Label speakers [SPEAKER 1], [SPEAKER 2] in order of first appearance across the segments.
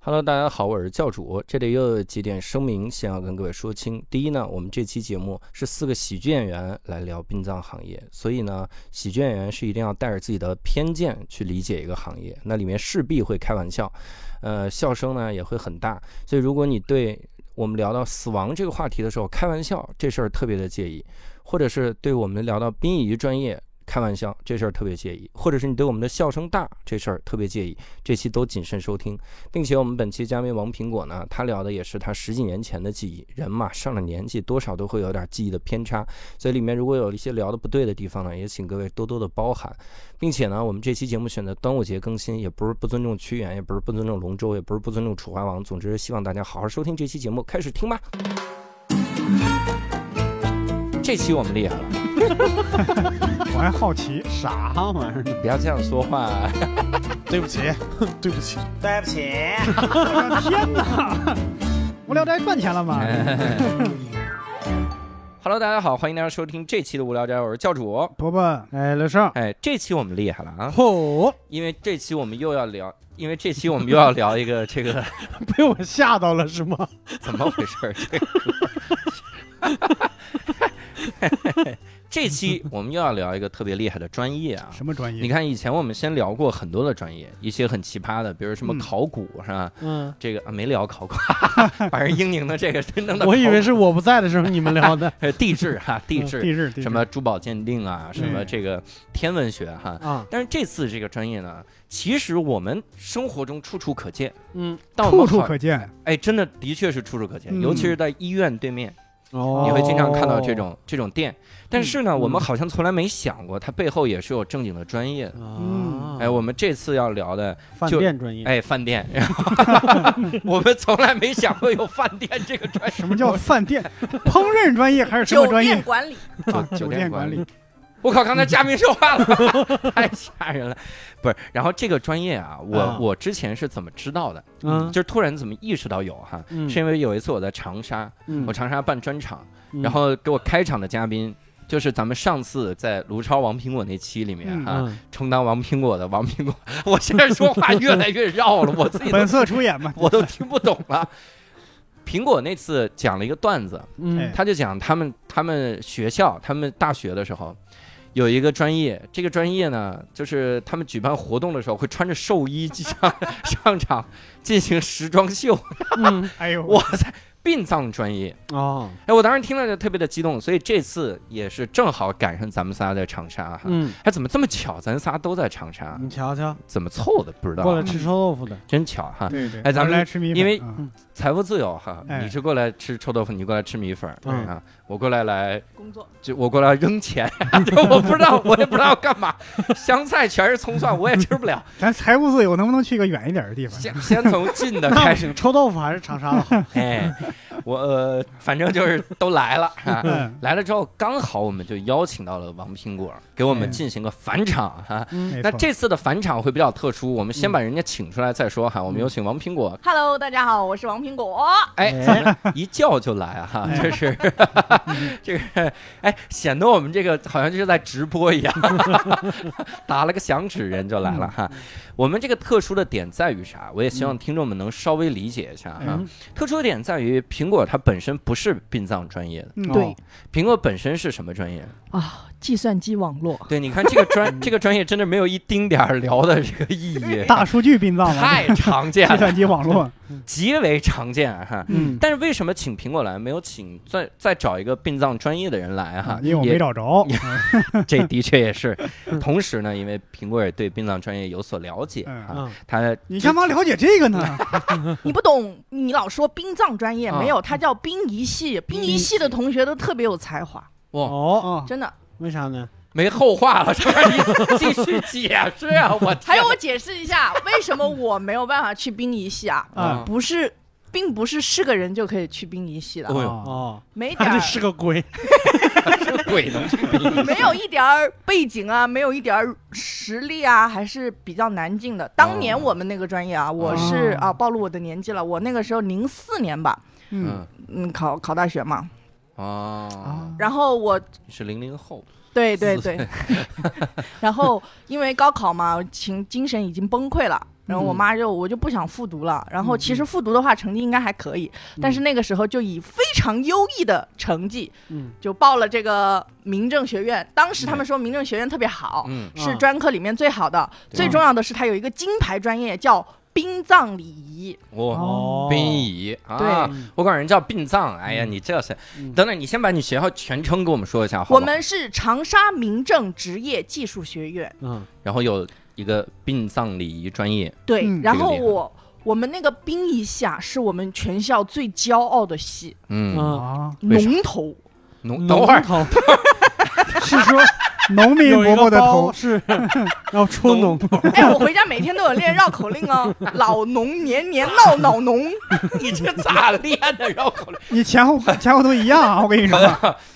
[SPEAKER 1] Hello，大家好，我是教主。这里又有几点声明，先要跟各位说清。第一呢，我们这期节目是四个喜剧演员来聊殡葬行业，所以呢，喜剧演员是一定要带着自己的偏见去理解一个行业，那里面势必会开玩笑，呃，笑声呢也会很大。所以如果你对我们聊到死亡这个话题的时候开玩笑这事儿特别的介意，或者是对我们聊到殡仪专业开玩笑这事儿特别介意，或者是你对我们的笑声大这事儿特别介意，这期都谨慎收听，并且我们本期嘉宾王苹果呢，他聊的也是他十几年前的记忆。人嘛，上了年纪多少都会有点记忆的偏差，所以里面如果有一些聊的不对的地方呢，也请各位多多的包涵，并且呢，我们这期节目选择端午节更新，也不是不尊重屈原，也不是不尊重龙舟，也不是不尊重楚怀王，总之希望大家好好收听这期节目，开始听吧。这期我们厉害了，
[SPEAKER 2] 我还好奇，
[SPEAKER 3] 啥玩意儿？
[SPEAKER 1] 不要这样说话。
[SPEAKER 3] 对不起，对不起，
[SPEAKER 4] 对不起，
[SPEAKER 2] 哎天哪！无聊斋赚钱了吗？
[SPEAKER 1] 哎 Hello，大家好，欢迎大家收听这期的无聊斋，我是教主。
[SPEAKER 2] 伯伯，哎，哦刘胜，
[SPEAKER 1] 哎，这期我们厉害了啊！
[SPEAKER 2] 嚯，
[SPEAKER 1] 因为这期我们又要聊，因为这期我们又要聊一个 这个
[SPEAKER 2] 被我吓到了是吗？
[SPEAKER 1] 怎么回事儿？这个歌 这期我们又要聊一个特别厉害的专业啊！
[SPEAKER 2] 什么专业？
[SPEAKER 1] 你看，以前我们先聊过很多的专业，一些很奇葩的，比如什么
[SPEAKER 2] 嗯
[SPEAKER 1] 考古，是吧？
[SPEAKER 3] 嗯，
[SPEAKER 1] 这个啊没聊 考古，反正英宁的这个真弄的，
[SPEAKER 3] 我以为是我不在的时候你们 聊的
[SPEAKER 1] 是地质哈、地
[SPEAKER 2] 嗯
[SPEAKER 1] 质
[SPEAKER 2] 地质，地质嗯
[SPEAKER 1] 什么珠宝鉴定啊，什么这个天文学哈、
[SPEAKER 3] 啊，
[SPEAKER 1] 但是这次这个专业呢，其实我们生活中处处可见，
[SPEAKER 3] 嗯，
[SPEAKER 1] 但我们
[SPEAKER 2] 处处
[SPEAKER 1] 好
[SPEAKER 2] 可见。
[SPEAKER 1] 哎，真的的确是处处可见，
[SPEAKER 2] 嗯
[SPEAKER 1] 尤其是在医院对面，
[SPEAKER 3] 哦
[SPEAKER 1] 你会经常看到这种这种店。但是呢，
[SPEAKER 3] 嗯
[SPEAKER 1] 我们好像从来没想过，它背后也是有正经的专业的。
[SPEAKER 3] 啊，
[SPEAKER 1] 哎，我们这次要聊的，
[SPEAKER 3] 饭
[SPEAKER 1] 就
[SPEAKER 3] 店专业，
[SPEAKER 1] 哎，饭店， 然后我们从来没想过有饭店这个专业。
[SPEAKER 2] 什么叫饭店？烹饪专业还是什么
[SPEAKER 4] 酒
[SPEAKER 2] 专
[SPEAKER 4] 店
[SPEAKER 2] 业？
[SPEAKER 4] 管理，
[SPEAKER 1] 酒
[SPEAKER 2] 酒
[SPEAKER 1] 店
[SPEAKER 2] 店
[SPEAKER 1] 管
[SPEAKER 2] 管理。
[SPEAKER 1] 我靠，刚才嘉宾说话了， 太吓人了。不是，然后这个专业啊，我、
[SPEAKER 3] 啊
[SPEAKER 1] 我之前是怎么知道的？
[SPEAKER 3] 嗯
[SPEAKER 1] 就是突然怎么意识到有哈，
[SPEAKER 3] 嗯
[SPEAKER 1] 是因为有一次我在长沙，
[SPEAKER 3] 嗯
[SPEAKER 1] 我长沙办专场。
[SPEAKER 3] 嗯
[SPEAKER 1] 然后给我开场的嘉宾就是咱们上次在卢超王苹果那期里面
[SPEAKER 2] 嗯
[SPEAKER 1] 哈、
[SPEAKER 3] 嗯
[SPEAKER 1] 充当王苹果的王苹果， 我现在说话越来越绕了，我自 己都，
[SPEAKER 2] 本色出演嘛
[SPEAKER 1] 我都听不懂了。苹果那次讲了一个段子，
[SPEAKER 3] 嗯
[SPEAKER 1] 他就讲他们他们学校他们大学的时候。有一个专业，这个专业呢，就是他们举办活动的时候会穿着寿衣上 上场进行时装秀。
[SPEAKER 3] 嗯
[SPEAKER 2] 哎呦，
[SPEAKER 1] 哇塞，殡葬专业，
[SPEAKER 3] 哦
[SPEAKER 1] 哎，我当时听了就特别的激动，所以这次也是正好赶上咱们仨在长沙哈。
[SPEAKER 3] 嗯，
[SPEAKER 1] 哎，怎么这么巧？咱仨都在长沙，
[SPEAKER 3] 你瞧瞧，
[SPEAKER 1] 怎么凑的？不知道
[SPEAKER 3] 过来嗯
[SPEAKER 1] 啊，
[SPEAKER 3] 吃臭豆腐的，
[SPEAKER 1] 真巧哈！
[SPEAKER 2] 对对，
[SPEAKER 1] 哎咱们
[SPEAKER 2] 我来吃米粉，
[SPEAKER 1] 因为
[SPEAKER 2] 嗯
[SPEAKER 1] 财富自由哈，
[SPEAKER 2] 哎
[SPEAKER 1] 你是过来吃臭豆腐，你过来吃米粉儿，
[SPEAKER 3] 嗯
[SPEAKER 1] 啊，我过来来
[SPEAKER 4] 工作
[SPEAKER 1] 就我过来扔钱， 就我不知道，我也不知道干嘛，香菜全是葱蒜，我也吃不了。
[SPEAKER 2] 咱财务自由能不能去个远一点的地方？
[SPEAKER 1] 先先从近的
[SPEAKER 3] 那
[SPEAKER 1] 开
[SPEAKER 3] 不
[SPEAKER 1] 始，
[SPEAKER 3] 行， 臭豆腐还是长沙 的好，
[SPEAKER 1] 哎，我呃，反正就是都来了啊。
[SPEAKER 2] 嗯，
[SPEAKER 1] 来了之后，刚好我们就邀请到了王苹果，给我
[SPEAKER 3] 哎
[SPEAKER 1] 们
[SPEAKER 2] 嗯
[SPEAKER 1] 进行个返场哈、
[SPEAKER 3] 嗯
[SPEAKER 2] 没
[SPEAKER 1] 那
[SPEAKER 2] 错嗯
[SPEAKER 1] 这次的返场会比较特殊，我们先把人家请出来再说哈。我们有请王苹
[SPEAKER 2] 啊
[SPEAKER 1] 果，
[SPEAKER 4] ，Hello，大家好，我是王苹果，
[SPEAKER 1] 哎，咱们一叫就来哈，
[SPEAKER 2] 哎
[SPEAKER 1] 这 是这个，哎，显得我们这个好像就是在直播一样， 打了个响指人就来了哈。
[SPEAKER 2] 嗯
[SPEAKER 1] 我们这个特殊的点在于啥？我也希望听众们能稍微理解一下哈
[SPEAKER 2] 嗯。
[SPEAKER 1] 特殊的点在于苹果它本身不是殡葬专业的，
[SPEAKER 2] 嗯
[SPEAKER 5] 对
[SPEAKER 1] 苹果本身是什么专业？
[SPEAKER 5] 啊，计算机网络，
[SPEAKER 1] 对，你看这个 专这个专业真的没有一丁点儿聊的这个意义，
[SPEAKER 2] 大数据殡 葬嘛，
[SPEAKER 1] 太常见
[SPEAKER 2] 计
[SPEAKER 1] 了，
[SPEAKER 2] 算机网 络，
[SPEAKER 1] 极为常见啊哈。
[SPEAKER 3] 嗯
[SPEAKER 1] 但是为什么请苹果来，没有请再再找一个殡葬专业的人来哈
[SPEAKER 2] 啊？因为我没
[SPEAKER 1] 也
[SPEAKER 2] 找着，
[SPEAKER 1] 这的确也 是。同时呢，因为苹果也对殡葬专业有所了解
[SPEAKER 2] 嗯
[SPEAKER 1] 哈，
[SPEAKER 3] 嗯
[SPEAKER 1] 他
[SPEAKER 2] 你干嘛了解这个呢？
[SPEAKER 4] 你不懂，你老说殡葬专业
[SPEAKER 1] 啊
[SPEAKER 4] 没有，它叫殡仪系，殡仪系的同学都特别有才华，
[SPEAKER 1] 哇
[SPEAKER 3] 哦，
[SPEAKER 4] 真的。
[SPEAKER 3] 为啥呢？
[SPEAKER 1] 没后话了，这你继续解释 啊！我天
[SPEAKER 4] 还有，我解释一下，为什么我没有办法去殡仪系啊？
[SPEAKER 1] 啊
[SPEAKER 2] 啊，
[SPEAKER 4] 不是，并不是是个人就可以去殡仪系的，
[SPEAKER 1] 哦呦，
[SPEAKER 3] 哦，
[SPEAKER 4] 没点
[SPEAKER 3] 那这，
[SPEAKER 4] 儿
[SPEAKER 3] 是个鬼，
[SPEAKER 1] 这鬼能去殡仪
[SPEAKER 4] 没有一点儿背景啊，没有一点儿实力啊，还是比较难进的。当年我们那个专业啊，我是
[SPEAKER 2] 哦
[SPEAKER 4] 啊，暴露我的年纪了，我那个时候零四年吧，
[SPEAKER 2] 嗯，
[SPEAKER 1] 嗯
[SPEAKER 4] 嗯，考考大学嘛，
[SPEAKER 1] 哦，
[SPEAKER 2] 啊
[SPEAKER 4] 然后我，
[SPEAKER 1] 你是零零后，
[SPEAKER 4] 对对
[SPEAKER 1] 四
[SPEAKER 4] 对，然后因为高考嘛，情精神已经崩溃了，然后我
[SPEAKER 3] 嗯
[SPEAKER 4] 妈就我就不想复读了。然后其实
[SPEAKER 3] 嗯
[SPEAKER 4] 复读的话成绩应该还可以，
[SPEAKER 1] 嗯
[SPEAKER 4] 但是那个时候就以非常优异的成绩
[SPEAKER 3] 嗯，
[SPEAKER 4] 就报了这个民政学院。当时他们说民政学院特别好，
[SPEAKER 1] 嗯
[SPEAKER 4] 是
[SPEAKER 3] 啊
[SPEAKER 4] 专科里面最好的。
[SPEAKER 1] 对
[SPEAKER 4] 最重要的是它有一个金牌专业叫殡葬礼仪。
[SPEAKER 1] 我
[SPEAKER 3] 哦，
[SPEAKER 1] 殡仪啊
[SPEAKER 4] 对，
[SPEAKER 1] 我管人叫殡葬。哎呀，
[SPEAKER 3] 嗯
[SPEAKER 1] 你这是
[SPEAKER 3] 嗯
[SPEAKER 1] 等等，你先把你学校全称给我们说一下，好不好
[SPEAKER 4] 我们是长沙民政职业技术学院，
[SPEAKER 3] 嗯，
[SPEAKER 1] 然后有一个殡葬礼仪专业，
[SPEAKER 4] 对。
[SPEAKER 5] 嗯
[SPEAKER 4] 然
[SPEAKER 1] 这个
[SPEAKER 4] 后
[SPEAKER 1] 厉害
[SPEAKER 4] 我我们那个殡仪系啊，是我们全校最骄傲的系，
[SPEAKER 1] 嗯，
[SPEAKER 3] 嗯，
[SPEAKER 2] 啊，
[SPEAKER 1] 为啥
[SPEAKER 4] 龙头。
[SPEAKER 1] 农等会儿
[SPEAKER 3] 头
[SPEAKER 2] 是说农民
[SPEAKER 3] 有一
[SPEAKER 2] 伯伯
[SPEAKER 3] 个
[SPEAKER 2] 的
[SPEAKER 3] 包
[SPEAKER 2] 头，
[SPEAKER 3] 是 要出
[SPEAKER 1] 农
[SPEAKER 3] 农，
[SPEAKER 4] 哎，我回家每天都有练绕口令哦，老农年年闹老农，
[SPEAKER 1] 你这 咋练的？绕口令。
[SPEAKER 2] 你前后前后都一样啊！我跟你说，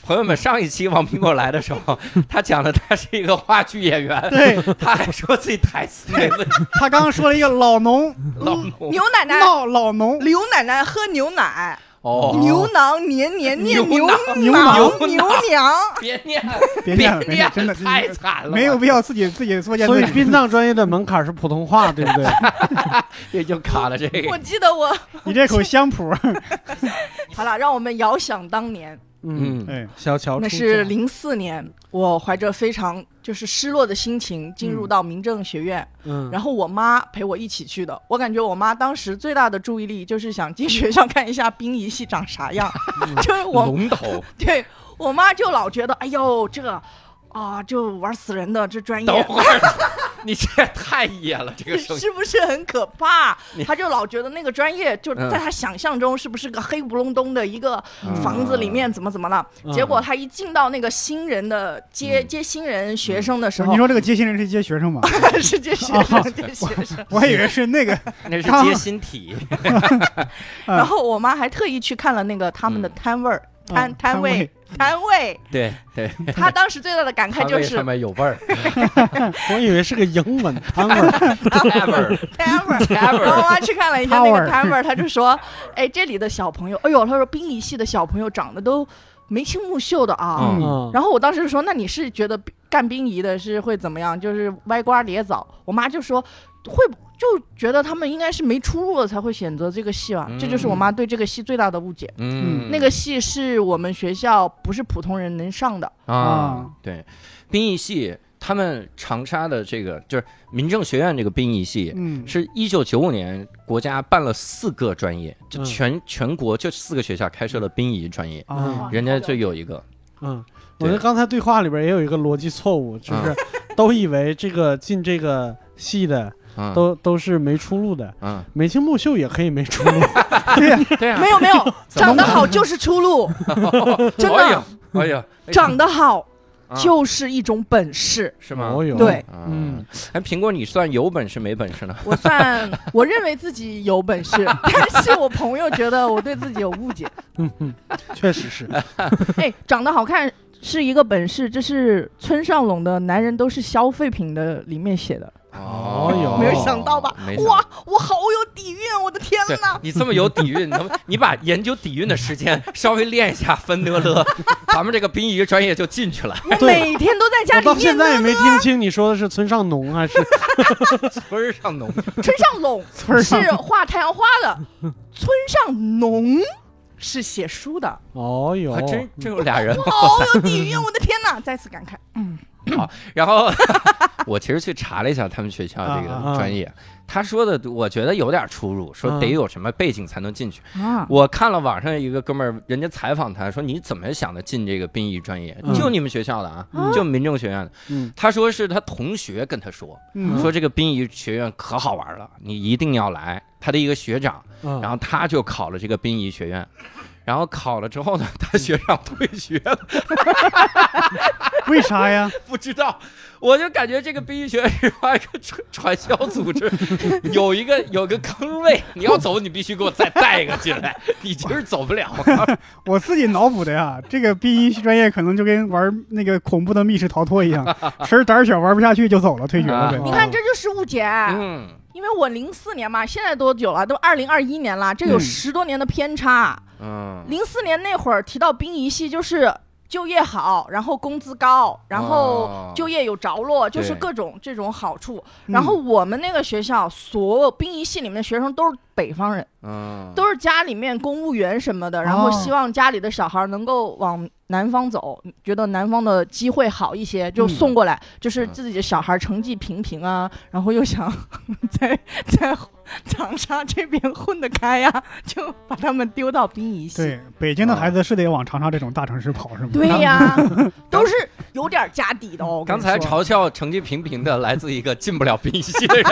[SPEAKER 1] 朋友们，上一期王苹果来的时候，他讲了他是一个话剧演员，
[SPEAKER 2] 对
[SPEAKER 1] 他还说自己台词没问题。
[SPEAKER 2] 他刚刚说了一个老农
[SPEAKER 1] 老农
[SPEAKER 4] 牛奶奶
[SPEAKER 2] 闹老农，
[SPEAKER 4] 刘奶奶喝牛奶，
[SPEAKER 1] 哦，
[SPEAKER 4] 牛郎年年念
[SPEAKER 1] 牛
[SPEAKER 4] 牛
[SPEAKER 1] 郎
[SPEAKER 2] 牛
[SPEAKER 4] 郎
[SPEAKER 1] 郎
[SPEAKER 4] 牛娘。
[SPEAKER 1] 别念了，
[SPEAKER 2] 别念了，别
[SPEAKER 1] 别
[SPEAKER 2] 念
[SPEAKER 1] 念
[SPEAKER 2] 了，真的
[SPEAKER 1] 太惨了，
[SPEAKER 2] 没有必要自己自己作践
[SPEAKER 3] 所
[SPEAKER 2] 自
[SPEAKER 3] 以
[SPEAKER 2] 己。
[SPEAKER 3] 殡葬专业的门槛是普通话，对不对？
[SPEAKER 1] 也就卡了这
[SPEAKER 4] 我
[SPEAKER 1] 个。
[SPEAKER 4] 记得我
[SPEAKER 2] 你这口乡普，
[SPEAKER 4] 好了，让我们遥想当年，
[SPEAKER 3] 嗯，
[SPEAKER 1] 嗯，
[SPEAKER 2] 哎，
[SPEAKER 3] 小乔
[SPEAKER 4] 那
[SPEAKER 3] 出
[SPEAKER 4] 是
[SPEAKER 3] 嫁
[SPEAKER 4] 零四年，我怀着非常就是失落的心情进
[SPEAKER 1] 嗯
[SPEAKER 4] 入到民政学院，
[SPEAKER 3] 嗯，
[SPEAKER 4] 然后我妈陪我一起去的。我感觉我妈当时最大的注意力就是想进学校看一下殡仪系长啥样，
[SPEAKER 1] 嗯
[SPEAKER 4] 就是我
[SPEAKER 1] 龙头，
[SPEAKER 4] 对我妈就老觉得，哎呦这个啊，就玩死人的这专
[SPEAKER 1] 等
[SPEAKER 4] 业。
[SPEAKER 1] 会儿，你这也太野了，这个声音。
[SPEAKER 4] 是不是很可怕
[SPEAKER 1] 你？
[SPEAKER 4] 她就老觉得那个专业就
[SPEAKER 1] 嗯
[SPEAKER 4] 在她想象中是不是个黑不隆咚的一个
[SPEAKER 2] 啊
[SPEAKER 4] 房子里面怎么怎么了？
[SPEAKER 3] 嗯
[SPEAKER 4] 结果他一进到那个新人的接
[SPEAKER 1] 嗯
[SPEAKER 4] 接新人学生的时
[SPEAKER 2] 你
[SPEAKER 4] 候，
[SPEAKER 2] 说这个接新人是接学生吗？
[SPEAKER 4] 是 接学生接学生。
[SPEAKER 2] 我还以为是那个，
[SPEAKER 1] 那是接新体，
[SPEAKER 2] 嗯
[SPEAKER 4] 然后我妈还特意去看了那个他们的
[SPEAKER 1] 嗯
[SPEAKER 4] 摊位儿
[SPEAKER 2] 嗯
[SPEAKER 4] 摊摊位摊位，
[SPEAKER 1] 对对，
[SPEAKER 4] 她当时最大的感慨就
[SPEAKER 1] 摊位
[SPEAKER 4] 是
[SPEAKER 1] 上面有味儿
[SPEAKER 3] 我以为是个英文啊摊位 儿，
[SPEAKER 1] ，ever
[SPEAKER 4] 摊位儿。然后
[SPEAKER 1] ever，
[SPEAKER 4] 我妈去看了一下
[SPEAKER 2] 摊
[SPEAKER 4] 那
[SPEAKER 2] 位
[SPEAKER 4] 个
[SPEAKER 2] 儿
[SPEAKER 4] 摊位儿，她就说：“哎，这里的小朋友，哎呦，她说殡仪系的小朋友长得都眉清目秀的啊。
[SPEAKER 1] 嗯
[SPEAKER 3] 嗯，
[SPEAKER 4] 然后我当时就说：“那你是觉得干殡仪的是会怎么样？就是歪瓜裂枣？”我妈就说：“会不就觉得他们应该是没出路了才会选择这个戏吧？”这就是我妈对这个戏最大的误解。
[SPEAKER 1] 嗯，
[SPEAKER 4] 那个戏是我们学校不是普通人能上的，
[SPEAKER 1] 啊
[SPEAKER 2] 啊，
[SPEAKER 1] 对，兵役系，他们长沙的这个就是民政学院这个兵役系，
[SPEAKER 2] 嗯，
[SPEAKER 1] 是一九九五年国家办了四个专业，就
[SPEAKER 3] 嗯
[SPEAKER 1] 全、全国就四个学校开设了殡仪专业，
[SPEAKER 4] 嗯
[SPEAKER 2] 啊，
[SPEAKER 1] 人家就有一个，
[SPEAKER 3] 嗯，我
[SPEAKER 1] 对
[SPEAKER 3] 觉得刚才对话里边也有一个逻辑错误，就是
[SPEAKER 1] 嗯
[SPEAKER 3] 都以为这个进这个系的
[SPEAKER 1] 嗯，
[SPEAKER 3] 都都是没出路的，
[SPEAKER 1] 嗯，
[SPEAKER 3] 眉清目秀也可以没出 路。
[SPEAKER 1] 对啊，
[SPEAKER 4] 没有没有，
[SPEAKER 1] 怎么
[SPEAKER 4] 长得好就是 出路，真的
[SPEAKER 1] 哎呀，哎呀，哎呀
[SPEAKER 4] 长得好
[SPEAKER 1] 啊
[SPEAKER 4] 就是一种本事。
[SPEAKER 1] 是吗？
[SPEAKER 3] 哦哟，
[SPEAKER 4] 对，
[SPEAKER 1] 嗯
[SPEAKER 3] 嗯，，
[SPEAKER 1] 哎，苹果，你算有本事没本事呢？
[SPEAKER 4] 我算 我认为自己有 本事，但是我朋友觉得我对自己有误解。
[SPEAKER 3] 嗯嗯，确实是，
[SPEAKER 4] 哎，长得好看是一个本事，这是村上隆的《男人都是消费品》的里面写的。
[SPEAKER 1] 哦
[SPEAKER 3] 哟
[SPEAKER 4] 没有想到吧
[SPEAKER 1] 没想到
[SPEAKER 4] 哇，我好有底蕴，我的天
[SPEAKER 1] 对
[SPEAKER 4] 哪！
[SPEAKER 1] 你这么有底蕴，能你把研究底蕴的时间稍微练一下芬德 勒，咱们这个殡仪专业就进去了。
[SPEAKER 4] 我
[SPEAKER 3] 对
[SPEAKER 4] 每天都在家
[SPEAKER 3] 我到
[SPEAKER 4] 里
[SPEAKER 3] 现
[SPEAKER 4] 面
[SPEAKER 3] 在也没听清你说的是村上农 还是
[SPEAKER 1] 村儿上农，
[SPEAKER 4] 村上隆
[SPEAKER 2] 村儿上
[SPEAKER 4] 是画太阳花的，村上隆是写书的，
[SPEAKER 3] 哦哟，
[SPEAKER 1] 还真真有俩人。
[SPEAKER 4] 好有底哦蕴，我的天哪！再次感慨，
[SPEAKER 1] 然后 我其实去查了一下他们学校这
[SPEAKER 3] 啊啊
[SPEAKER 1] 个
[SPEAKER 3] 啊
[SPEAKER 1] 专业，他说的我觉得有点出入，说得
[SPEAKER 3] 嗯
[SPEAKER 1] 有什么背景才能进去。
[SPEAKER 4] 啊，
[SPEAKER 1] 我看了网上一个哥们儿，人家采访他说你怎么想的进这个殡仪专业？
[SPEAKER 3] 嗯
[SPEAKER 1] 就你们学校的啊，就民政学院的。
[SPEAKER 3] 嗯
[SPEAKER 1] 他说是他同学跟他说，
[SPEAKER 2] 嗯
[SPEAKER 1] 说这个殡仪学院可好玩了，你一定要来。他的一个学长，
[SPEAKER 3] 嗯，
[SPEAKER 1] 然后他就考了这个殡仪学院。然后考了之后呢， 他学长退学了，
[SPEAKER 2] 为啥呀？
[SPEAKER 1] 不知道，我就感觉这个殡仪学院是吧一个传传销组 织，有一个有个坑位，你要走你必须给我再带一个进 来，你今儿走不了。
[SPEAKER 2] 我自己脑补的呀，这个殡仪专业可能就跟玩那个恐怖的密室逃脱一样，谁儿胆儿小玩不下去就走了，退学了呗。嗯
[SPEAKER 4] 你看这就是误解，
[SPEAKER 1] 嗯，
[SPEAKER 4] 因为我零四年嘛，现在多久了？都二零二一年了，这有
[SPEAKER 2] 嗯
[SPEAKER 4] 十多年的偏差。
[SPEAKER 1] 嗯，
[SPEAKER 4] 零四年那会儿提到殡仪系就是。就业好，然后工资高，然后
[SPEAKER 1] 哦
[SPEAKER 4] 就业有着落，就是
[SPEAKER 1] 对
[SPEAKER 4] 各种这种好处。然后我们那个学校所有兵役系里面的学生都是北方人，
[SPEAKER 1] 嗯，
[SPEAKER 4] 都是家里面公务员什么的，然后希望家里的小孩能够往南方走，觉得南方的机会好一些，就送过来。
[SPEAKER 1] 嗯
[SPEAKER 4] 就是自己的小孩成绩平平啊，然后又想 在在长沙这边混得开呀、就把他们丢到兵役系。
[SPEAKER 2] 对，北京的孩子是得往长沙这种大城市跑，是吗？
[SPEAKER 4] 对呀、 都是有点家底的哦。我
[SPEAKER 1] 刚
[SPEAKER 4] 跟你
[SPEAKER 1] 才
[SPEAKER 4] 说
[SPEAKER 1] 嘲笑成绩平平的来自一个进不了兵役系 的人，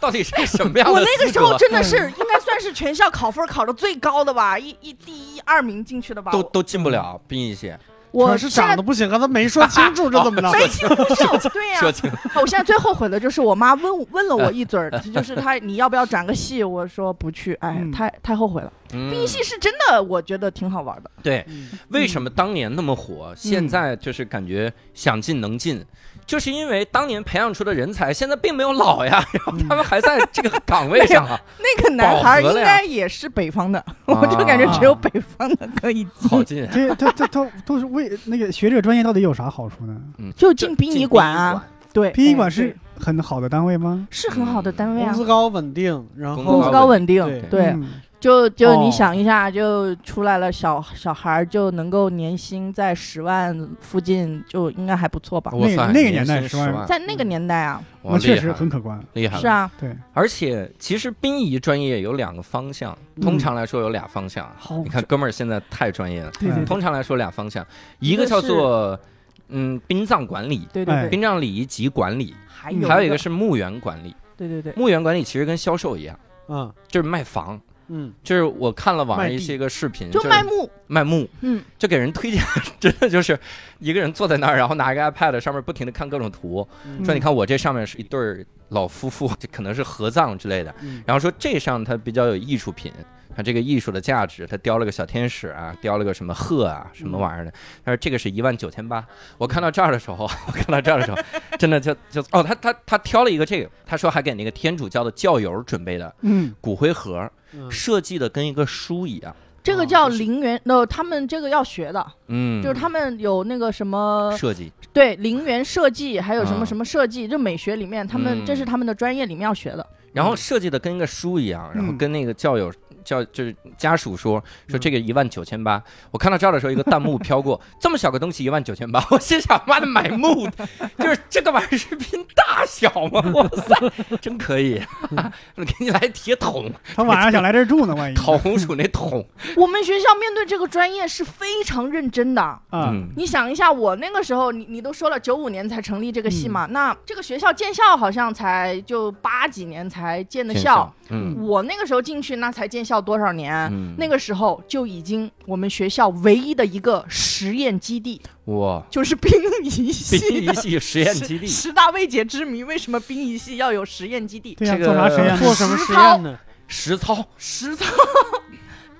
[SPEAKER 1] 到底是什么样的
[SPEAKER 4] 我那个
[SPEAKER 1] 资
[SPEAKER 4] 时候
[SPEAKER 1] 格
[SPEAKER 4] 真的是应该算是全校考分考的最高的吧，一一第一二名进去的吧。
[SPEAKER 1] 都
[SPEAKER 4] 我
[SPEAKER 1] 都进不了兵役系？
[SPEAKER 4] 我
[SPEAKER 3] 是
[SPEAKER 4] 现
[SPEAKER 3] 长
[SPEAKER 4] 在
[SPEAKER 3] 得不行，刚才没说清楚，这怎么 着？
[SPEAKER 4] 没听不懂，对啊呀、
[SPEAKER 1] 说清
[SPEAKER 4] 哦我现在最后悔的就是我妈问问了 我一嘴儿，就是她你要不要转个系？我说不去，哎
[SPEAKER 2] 嗯，
[SPEAKER 4] 太太后悔了。
[SPEAKER 1] 兵
[SPEAKER 4] 兵役系是真的，我觉得挺好玩的。
[SPEAKER 1] 对，
[SPEAKER 4] 嗯
[SPEAKER 1] 为什么当年那么火，现在就是感觉想进能进，就是因为当年培养出的人才现在并没有老呀，
[SPEAKER 4] 嗯
[SPEAKER 1] 然后他们还在这个岗位上 啊，
[SPEAKER 4] 那个男孩
[SPEAKER 1] 饱和
[SPEAKER 4] 应
[SPEAKER 1] 了呀
[SPEAKER 4] 该也是北 方的，哎我就感觉只有北方的可以进，
[SPEAKER 1] 啊好啊进，
[SPEAKER 2] 这他他他都是为那个学这个专业到底有啥好处呢？
[SPEAKER 4] 就
[SPEAKER 1] 这
[SPEAKER 4] 进殡仪馆啊。，对，
[SPEAKER 2] 殡仪
[SPEAKER 4] 哎
[SPEAKER 2] 馆
[SPEAKER 4] 对
[SPEAKER 2] 是嗯很好的单位吗？
[SPEAKER 4] 是很好的单位
[SPEAKER 3] 工
[SPEAKER 4] 啊，
[SPEAKER 3] 资高稳定，然后
[SPEAKER 1] 工
[SPEAKER 4] 工
[SPEAKER 1] 资
[SPEAKER 4] 资
[SPEAKER 1] 高
[SPEAKER 4] 高
[SPEAKER 1] 稳
[SPEAKER 4] 稳定，
[SPEAKER 3] 对
[SPEAKER 4] 对，
[SPEAKER 2] 嗯
[SPEAKER 4] 就就你
[SPEAKER 3] 哦
[SPEAKER 4] 想一下，就出来了小小孩儿就能够年薪在十万附近，就应该还不错吧
[SPEAKER 1] 殡仪馆。我操，
[SPEAKER 2] 那那个
[SPEAKER 1] 年
[SPEAKER 2] 年代
[SPEAKER 1] 薪
[SPEAKER 2] 十
[SPEAKER 1] 十
[SPEAKER 2] 万
[SPEAKER 4] 在那个年代啊，
[SPEAKER 1] 哇
[SPEAKER 2] 那确实
[SPEAKER 1] 厉害
[SPEAKER 2] 很可观。
[SPEAKER 1] 厉嗯害了
[SPEAKER 4] 是。啊，
[SPEAKER 2] 对，
[SPEAKER 1] 而且其实殡仪专业有两个方向，
[SPEAKER 4] 嗯
[SPEAKER 1] 通常来说有俩方向。啊
[SPEAKER 3] 好
[SPEAKER 1] 你看哥们儿现在太专业了，
[SPEAKER 2] 对对对，
[SPEAKER 1] 通常来说俩方向，一
[SPEAKER 4] 嗯一
[SPEAKER 1] 个
[SPEAKER 4] 个
[SPEAKER 1] 叫
[SPEAKER 4] 是
[SPEAKER 1] 做嗯殡葬管理，
[SPEAKER 4] 对对
[SPEAKER 2] 哎
[SPEAKER 4] 对，
[SPEAKER 1] 殡葬礼仪及管理，
[SPEAKER 4] 还
[SPEAKER 3] 嗯
[SPEAKER 4] 有
[SPEAKER 1] 还有一个是墓园管理。
[SPEAKER 4] 对对对，
[SPEAKER 1] 墓园管理其实跟销售一样，
[SPEAKER 3] 啊，
[SPEAKER 1] 就是卖房。
[SPEAKER 3] 嗯，
[SPEAKER 1] 就是我看了网上
[SPEAKER 3] 卖
[SPEAKER 1] 一
[SPEAKER 3] 地
[SPEAKER 1] 些嗯个视频，
[SPEAKER 4] 就是卖木，
[SPEAKER 1] 卖墓，
[SPEAKER 4] 嗯，
[SPEAKER 1] 就给人推荐， 真的就是一个人坐在那儿，然后拿一个 iPad 上面不停的看各种图，
[SPEAKER 3] 嗯
[SPEAKER 1] 说你看我这上面是一对儿老夫妇， 这可能是合葬之类的，
[SPEAKER 3] 嗯
[SPEAKER 1] 然后说这上它比较有艺术品，它这个艺术的价值，它雕了个小天使啊，雕了个什么鹤啊，什么玩意儿的。他说这个是一万九千八。我看到这儿的时候， 我看到这儿的时候，真的就就哦，他他他挑了一个这个，他说还给那个天主教的教友准备的
[SPEAKER 2] 嗯，
[SPEAKER 1] 骨灰盒，
[SPEAKER 3] 嗯
[SPEAKER 1] 设计的跟一个书一样。
[SPEAKER 4] 这个
[SPEAKER 3] 哦
[SPEAKER 4] 叫
[SPEAKER 3] 就是
[SPEAKER 4] 陵园，呃，他们这个要学的，
[SPEAKER 1] 嗯，
[SPEAKER 4] 就是他们有那个什么，
[SPEAKER 1] 设计
[SPEAKER 4] 对陵园设计，还有什
[SPEAKER 1] 啊
[SPEAKER 4] 么什么设计，就美学里面，他们
[SPEAKER 1] 嗯
[SPEAKER 4] 这是他们的专业里面要学的。
[SPEAKER 1] 然后设计的跟一个书一样，然后
[SPEAKER 2] 嗯
[SPEAKER 1] 跟那个教友教就是家属说说
[SPEAKER 3] 嗯
[SPEAKER 1] 这个一万九千八。我看到这儿的时候，一个弹幕飘过， 这么小个东西一万九千八，我心想妈的买木， 就是这个玩意儿是拼大小吗？ 哇塞，真可以！ 我给你来铁桶，
[SPEAKER 2] 他晚上想来这儿住呢，万一
[SPEAKER 1] 烤红薯那 桶。
[SPEAKER 4] 我们学校面对这个专业是非常认真的。
[SPEAKER 2] 啊，
[SPEAKER 1] 嗯，
[SPEAKER 4] 你想一下，我那个时候，你你都说了九五年才成立这个系嘛，那这个学校建校好像才就八几年才建的
[SPEAKER 1] 见
[SPEAKER 4] 校，
[SPEAKER 1] 效，嗯
[SPEAKER 4] 我那个时候进去，那才建校多少年？
[SPEAKER 1] 嗯，
[SPEAKER 4] 那个时候就已经我们学校唯一的一个实验基地
[SPEAKER 1] 哇，
[SPEAKER 4] 就是兵仪
[SPEAKER 1] 殡
[SPEAKER 4] 系
[SPEAKER 1] 仪
[SPEAKER 4] 的
[SPEAKER 1] 系实验基地
[SPEAKER 4] 十，十大未解之谜，为什么兵仪系要有实验基地？
[SPEAKER 2] 对呀，
[SPEAKER 1] 这个
[SPEAKER 2] 做啥实验呢？
[SPEAKER 3] 做什么实验呢？
[SPEAKER 1] 实操
[SPEAKER 4] 实操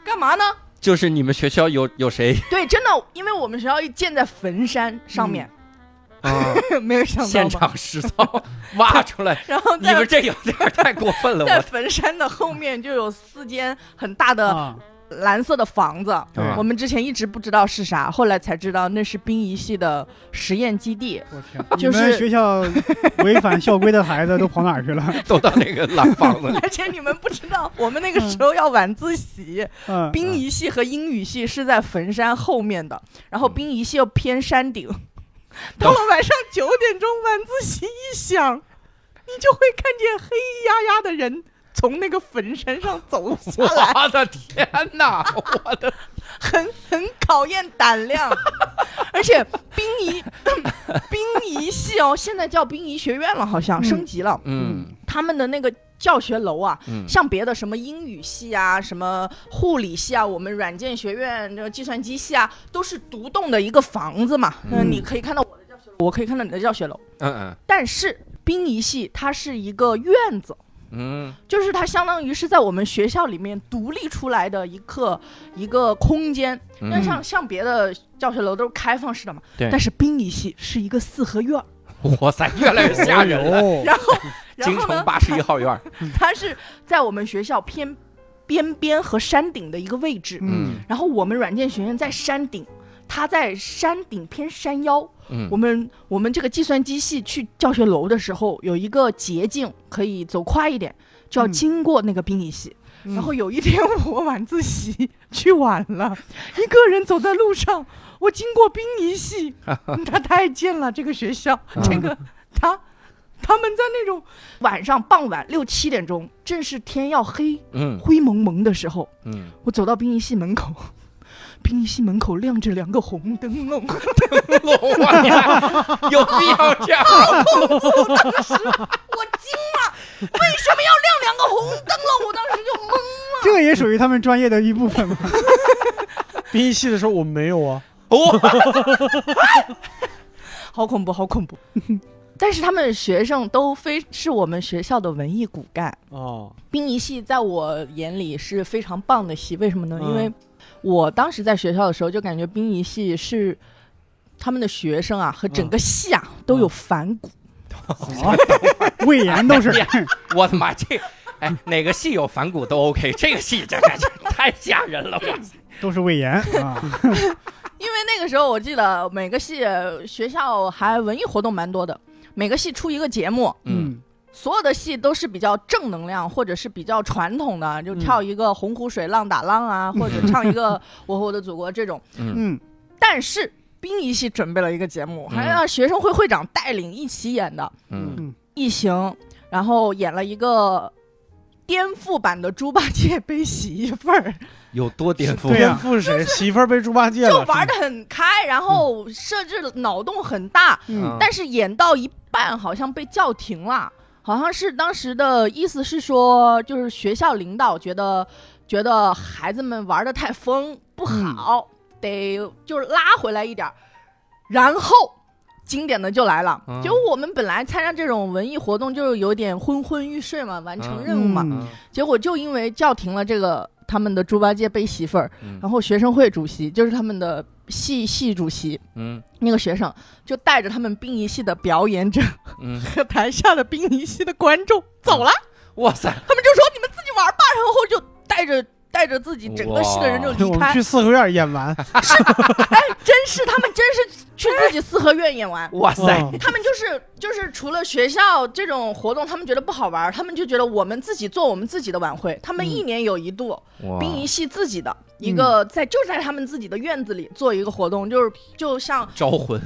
[SPEAKER 4] 干嘛呢？
[SPEAKER 1] 就是你们学校有有谁
[SPEAKER 4] 对，真的，因为我们学校建在坟山上面，
[SPEAKER 1] 啊？
[SPEAKER 4] 没有想
[SPEAKER 1] 现
[SPEAKER 4] 到吧？
[SPEAKER 1] 场实 操挖出来，
[SPEAKER 4] 然后
[SPEAKER 1] 你
[SPEAKER 4] 在
[SPEAKER 1] 们这有点儿太过分了，
[SPEAKER 4] 在
[SPEAKER 1] 我
[SPEAKER 4] 坟山的后面就有四间很大的
[SPEAKER 2] 啊，
[SPEAKER 4] 蓝色的房子，
[SPEAKER 2] 对
[SPEAKER 1] 啊
[SPEAKER 4] 我们之前一直不知道是啥，后来才知道那是兵仪系的实验基地。
[SPEAKER 1] 嗯
[SPEAKER 2] 我天，
[SPEAKER 4] 就
[SPEAKER 2] 你们
[SPEAKER 4] 是
[SPEAKER 2] 学校违反校规的孩子都跑哪儿去了？
[SPEAKER 1] 都到那个蓝房子里。
[SPEAKER 4] 而且你们不知道，我们那个
[SPEAKER 1] 嗯
[SPEAKER 4] 时候要晚自习，
[SPEAKER 2] 嗯，
[SPEAKER 4] 兵仪系和英语系是在坟山后面的，然后兵仪系又偏山顶。到了晚上九点钟，晚自习一响，你就会看见黑压压的人从那个坟山上走 下来。
[SPEAKER 1] 我的天哪！ 我的
[SPEAKER 4] 很很考验胆量，而且殡仪殡仪系哦，现在叫殡仪学院了，好像
[SPEAKER 2] 嗯
[SPEAKER 4] 升级了。
[SPEAKER 1] 嗯
[SPEAKER 4] 他们的那个教学楼啊，
[SPEAKER 1] 嗯
[SPEAKER 4] 像别的什么英语系啊、什么护理系啊、我们软件学院这个计算机系啊，都是独栋的一个房子嘛。那
[SPEAKER 1] 嗯
[SPEAKER 4] 你可以看到我的教学楼，我可以看到你的教学楼，
[SPEAKER 1] 嗯
[SPEAKER 4] 但是殡仪系它是一个院子。
[SPEAKER 1] 嗯
[SPEAKER 4] 就是它相当于是在我们学校里面独立出来的一个一个空间，
[SPEAKER 1] 嗯
[SPEAKER 4] 那像像别的教学楼都是开放式的嘛，
[SPEAKER 1] 对
[SPEAKER 4] 但是殡仪系是一个四合院儿，
[SPEAKER 1] 嗯，哇塞，越来越吓人了。
[SPEAKER 3] 哦
[SPEAKER 4] 然后然
[SPEAKER 1] 京
[SPEAKER 4] 后
[SPEAKER 1] 城
[SPEAKER 4] 呢，
[SPEAKER 1] 八十一号院儿，
[SPEAKER 4] 它是在我们学校偏边边和山顶的一个位置，
[SPEAKER 2] 嗯
[SPEAKER 4] 然后我们软件学院在山顶。他在山顶偏山腰。
[SPEAKER 1] 嗯
[SPEAKER 4] 我们我们这个计算机系去教学楼的时候，有一个捷径可以走快一点，就要
[SPEAKER 2] 嗯
[SPEAKER 4] 经过那个兵役系。
[SPEAKER 2] 嗯
[SPEAKER 4] 然后有一天我晚自习去晚 了，一个人走在路上，我经过兵 役系，他太贱了，这个学校，
[SPEAKER 1] 嗯
[SPEAKER 4] 这个他。他们在那种晚上傍晚六七点钟，正是天要黑、
[SPEAKER 1] 嗯
[SPEAKER 4] 灰蒙蒙的时候，
[SPEAKER 1] 嗯，
[SPEAKER 4] 我走到殡仪系门口， 殡仪系门口亮着两个红灯笼，
[SPEAKER 1] 龙王呀，有必要这样？
[SPEAKER 4] 我惊了，为什么要亮两个红灯笼？我当时就懵。
[SPEAKER 2] 这也属于他们专业的一部分嘛。
[SPEAKER 3] 殡仪系的时候我没有啊，
[SPEAKER 1] 哦，
[SPEAKER 4] 好恐怖，好恐怖。 但是他们学生都非是我们学校的文艺骨干，
[SPEAKER 3] 哦，
[SPEAKER 4] 殡仪系在我眼里是非常棒的系，为什么呢？
[SPEAKER 3] 嗯
[SPEAKER 4] 因为我当时在学校的时候就感觉殡仪系是他们的学生啊和整个系啊、都有反骨，
[SPEAKER 2] 魏延都是
[SPEAKER 1] 我的妈，这哎哪个戏有反骨都 OK，这个戏这这这太吓人了，我操！
[SPEAKER 2] 都是魏延啊，
[SPEAKER 4] 因为那个时候我记得每个系学校还文艺活动蛮多的，每个系出一个节目，
[SPEAKER 1] 嗯，
[SPEAKER 4] 所有的戏都是比较正能量或者是比较传统的，就跳一个洪湖水浪打浪啊，或者唱一个我和我的祖国这种。
[SPEAKER 2] 嗯，
[SPEAKER 4] 但是殡仪系准备了一个节目，
[SPEAKER 1] 嗯
[SPEAKER 4] 还让学生会会长带领一起演的《
[SPEAKER 1] 嗯
[SPEAKER 4] 异形》，然后演了一个颠覆版的猪八戒背洗衣份儿。
[SPEAKER 1] 有多颠覆？
[SPEAKER 2] 对呀
[SPEAKER 3] 颠覆谁？媳妇儿被猪八戒
[SPEAKER 4] 就
[SPEAKER 3] 了，
[SPEAKER 4] 玩的很开，然后设置脑洞很大，
[SPEAKER 1] 嗯
[SPEAKER 4] 但是演到一半好像被叫停了，好像是当时的意思是说，就是学校领导觉得觉得孩子们玩的太疯不好，得就是拉回来一点儿，然后。经典的就来了
[SPEAKER 1] 嗯，
[SPEAKER 4] 就我们本来参加这种文艺活动就是有点昏昏欲睡嘛，完成
[SPEAKER 1] 嗯
[SPEAKER 4] 任务嘛，
[SPEAKER 2] 嗯
[SPEAKER 4] 结果就因为叫停了这个他们的猪八戒背媳妇儿，
[SPEAKER 1] 嗯
[SPEAKER 4] 然后学生会主席就是他们的系系主席，
[SPEAKER 1] 嗯
[SPEAKER 4] 那个学生就带着他们殡仪系的表演者
[SPEAKER 1] 嗯，
[SPEAKER 4] 和台下的殡仪系的观
[SPEAKER 3] 嗯
[SPEAKER 4] 众走了，
[SPEAKER 1] 哇塞，
[SPEAKER 4] 他们就说你们自己玩吧，然后就带着带着自己整个系的人就
[SPEAKER 1] 哇
[SPEAKER 4] 离
[SPEAKER 3] 我们
[SPEAKER 4] 开
[SPEAKER 3] 去，四合院演 完，
[SPEAKER 4] 真是他们真是去自己四合院演完。
[SPEAKER 1] 哇塞，
[SPEAKER 3] 嗯
[SPEAKER 4] 他们就是就是除了学校这种活动，他们觉得不好玩，他们就觉得我们自己做我们自己的晚会。他们
[SPEAKER 3] 嗯
[SPEAKER 4] 一年有一度，
[SPEAKER 1] 哇
[SPEAKER 4] 殡仪系自己的一个在就在他们自己的院子里做一个活动，就是 就像
[SPEAKER 1] 招魂，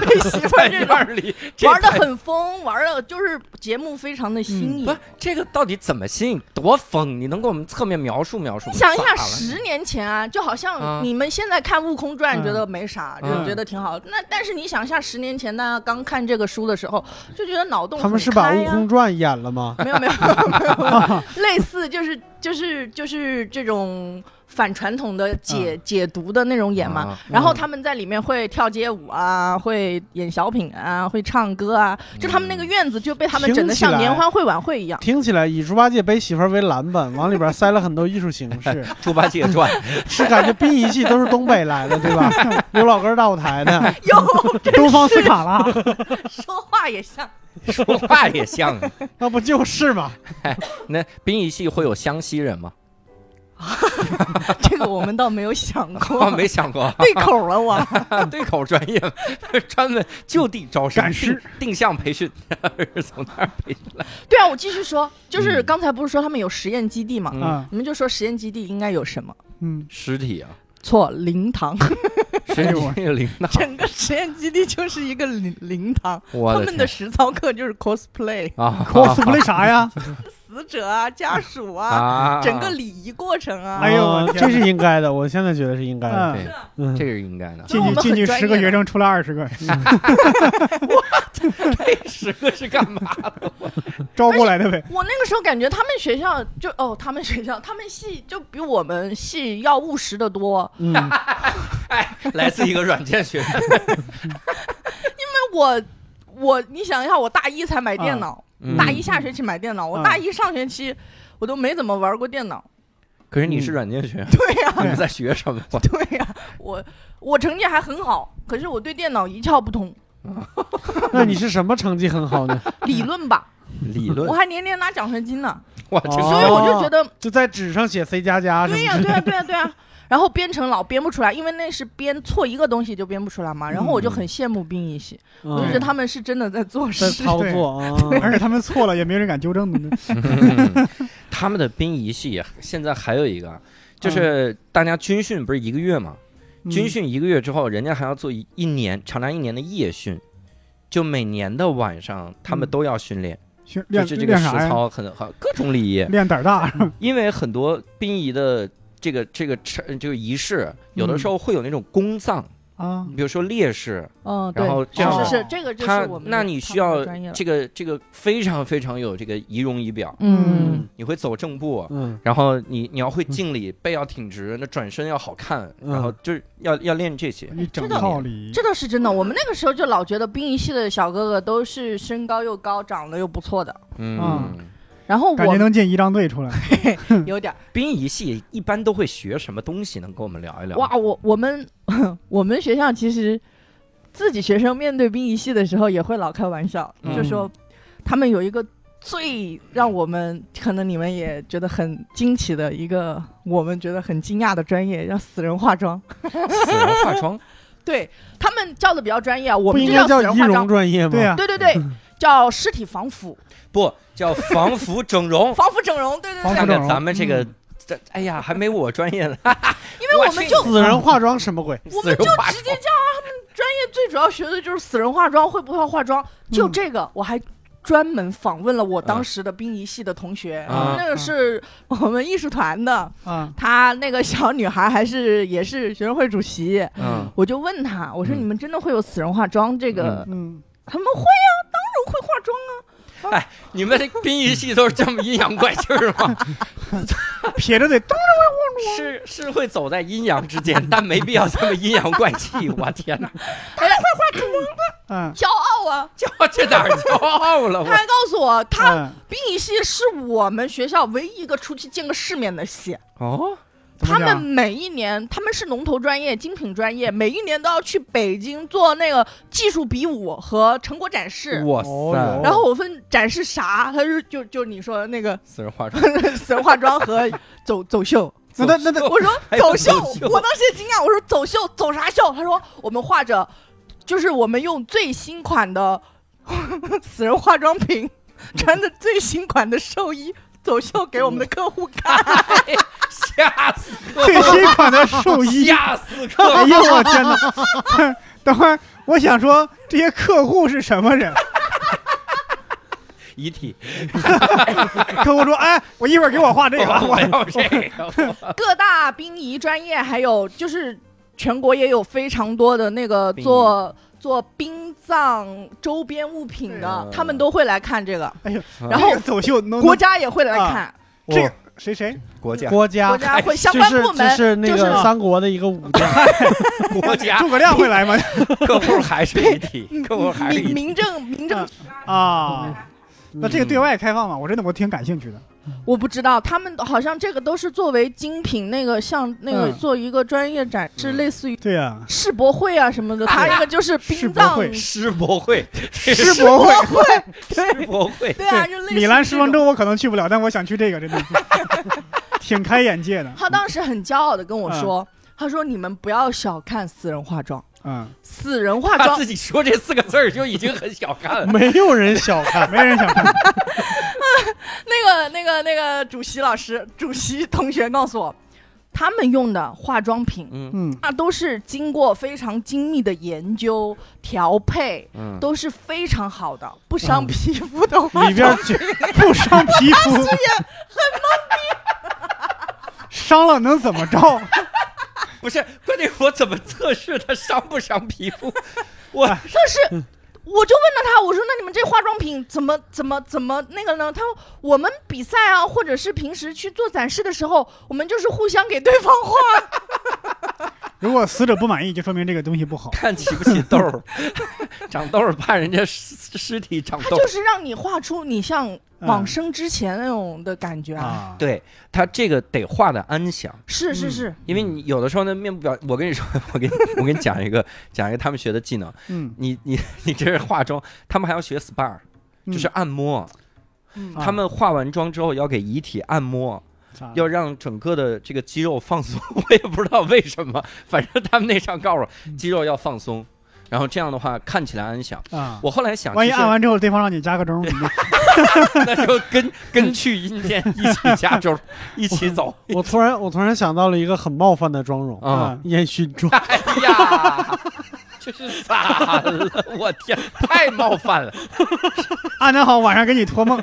[SPEAKER 4] 被媳妇
[SPEAKER 1] 在
[SPEAKER 4] 儿这
[SPEAKER 1] 院
[SPEAKER 4] 种
[SPEAKER 1] 儿里这
[SPEAKER 4] 玩的
[SPEAKER 1] 太嗯
[SPEAKER 4] 很疯，玩的就是节目非常的新颖
[SPEAKER 1] 不。是这个到底怎么吸引？多疯！你能给我们侧面描述描述吗？
[SPEAKER 4] 你想一
[SPEAKER 1] 咋
[SPEAKER 4] 下，
[SPEAKER 1] 了
[SPEAKER 4] 十年前啊，就好
[SPEAKER 1] 啊
[SPEAKER 4] 像你们现在看《悟空传》
[SPEAKER 3] 嗯
[SPEAKER 4] 觉得没啥，就
[SPEAKER 1] 嗯
[SPEAKER 4] 觉得挺好。那但是你想一下，十年前大家刚看这个书的时候，就觉得脑洞
[SPEAKER 3] 他们是
[SPEAKER 4] 很
[SPEAKER 3] 把
[SPEAKER 4] 开
[SPEAKER 3] 《悟
[SPEAKER 4] 呀。
[SPEAKER 3] 空传》演了吗？
[SPEAKER 4] 没有没有，没有没有类似就是就是就是这种反传统的解解读的那种演嘛。
[SPEAKER 1] 啊
[SPEAKER 4] 然后他们在里面会跳街舞啊，会演小品啊，会唱歌啊，就他们那个院子就被他们整的像
[SPEAKER 3] 听起来
[SPEAKER 4] 联欢会晚会一样。
[SPEAKER 3] 听起来以猪八戒背媳妇儿为蓝本，往里边塞了很多艺术形式，
[SPEAKER 1] 《猪八戒传》
[SPEAKER 3] 是感觉殡仪系都是东北来的，对 吧？有老根儿大舞台的，
[SPEAKER 4] 哟，
[SPEAKER 2] 东方斯卡啊拉，
[SPEAKER 4] 说话也像。
[SPEAKER 1] 说话也像啊。
[SPEAKER 3] 那不就是 吗？
[SPEAKER 1] 那殡仪系会有湘西人吗？
[SPEAKER 4] 这个我们倒没有想
[SPEAKER 1] 我
[SPEAKER 4] 过，
[SPEAKER 1] 哦没想过，
[SPEAKER 4] 对口了我。
[SPEAKER 1] 对口专业， 专门就地招生，
[SPEAKER 2] 赶尸
[SPEAKER 1] 定定向培训， 是从那儿培训来。
[SPEAKER 4] 对啊，我继续说，就是
[SPEAKER 1] 嗯
[SPEAKER 4] 刚才不是说他们有实验基地嘛？
[SPEAKER 1] 嗯，
[SPEAKER 2] 啊，
[SPEAKER 4] 你们就说实验基地应该有什么？
[SPEAKER 2] 嗯，
[SPEAKER 1] 尸体啊，
[SPEAKER 4] 错，灵堂，
[SPEAKER 1] 尸
[SPEAKER 2] 哎呦我
[SPEAKER 1] 体灵堂，
[SPEAKER 4] 整个实验基地就是一个灵灵堂。
[SPEAKER 1] 我
[SPEAKER 4] 他们的
[SPEAKER 1] 天
[SPEAKER 4] 实操课就是 cosplay，
[SPEAKER 1] 啊
[SPEAKER 2] 我 c o 啥呀？
[SPEAKER 4] 死者啊、家属啊，
[SPEAKER 1] 啊，
[SPEAKER 4] 整个礼仪过程啊。
[SPEAKER 2] 哎呦我
[SPEAKER 3] 啊
[SPEAKER 2] 天
[SPEAKER 3] 这是应该的，我现在觉得是应该
[SPEAKER 2] 嗯，
[SPEAKER 3] 的。
[SPEAKER 1] 啊对，
[SPEAKER 3] 嗯
[SPEAKER 1] 这是应该的。
[SPEAKER 2] 进去进去十个学生，出来二 十个，嗯
[SPEAKER 1] 这十个是干嘛的？
[SPEAKER 2] 招过来的呗。
[SPEAKER 4] 我那个时候感觉他们学校就哦，他们学校他们系就比我们系要务实的多。
[SPEAKER 3] 嗯，
[SPEAKER 1] 来自一个软件学院，
[SPEAKER 4] 那我我你想一下，我大一才买电脑，
[SPEAKER 1] 嗯
[SPEAKER 4] 大一下学期买电脑，我
[SPEAKER 2] 嗯
[SPEAKER 4] 大一上学期我都没怎么玩过电脑。
[SPEAKER 1] 可是你是软件学院，
[SPEAKER 4] 对呀、
[SPEAKER 1] 你们在学什么？
[SPEAKER 4] 对呀、我我成绩还很好，可是我对电脑一窍不通。
[SPEAKER 3] 那你是什么成绩很 好呢？
[SPEAKER 4] 理论吧，
[SPEAKER 1] 理
[SPEAKER 4] 我
[SPEAKER 1] 论，
[SPEAKER 4] 还年年拿奖学金呢，
[SPEAKER 1] 哇，这
[SPEAKER 3] 哦
[SPEAKER 4] 所以我就觉得
[SPEAKER 3] 就在纸上写 C 加加什
[SPEAKER 4] 对
[SPEAKER 3] 么
[SPEAKER 4] 呀、
[SPEAKER 3] 的。
[SPEAKER 4] 对呀、对呀、对呀、然后编程老编不出来，因为那是编错一个东西就编不出来嘛。然后我就
[SPEAKER 1] 嗯
[SPEAKER 4] 很羡慕兵一系，我就觉得
[SPEAKER 3] 嗯，
[SPEAKER 4] 他们是真的在做
[SPEAKER 3] 在
[SPEAKER 4] 事。
[SPEAKER 3] 操作啊，
[SPEAKER 2] 而且他们错了也没人敢纠 正的呢。
[SPEAKER 1] 嗯他们的兵役系啊现在还有一个，啊就是大家军训不是一个月嘛？
[SPEAKER 2] 嗯
[SPEAKER 1] 军训一个月之后，人家还要做一一年长达一年的夜训，就每年的晚上他们
[SPEAKER 2] 嗯
[SPEAKER 1] 都要训练，
[SPEAKER 2] 训
[SPEAKER 1] 就
[SPEAKER 2] 练
[SPEAKER 1] 是这个
[SPEAKER 2] 练
[SPEAKER 1] 实
[SPEAKER 2] 啥呀？嗯
[SPEAKER 1] 操很好，各种礼仪，
[SPEAKER 2] 练胆儿大，
[SPEAKER 1] 因为很多兵役的。这个这个这个仪式，有的时候会有那种公葬，
[SPEAKER 2] 啊，
[SPEAKER 1] 比如说烈士，
[SPEAKER 4] 嗯，对
[SPEAKER 1] 然，后这
[SPEAKER 4] 是
[SPEAKER 1] 样
[SPEAKER 4] 是
[SPEAKER 3] 哦
[SPEAKER 4] 是，这个就是
[SPEAKER 1] 他
[SPEAKER 4] 我们
[SPEAKER 1] 那
[SPEAKER 4] 的
[SPEAKER 1] 你
[SPEAKER 4] 他
[SPEAKER 1] 需
[SPEAKER 4] 们的
[SPEAKER 1] 要
[SPEAKER 4] 专业了
[SPEAKER 1] 这个这个非常非常有这个仪容仪表，
[SPEAKER 4] 嗯，
[SPEAKER 1] 你会走正步，啊
[SPEAKER 3] 嗯
[SPEAKER 1] 然后你你要会敬礼，背要挺直，那转身要好看，
[SPEAKER 3] 嗯
[SPEAKER 1] 然后就是要要练这些。
[SPEAKER 2] 一整套礼仪
[SPEAKER 4] 这倒是真的。我们那个时候就老觉得兵役系的小哥哥都是身高又高、长得又不错的。
[SPEAKER 1] 嗯
[SPEAKER 3] 嗯，
[SPEAKER 4] 然后
[SPEAKER 2] 感觉
[SPEAKER 4] 我
[SPEAKER 2] 能进仪仗队出来。
[SPEAKER 4] 有点儿
[SPEAKER 1] 兵仪系一般都会学什么东西？能跟我们聊一聊？
[SPEAKER 4] 哇，，我我们 我们学校其实自己学生面对兵役系的时候也会老开玩笑，
[SPEAKER 1] 嗯
[SPEAKER 4] 就说他们有一个最让我们可能你们也觉得很惊奇的一个，我们觉得很惊讶的专业，叫死人化妆。
[SPEAKER 1] 死人化妆，
[SPEAKER 4] 对他们叫的比较专业啊，我
[SPEAKER 3] 不
[SPEAKER 4] 们
[SPEAKER 3] 应
[SPEAKER 4] 这
[SPEAKER 3] 该
[SPEAKER 4] 叫
[SPEAKER 3] 叫
[SPEAKER 4] 死人
[SPEAKER 3] 仪
[SPEAKER 4] 化
[SPEAKER 3] 容
[SPEAKER 4] 妆。
[SPEAKER 3] 专业吗？
[SPEAKER 2] 对呀，
[SPEAKER 4] 对对对，叫尸体防腐、
[SPEAKER 1] 不叫防腐整容。
[SPEAKER 4] 防腐整容，对对
[SPEAKER 2] 防腐
[SPEAKER 4] 对
[SPEAKER 1] 看
[SPEAKER 2] 整，
[SPEAKER 1] 看
[SPEAKER 2] 容
[SPEAKER 1] 咱们这个
[SPEAKER 2] 嗯，
[SPEAKER 1] 这哎呀，还没我专业呢。
[SPEAKER 4] 因为我们就
[SPEAKER 3] 死人化妆什么 鬼？
[SPEAKER 4] 我
[SPEAKER 1] 死人
[SPEAKER 4] 们就
[SPEAKER 1] 化
[SPEAKER 4] 直
[SPEAKER 1] 妆
[SPEAKER 4] 接叫啊他们专业最主要学的就是死人化妆，会不会化妆？就这
[SPEAKER 1] 嗯
[SPEAKER 4] 个，我还专门访问了我当时的殡仪系的同学，
[SPEAKER 1] 啊
[SPEAKER 4] 那个是我们艺术团的，
[SPEAKER 2] 啊，
[SPEAKER 4] 她那个小女孩还是也是学生会主席。
[SPEAKER 1] 嗯，
[SPEAKER 4] 我就问她，我说
[SPEAKER 1] 嗯
[SPEAKER 4] 你们真的会有死人化妆这个？
[SPEAKER 2] 嗯，
[SPEAKER 4] 他们会啊，当然会化妆啊。
[SPEAKER 1] 你们这兵仪系都是这么阴阳怪气儿吗？
[SPEAKER 2] 撇着嘴，咚
[SPEAKER 1] 是是会走在阴阳之间，但没必要这么阴阳怪气。我天哪，
[SPEAKER 2] 嗯，
[SPEAKER 4] 骄傲啊！
[SPEAKER 1] 骄这哪儿骄傲了？我
[SPEAKER 4] 她还告诉我，
[SPEAKER 1] 啊
[SPEAKER 4] 她
[SPEAKER 2] 嗯
[SPEAKER 4] 殡仪系是我们学校唯一一个出去见个世面的系。
[SPEAKER 1] 哦，
[SPEAKER 2] 怎么
[SPEAKER 4] 他们
[SPEAKER 2] 讲
[SPEAKER 4] 每一年，他们是龙头专业、精品专业，每一年都要去北京做那个技术比武和成果展示。
[SPEAKER 1] 哇
[SPEAKER 3] 哦
[SPEAKER 1] 塞，
[SPEAKER 4] 然后我问展示啥，他就就就你说的那个
[SPEAKER 1] 死人化妆，
[SPEAKER 4] 死人化妆和走走秀。
[SPEAKER 2] 那那那 那
[SPEAKER 4] 我说
[SPEAKER 1] 还有
[SPEAKER 4] 走秀，
[SPEAKER 1] 走秀
[SPEAKER 4] 我当时也惊讶，我说走秀走啥秀？他说我们画着，就是我们用最新款的 死人化妆品， 穿着最新款的寿衣走秀给我们的客户看。
[SPEAKER 1] 吓死
[SPEAKER 2] 最
[SPEAKER 1] 我！
[SPEAKER 2] 新款 的寿衣，
[SPEAKER 1] 吓死
[SPEAKER 2] 哎
[SPEAKER 1] 客！
[SPEAKER 2] 呦我天哪！ 等会儿，我想说这些客户是什么人？
[SPEAKER 1] 遗体，
[SPEAKER 2] 客户说，哎，我一会儿给我画这个，
[SPEAKER 1] 我
[SPEAKER 2] 我
[SPEAKER 1] 要这个，
[SPEAKER 4] 各大殡仪专业，还有就是全国也有非常多的那个
[SPEAKER 1] 殡仪
[SPEAKER 4] 做做殡葬周边物品的
[SPEAKER 1] 对，
[SPEAKER 4] 他们都会来看这个。
[SPEAKER 2] 哎
[SPEAKER 1] 啊
[SPEAKER 4] 然后
[SPEAKER 2] 这个走秀，能
[SPEAKER 4] 国家也会来看，
[SPEAKER 2] 这个谁谁
[SPEAKER 1] 国家
[SPEAKER 3] 国家
[SPEAKER 4] 国家会相
[SPEAKER 3] 就
[SPEAKER 2] 哎
[SPEAKER 4] 关
[SPEAKER 3] 是就
[SPEAKER 4] 部门
[SPEAKER 3] 是那
[SPEAKER 4] 就是
[SPEAKER 3] 个三国的一个武 将，
[SPEAKER 1] 国家
[SPEAKER 2] 诸葛亮会来吗？
[SPEAKER 1] 客户还是遗体，客户还是遗
[SPEAKER 4] 民
[SPEAKER 1] 体。
[SPEAKER 4] 民政民
[SPEAKER 2] 嗯
[SPEAKER 4] 政，
[SPEAKER 1] 嗯
[SPEAKER 2] 啊，那这个对外开放吗？我真的我挺感兴趣的。
[SPEAKER 4] 我不知道他们好像这个都是作为精品那个像那个
[SPEAKER 2] 嗯
[SPEAKER 4] 做一个专业展示，
[SPEAKER 1] 嗯
[SPEAKER 4] 类似于
[SPEAKER 2] 对呀，
[SPEAKER 4] 世博会啊什么的，他那个就是
[SPEAKER 2] 哎世
[SPEAKER 4] 殡
[SPEAKER 2] 博
[SPEAKER 4] 葬
[SPEAKER 2] 会
[SPEAKER 1] 世博会，
[SPEAKER 2] 世博会，
[SPEAKER 1] 世博会，
[SPEAKER 4] 对啊，就类似于
[SPEAKER 2] 米兰
[SPEAKER 4] 这
[SPEAKER 2] 时
[SPEAKER 4] 种
[SPEAKER 2] 装周我可能去不了，但我想去这个， 真的挺开眼界的。
[SPEAKER 4] 他当时很骄傲的跟我说：“
[SPEAKER 1] 嗯
[SPEAKER 4] 他说你们不要小看死人化妆，
[SPEAKER 2] 嗯，
[SPEAKER 4] 死人 化
[SPEAKER 1] 他
[SPEAKER 4] 妆。
[SPEAKER 1] 自己说这四个字儿就已经很小
[SPEAKER 2] 嗯
[SPEAKER 1] 看了。
[SPEAKER 3] 没有人小看。
[SPEAKER 2] 没人想看。
[SPEAKER 4] 那个、那个、那个主席老师、主席同学告诉我，他们用的化妆品
[SPEAKER 1] 嗯
[SPEAKER 2] 嗯，
[SPEAKER 4] 那都是经过非常精密的研究调配，
[SPEAKER 1] 嗯，
[SPEAKER 4] 都是非常好的，不伤皮肤的化
[SPEAKER 3] 里边
[SPEAKER 4] 妆
[SPEAKER 3] 儿。就
[SPEAKER 2] 不伤皮 肤，很懵逼，伤了能怎么着？
[SPEAKER 1] 不是，关键我怎么测试它伤不伤皮肤？我
[SPEAKER 4] 但是，我就问了他，我说：“那你们这化妆品怎么怎么怎么那个呢？”他说：“我们比赛啊，或者是平时去做展示的时候，我们就是互相给对方画。”
[SPEAKER 2] 如果死者不满意，就说明这个东西不好。
[SPEAKER 1] 看起不起痘儿， 长痘儿怕人家尸尸体长
[SPEAKER 4] 它
[SPEAKER 1] 痘儿
[SPEAKER 4] 就。是让你画出你像往生之前那种的感觉
[SPEAKER 2] 嗯
[SPEAKER 4] 啊！
[SPEAKER 2] 啊，
[SPEAKER 1] 对他这个得画的安详，
[SPEAKER 4] 是是是，
[SPEAKER 2] 嗯
[SPEAKER 1] 因为你有的时候呢面部表，我跟你说，我跟你我跟你讲一个 讲一个他们学的技能，
[SPEAKER 2] 嗯，
[SPEAKER 1] 你你你这是化妆，他们还要学
[SPEAKER 2] 嗯
[SPEAKER 1] SPA，就是按摩，
[SPEAKER 4] 嗯
[SPEAKER 2] 啊
[SPEAKER 1] 他们化完妆之后要给遗体按摩，
[SPEAKER 2] 咋
[SPEAKER 1] 要让整个的这个肌肉放松， 我也不知道为什么，反正他们那上告诉我
[SPEAKER 2] 嗯
[SPEAKER 1] 肌肉要放松，然后这样的话看起来安详。
[SPEAKER 2] 啊？
[SPEAKER 1] 我后来想，
[SPEAKER 2] 万一
[SPEAKER 1] 其实
[SPEAKER 2] 按完之后，对方让你加个钟怎 么办？
[SPEAKER 1] 那就 跟跟去阴间一起加州，一起走
[SPEAKER 3] 我突然我突然想到了一个很冒犯的妆容，
[SPEAKER 1] 啊！
[SPEAKER 3] 烟熏 妆。
[SPEAKER 1] 哎 呀，这是咋了？我天，太冒犯了！
[SPEAKER 2] 按得啊好，晚上给你托梦。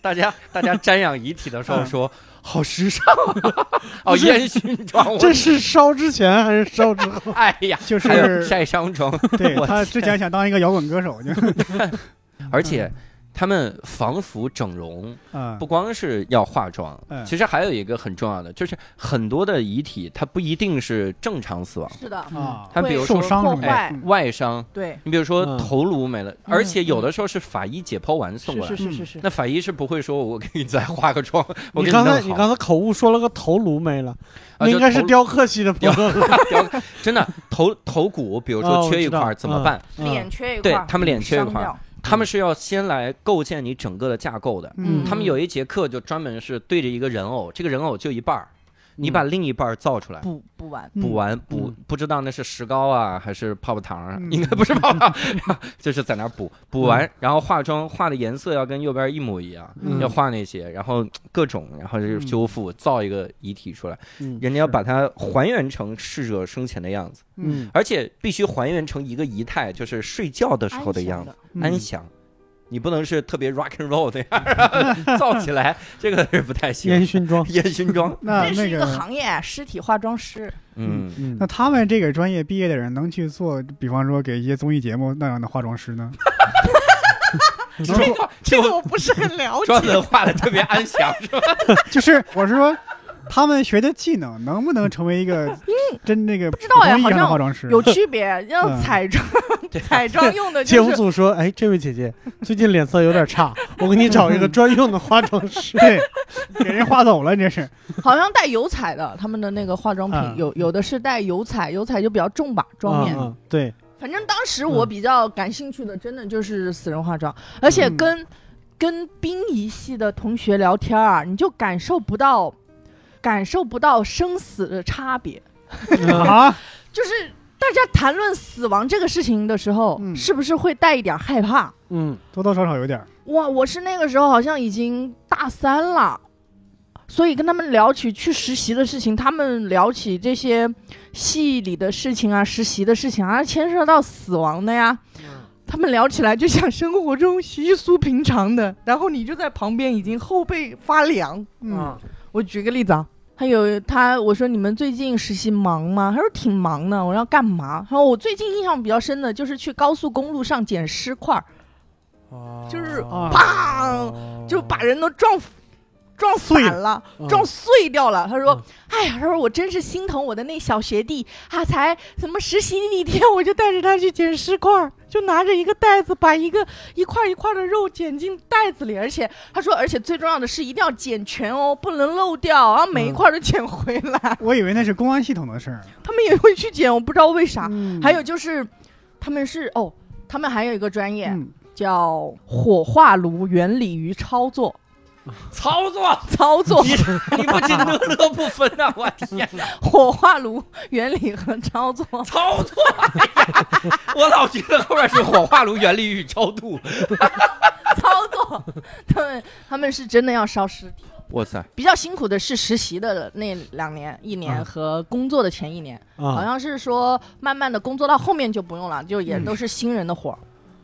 [SPEAKER 1] 大家大家瞻仰遗体的
[SPEAKER 3] 嗯
[SPEAKER 1] 时候说，好时尚啊！哦，烟熏妆，我
[SPEAKER 3] 这是烧之前还是烧之 后？
[SPEAKER 1] 哎呀，
[SPEAKER 2] 就是
[SPEAKER 1] 还有晒伤妆，
[SPEAKER 2] 对
[SPEAKER 1] 我
[SPEAKER 2] 他之前想当一个摇滚歌手，就
[SPEAKER 3] 嗯
[SPEAKER 1] 而且他们防腐整容。
[SPEAKER 2] 啊
[SPEAKER 1] 不光是要化妆，
[SPEAKER 2] 嗯
[SPEAKER 1] 其实还有一个很重要的，就是很多的遗体它不一定是正常死亡，
[SPEAKER 4] 是的，
[SPEAKER 2] 啊，
[SPEAKER 1] 它比如
[SPEAKER 4] 会
[SPEAKER 1] 说
[SPEAKER 2] 受伤什么
[SPEAKER 4] 破
[SPEAKER 2] 的
[SPEAKER 4] 坏
[SPEAKER 2] 嗯
[SPEAKER 1] 外伤，
[SPEAKER 4] 对，
[SPEAKER 1] 你比如说
[SPEAKER 3] 嗯
[SPEAKER 1] 头颅没了，而且有的时候是法医解剖完送
[SPEAKER 4] 是
[SPEAKER 1] 过来
[SPEAKER 4] 是
[SPEAKER 1] 的，
[SPEAKER 2] 嗯
[SPEAKER 4] 是是是，
[SPEAKER 1] 那法医是不会说我给你再 化个妆，我给
[SPEAKER 3] 你刚才
[SPEAKER 1] 弄
[SPEAKER 3] 你
[SPEAKER 1] 好，
[SPEAKER 3] 刚才口误说了个头颅没了，
[SPEAKER 1] 啊
[SPEAKER 3] 那
[SPEAKER 1] 就
[SPEAKER 3] 应该是
[SPEAKER 1] 头
[SPEAKER 3] 雕刻系的朋 友了。
[SPEAKER 1] 真的头头骨，比如
[SPEAKER 3] 哦
[SPEAKER 1] 说
[SPEAKER 3] 我
[SPEAKER 1] 缺一
[SPEAKER 3] 知道
[SPEAKER 1] 块儿怎么
[SPEAKER 3] 嗯
[SPEAKER 1] 办？
[SPEAKER 4] 脸缺一块
[SPEAKER 1] 对
[SPEAKER 4] 儿，
[SPEAKER 1] 他们脸缺一
[SPEAKER 4] 伤
[SPEAKER 1] 块儿
[SPEAKER 4] 掉，
[SPEAKER 1] 他们是要先来构建你整个的架构的。
[SPEAKER 2] 嗯
[SPEAKER 1] 他们有一节课就专门是对着一个人偶，这个人偶就一半儿，你把另一半儿造出来。
[SPEAKER 4] 补
[SPEAKER 2] 啊
[SPEAKER 4] 补完，
[SPEAKER 1] 补完补
[SPEAKER 3] 嗯
[SPEAKER 1] 不知道那是石膏啊还是泡泡糖啊，
[SPEAKER 2] 嗯
[SPEAKER 1] 应该不是泡泡糖， 就是在那儿补补完，然后化妆画的颜色要跟右边一模一样，
[SPEAKER 3] 嗯
[SPEAKER 1] 要画那些，然后各种，然后就是修复，造一个遗体出来，
[SPEAKER 3] 嗯
[SPEAKER 1] 人家要把它还原成逝者生前的样子，
[SPEAKER 3] 嗯
[SPEAKER 1] 而且必须还原成一个仪态，就是睡觉的时候的样子，
[SPEAKER 2] 安详的
[SPEAKER 1] 安详。你不能是特别 rock and roll 那样 造起来，这个是不太行。
[SPEAKER 3] 烟熏妆。
[SPEAKER 1] 烟熏妆，
[SPEAKER 2] 那
[SPEAKER 4] 这是
[SPEAKER 2] 那
[SPEAKER 4] 一个行业，尸体化 妆师，
[SPEAKER 1] 嗯，
[SPEAKER 3] 嗯
[SPEAKER 2] 那，他们这个专业毕业的人能去做，比方说给一些综艺节目那样的化妆师呢？ 能做
[SPEAKER 1] 就
[SPEAKER 4] 我不是很了
[SPEAKER 1] 专门画的特别安详，是吧？
[SPEAKER 2] 就是我是说，他们学的技能能不能成为一个真那个不
[SPEAKER 4] 嗯知道
[SPEAKER 2] 意
[SPEAKER 4] 哎好
[SPEAKER 2] 义上的
[SPEAKER 4] 像
[SPEAKER 2] 化妆师？
[SPEAKER 4] 有区别，要
[SPEAKER 2] 嗯
[SPEAKER 4] 彩妆
[SPEAKER 1] 对，
[SPEAKER 4] 彩妆用的
[SPEAKER 3] 节
[SPEAKER 4] 就
[SPEAKER 3] 目
[SPEAKER 4] 是
[SPEAKER 3] 组说：“哎，这位姐姐最近脸色有点差，我给你找一个专用的化妆师。
[SPEAKER 2] 对，给人划走了，你这 是
[SPEAKER 4] 好像带油彩的，他们的那个化妆品
[SPEAKER 2] 嗯
[SPEAKER 4] 有有的是带油彩，油彩就比较重吧， 妆面
[SPEAKER 3] 嗯。嗯对，
[SPEAKER 4] 反正当时我比较感兴趣的，真的就是死人化妆，而且跟跟殡仪系的同学聊天啊，你就感受不到感受不到生死的差别，嗯
[SPEAKER 2] 啊，
[SPEAKER 4] 就是。大家谈论死亡这个事情的时候，
[SPEAKER 2] 嗯
[SPEAKER 4] 是不是会带一点害怕？
[SPEAKER 3] 嗯，
[SPEAKER 2] 多多少少有点儿。
[SPEAKER 4] 哇，我是那个时候好像已经大三了，所以跟他们聊起去实习的事情，他们聊起这些系里的事情啊、实习的事情啊，牵涉到死亡的呀。他们聊起来就像生活中稀疏平常的，然后你就在旁边已经后背发凉。
[SPEAKER 2] 嗯，
[SPEAKER 4] 我举个例子啊，还有他，我说你们最近实习忙吗？他说挺忙的。我说干嘛？他说我最近印象比较深的就是去高速公路上捡尸块儿，就是
[SPEAKER 2] 啊
[SPEAKER 4] 砰就把人都撞撞
[SPEAKER 2] 哦碎嗯
[SPEAKER 4] 散了，
[SPEAKER 3] 啊
[SPEAKER 4] 撞碎掉了。他说
[SPEAKER 3] 嗯：“
[SPEAKER 4] 哎呀，他说我真是心疼我的那小学弟，他才什么实习一天，我就带着他去捡尸块儿，就拿着一个袋子把一个一块一块的肉捡进袋子里，而且他说，而且最重要的是一定要捡全哦，不能漏掉，然后每一
[SPEAKER 3] 嗯
[SPEAKER 4] 块都捡回来。
[SPEAKER 2] 我以为那是公安系统的事儿。
[SPEAKER 4] 他们也会去捡，我不知道为啥。
[SPEAKER 2] 嗯
[SPEAKER 4] 还有就是，他们是哦，他们还有一个专业、
[SPEAKER 2] 嗯
[SPEAKER 4] 叫火化炉原理与操作。”
[SPEAKER 1] 操作
[SPEAKER 4] 操作
[SPEAKER 1] 你你不仅乐乐不分呐、我天，
[SPEAKER 4] 火化炉原理和操作，
[SPEAKER 1] 操作！哎呀我老觉得后面是火化炉原理与超度。
[SPEAKER 4] 操作，他们他们是真的要烧尸体。
[SPEAKER 1] 哇塞，
[SPEAKER 4] 比较辛苦的是实习的那两年、一年
[SPEAKER 3] 嗯
[SPEAKER 4] 和工作的前一年，好
[SPEAKER 3] 啊，
[SPEAKER 4] 像是说慢慢的工作到后面就不用了，就也都是新人的活儿。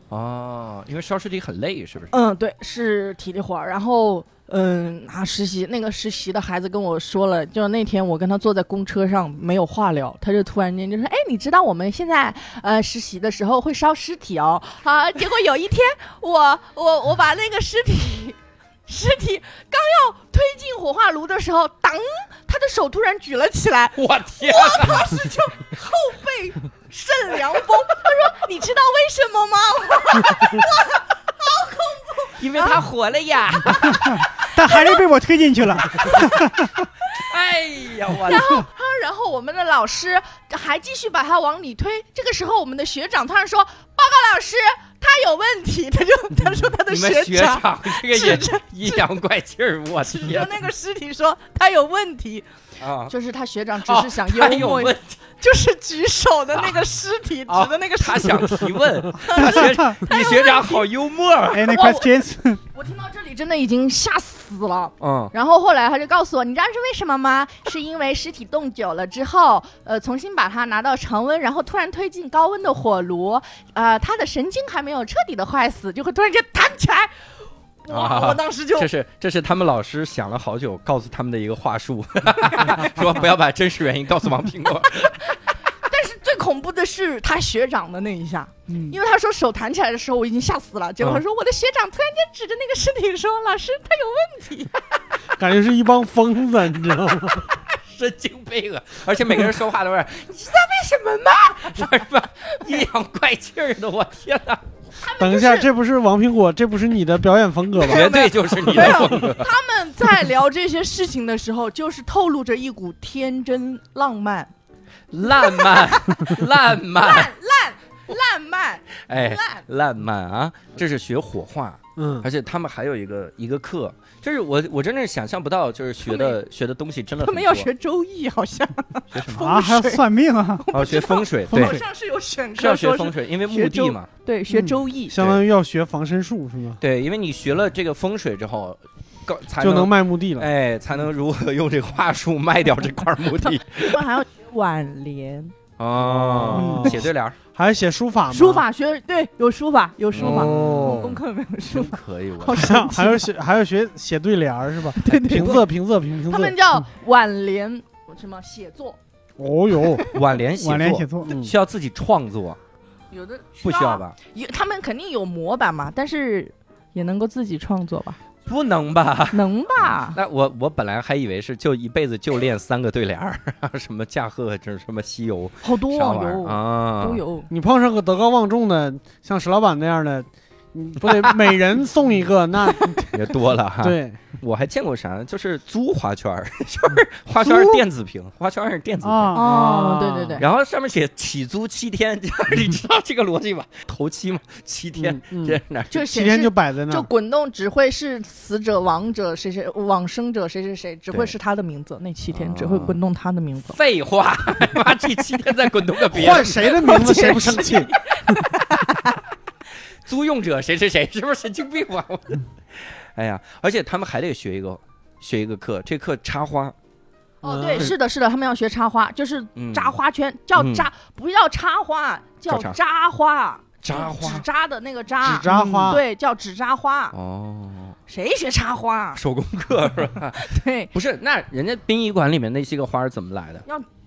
[SPEAKER 1] 哦，因为烧尸体很累，是不是？
[SPEAKER 4] 嗯，对，是体力活儿。然后，嗯，啊，实习那个实习的孩子跟我说了，就那天我跟他坐在公车上没有话聊，他就突然间就说：“哎，你知道我们现在呃实习的时候会烧尸体哦。”啊， 结果有一天我我我把那个尸体。尸体刚要推进火化炉的时候，当他的手突然举了起来，
[SPEAKER 1] 我天，
[SPEAKER 4] 我当时就后背渗凉风。他说：“你知道为什么吗？”
[SPEAKER 1] 因为他火了呀！
[SPEAKER 2] 但还是被我推进去 了。
[SPEAKER 1] 哎呀，我天，
[SPEAKER 4] 然后我们的老师还继续把他往里推。这个时候，我们的学长突然说：“报告老师，他他有问题，他就 他说他的
[SPEAKER 1] 你们学
[SPEAKER 4] 长
[SPEAKER 1] 长这个也
[SPEAKER 4] 指着
[SPEAKER 1] 阴阳怪气儿，我
[SPEAKER 4] 指着
[SPEAKER 1] 天
[SPEAKER 4] 那个尸体说他有问题，
[SPEAKER 1] 啊！
[SPEAKER 4] 就是他学长只
[SPEAKER 1] 哦
[SPEAKER 4] 是想
[SPEAKER 1] 他
[SPEAKER 4] 幽
[SPEAKER 1] 有
[SPEAKER 4] 默，
[SPEAKER 1] 问，
[SPEAKER 4] 就是举手的那个尸体，
[SPEAKER 1] 啊
[SPEAKER 4] 指的那个尸
[SPEAKER 1] 他
[SPEAKER 4] 体。
[SPEAKER 1] 想提问。 你 学你学长好幽默啊！
[SPEAKER 2] Any
[SPEAKER 4] 我
[SPEAKER 2] questions？
[SPEAKER 4] 我听到这里真的已经吓死了。
[SPEAKER 1] 嗯，
[SPEAKER 4] 然后后来他就告诉我，你知道是为什么吗？ 是因为尸体冻久了之后，呃，重新把它拿到常温，然后突然推进高温的火炉，呃，它的神经还没有彻底的坏死，就会突然间弹起来。哇！
[SPEAKER 1] 啊
[SPEAKER 4] 我当时就
[SPEAKER 1] 这是这是他们老师想了好久，告诉他们的一个话术， 说不要把真实原因告诉王苹果。
[SPEAKER 4] 最恐怖的是他学长的那一下，
[SPEAKER 2] 嗯
[SPEAKER 4] 因为他说手弹起来的时候我已经吓死了，结果他说我的学长突然间指着那个尸体说：“老师，他有
[SPEAKER 3] 感觉是一帮疯子，你知道吗？
[SPEAKER 1] 神经病啊！而且每个人说话都是，你知道为什么吗？什么阴阳怪气儿的，我天哪！
[SPEAKER 3] 等一下，这不是王苹果，这不是你的表演风格吧？
[SPEAKER 1] 绝对就是你的风格。
[SPEAKER 4] 他们在聊这些事情的时候，就是透露着一股天真浪漫、
[SPEAKER 1] 烂 漫，烂漫，
[SPEAKER 4] 烂漫、
[SPEAKER 1] 哎，
[SPEAKER 4] 烂。”
[SPEAKER 1] 烂漫啊！这是学火化，
[SPEAKER 3] 嗯，
[SPEAKER 1] 而且他们还有一个一个课，就是我我真的想象不到，就是学的学的东西真的
[SPEAKER 4] 他
[SPEAKER 1] 很
[SPEAKER 4] 们
[SPEAKER 1] 多。
[SPEAKER 4] 要学周易，好 像
[SPEAKER 1] 学什么？
[SPEAKER 2] 啊，还要算命啊？
[SPEAKER 1] 哦，学风水，
[SPEAKER 2] 风
[SPEAKER 1] 对
[SPEAKER 4] 好
[SPEAKER 2] 水，
[SPEAKER 4] 像是啊有选
[SPEAKER 1] 是要
[SPEAKER 4] 课
[SPEAKER 1] 学
[SPEAKER 4] 说
[SPEAKER 1] 风
[SPEAKER 4] 是，
[SPEAKER 1] 水，因为墓
[SPEAKER 4] 学
[SPEAKER 1] 地
[SPEAKER 4] 周
[SPEAKER 1] 嘛。
[SPEAKER 4] 对，学
[SPEAKER 3] 嗯
[SPEAKER 4] 周易，
[SPEAKER 3] 相当于要学防身术是吗？
[SPEAKER 1] 对，因为你学了这个风水之后，高才
[SPEAKER 3] 就能卖墓地了。
[SPEAKER 1] 哎，才能如何用这个话术卖掉这块墓地
[SPEAKER 4] 他们还要学挽联、
[SPEAKER 1] 哦，
[SPEAKER 3] 嗯
[SPEAKER 1] 写对联儿，
[SPEAKER 3] 还写书法吗？
[SPEAKER 4] 书法学，对，有书法，有书法，
[SPEAKER 1] 哦
[SPEAKER 4] 功课没有书
[SPEAKER 1] 真
[SPEAKER 4] 法。
[SPEAKER 1] 可以，我
[SPEAKER 4] 嗯好神 奇
[SPEAKER 3] 还要写还要学写对联儿是吧？哎
[SPEAKER 4] 对对
[SPEAKER 3] 平
[SPEAKER 4] 对
[SPEAKER 3] 仄平仄平平
[SPEAKER 4] 他们
[SPEAKER 3] 仄。
[SPEAKER 4] 叫挽联，什么写作？
[SPEAKER 3] 哦呦，
[SPEAKER 1] 挽联写
[SPEAKER 2] 挽联写
[SPEAKER 1] 作
[SPEAKER 2] 作，
[SPEAKER 3] 嗯
[SPEAKER 1] 需要自己创作，
[SPEAKER 4] 有的
[SPEAKER 1] 不需要？吧？
[SPEAKER 4] 有他们肯定有模板嘛，但是也能够自己创作 吧？
[SPEAKER 1] 不能吧？
[SPEAKER 4] 能吧？
[SPEAKER 1] 那我我本来还以为是就一辈子就练三个对联儿， 什么驾鹤，这什么西游，
[SPEAKER 4] 好多
[SPEAKER 1] 啥玩意
[SPEAKER 4] 哦
[SPEAKER 1] 儿
[SPEAKER 4] 有
[SPEAKER 1] 啊？
[SPEAKER 4] 都有。
[SPEAKER 3] 你碰上个德高望重的，像石老板那样的，你不得每人送一个？那
[SPEAKER 1] 也多了哈。，
[SPEAKER 3] 对，
[SPEAKER 1] 我还见过啥？就是租花圈儿， 就是花圈儿电子屏，花圈儿是电子屏。
[SPEAKER 2] 啊，
[SPEAKER 4] 哦
[SPEAKER 3] 啊，
[SPEAKER 4] 对对对，
[SPEAKER 1] 然后上面写起租七天， 你知道这个逻辑吧？头七嘛，七天，
[SPEAKER 3] 嗯，
[SPEAKER 1] 这
[SPEAKER 3] 嗯
[SPEAKER 1] 哪儿
[SPEAKER 4] 就
[SPEAKER 3] 七
[SPEAKER 4] 显
[SPEAKER 3] 天
[SPEAKER 4] 示
[SPEAKER 3] 就摆
[SPEAKER 1] 嗯
[SPEAKER 3] 在那
[SPEAKER 4] 就
[SPEAKER 3] 儿。
[SPEAKER 4] 滚动只会是死者、亡者、谁谁往生者、谁谁谁，只
[SPEAKER 1] 对
[SPEAKER 4] 会是他的名字。那七天
[SPEAKER 1] 啊
[SPEAKER 4] 只会滚动他的名字。
[SPEAKER 1] 废话， 妈这七天再滚动个别人
[SPEAKER 3] 换谁的 名字谁不生气？
[SPEAKER 1] 租用者谁谁谁，是不是神经病啊？我 哎呀，而且他们还得学一个学一个课，这课插花，
[SPEAKER 3] 嗯
[SPEAKER 4] 哦，对，是的，是的，他们要学插花，就是
[SPEAKER 1] 嗯，
[SPEAKER 4] 扎花圈，叫
[SPEAKER 1] 嗯
[SPEAKER 4] 扎，不叫插花，叫
[SPEAKER 1] 叫
[SPEAKER 4] 扎花，
[SPEAKER 1] 扎
[SPEAKER 4] 就纸
[SPEAKER 1] 花
[SPEAKER 4] 扎的那个扎嗯
[SPEAKER 3] 只，扎花，
[SPEAKER 4] 对，叫纸扎花。
[SPEAKER 1] 哦，
[SPEAKER 4] 谁学插花？
[SPEAKER 1] 手工课是吧？
[SPEAKER 4] 对，
[SPEAKER 1] 不是，那人家殡仪馆里面那些个花是怎么来的？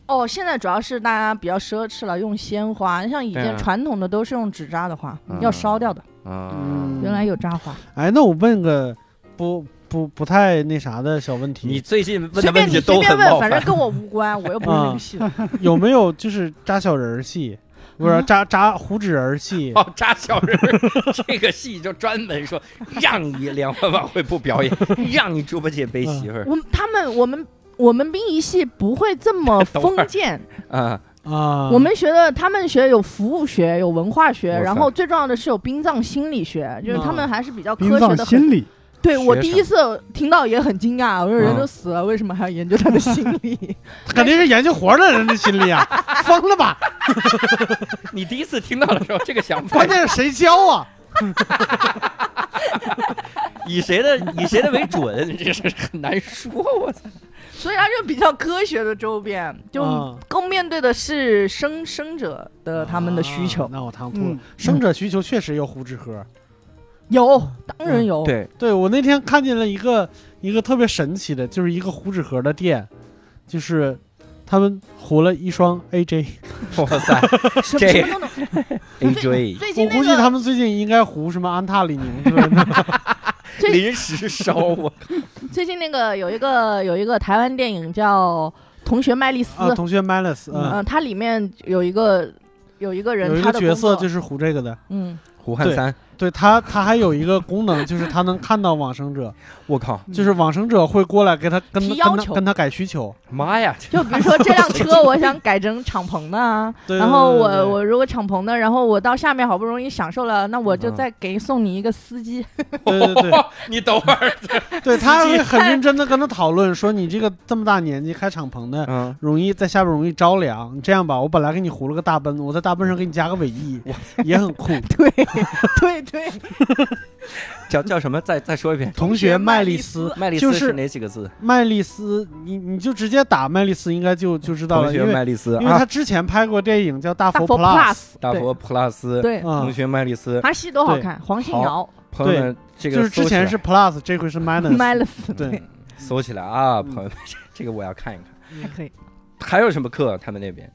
[SPEAKER 4] 哦，现在主要是大家比较奢侈了，用鲜花，像以
[SPEAKER 1] 对啊
[SPEAKER 4] 前传统的都是用纸扎的花
[SPEAKER 1] 嗯，
[SPEAKER 4] 要烧掉的。
[SPEAKER 1] 啊
[SPEAKER 3] 嗯，
[SPEAKER 4] 原来有扎花，
[SPEAKER 3] 哎，那我问个不不不太那啥的小问
[SPEAKER 1] 你
[SPEAKER 3] 题，
[SPEAKER 1] 最近问
[SPEAKER 4] 随
[SPEAKER 1] 的问
[SPEAKER 4] 便
[SPEAKER 1] 题
[SPEAKER 4] 你
[SPEAKER 1] 都
[SPEAKER 4] 随便
[SPEAKER 1] 很冒
[SPEAKER 4] 问，反正
[SPEAKER 1] 犯。
[SPEAKER 4] 跟我无关，我又不是那
[SPEAKER 3] 啊
[SPEAKER 4] 个系的。
[SPEAKER 3] 有没有就是扎小人儿 戏，不是
[SPEAKER 4] 啊
[SPEAKER 3] 扎扎胡纸人儿戏？
[SPEAKER 1] 哦，扎小人儿 这个戏就专门 说，让你联欢晚会不表演，让你猪八戒背媳妇儿
[SPEAKER 4] 我们他们我们我们兵仪系不会这么
[SPEAKER 1] 等会儿
[SPEAKER 4] 封建，
[SPEAKER 1] 啊！
[SPEAKER 3] 啊，
[SPEAKER 4] 我们学的他们学有服务学，有文化学，
[SPEAKER 1] 哇塞嗯
[SPEAKER 4] 然后最重要的是有殡葬心理学，就是他们还是比较
[SPEAKER 2] 殡
[SPEAKER 4] 科
[SPEAKER 2] 葬
[SPEAKER 4] 学的很。
[SPEAKER 2] 心理，
[SPEAKER 4] 对我
[SPEAKER 1] 学
[SPEAKER 4] 第
[SPEAKER 1] 啥
[SPEAKER 4] 一次听到也很惊讶，我说人
[SPEAKER 1] 嗯
[SPEAKER 4] 都死了，为什么还要研究他的心理？
[SPEAKER 3] 肯定是研究活的人的心理啊，疯了吧？
[SPEAKER 1] 你第一次听到的时候，这个想法
[SPEAKER 3] 关键是谁教啊？
[SPEAKER 1] 以谁的以谁的为准，这是很难说。我操！
[SPEAKER 4] 所以他就比较科学的周边，就
[SPEAKER 3] 啊
[SPEAKER 4] 更面对的是生生者的呃他们的需求
[SPEAKER 3] 啊。那我唐突了
[SPEAKER 2] 嗯，，
[SPEAKER 3] 生者需求确实有胡纸盒。
[SPEAKER 4] 有，当然有。
[SPEAKER 1] 对，
[SPEAKER 3] 对我那天看见了一个一个特别神奇的，就是一个胡纸盒的店，就是他们糊了一双 AJ，
[SPEAKER 1] 哇塞
[SPEAKER 4] 什么
[SPEAKER 1] 这哎
[SPEAKER 4] 什么都能。
[SPEAKER 1] ，AJ
[SPEAKER 4] 最近
[SPEAKER 3] 我
[SPEAKER 4] 那
[SPEAKER 3] 估计他
[SPEAKER 4] 个
[SPEAKER 3] 们最近应该糊什么安踏、李宁之类 的。
[SPEAKER 4] 最
[SPEAKER 1] 临时烧 我，
[SPEAKER 4] 最近那个有一个有一个台湾电影叫《同学麦丽丝》，
[SPEAKER 3] 啊，同学 Malice，
[SPEAKER 4] 嗯、
[SPEAKER 3] 嗯，
[SPEAKER 4] 它里面有一个有一个人，
[SPEAKER 3] 有一
[SPEAKER 4] 他
[SPEAKER 3] 个
[SPEAKER 4] 的
[SPEAKER 3] 角色就是是糊这个的。
[SPEAKER 4] 嗯，
[SPEAKER 1] 胡汉三
[SPEAKER 3] 对它它还有一个功能，就是它能看到往生者，
[SPEAKER 1] 我靠，
[SPEAKER 3] 就是往生者会过来给他跟
[SPEAKER 4] 嗯提
[SPEAKER 3] 他
[SPEAKER 4] 要
[SPEAKER 3] 跟他
[SPEAKER 4] 求
[SPEAKER 3] 跟他改需求。
[SPEAKER 1] 妈呀！
[SPEAKER 4] 就比如说这辆 车，我想改成敞篷的啊，
[SPEAKER 3] 对
[SPEAKER 4] 然后
[SPEAKER 3] 对对
[SPEAKER 4] 我
[SPEAKER 3] 对
[SPEAKER 4] 我如果敞篷的，然后我到下面好不容易享受了，那我就
[SPEAKER 1] 嗯
[SPEAKER 4] 再给送你一个 司机，
[SPEAKER 3] 对对对，
[SPEAKER 1] 你等会儿，
[SPEAKER 3] 对 他会很认真的跟他讨论说，你这个这么大年纪开敞篷的，
[SPEAKER 1] 嗯，
[SPEAKER 3] 容易在下边容易着凉。你这样吧，我本来给你糊了个大奔，我在大奔上给你加个尾翼，也很酷。
[SPEAKER 4] 对对 对，
[SPEAKER 1] 叫叫什么？再再说一遍，
[SPEAKER 3] 同学麦丽斯，
[SPEAKER 1] 麦丽
[SPEAKER 3] 就
[SPEAKER 1] 斯
[SPEAKER 3] 是
[SPEAKER 1] 是哪几个字？
[SPEAKER 3] 麦丽斯，你你就直接打麦丽斯，应该就就知道
[SPEAKER 1] 同
[SPEAKER 3] 了，因
[SPEAKER 1] 学
[SPEAKER 3] 为
[SPEAKER 1] 麦丽斯
[SPEAKER 3] 因为他
[SPEAKER 1] 啊，
[SPEAKER 3] 之前拍过电影叫《大
[SPEAKER 4] 大
[SPEAKER 3] 佛
[SPEAKER 4] 佛
[SPEAKER 3] Plus，
[SPEAKER 1] 大佛嗯普拉斯，
[SPEAKER 4] 对，
[SPEAKER 3] 啊
[SPEAKER 1] 同，学麦丽斯，
[SPEAKER 4] 哈希多好看，黄信尧
[SPEAKER 1] 朋友们，这个
[SPEAKER 3] 就是之前
[SPEAKER 1] 搜起
[SPEAKER 3] 是 Plus，这回是 Minus，
[SPEAKER 4] 卖了死，
[SPEAKER 3] 对，嗯
[SPEAKER 1] 来搜起来啊，朋友们， 这个我要看一看。
[SPEAKER 4] 还可以。
[SPEAKER 1] 还有什么课？他们那边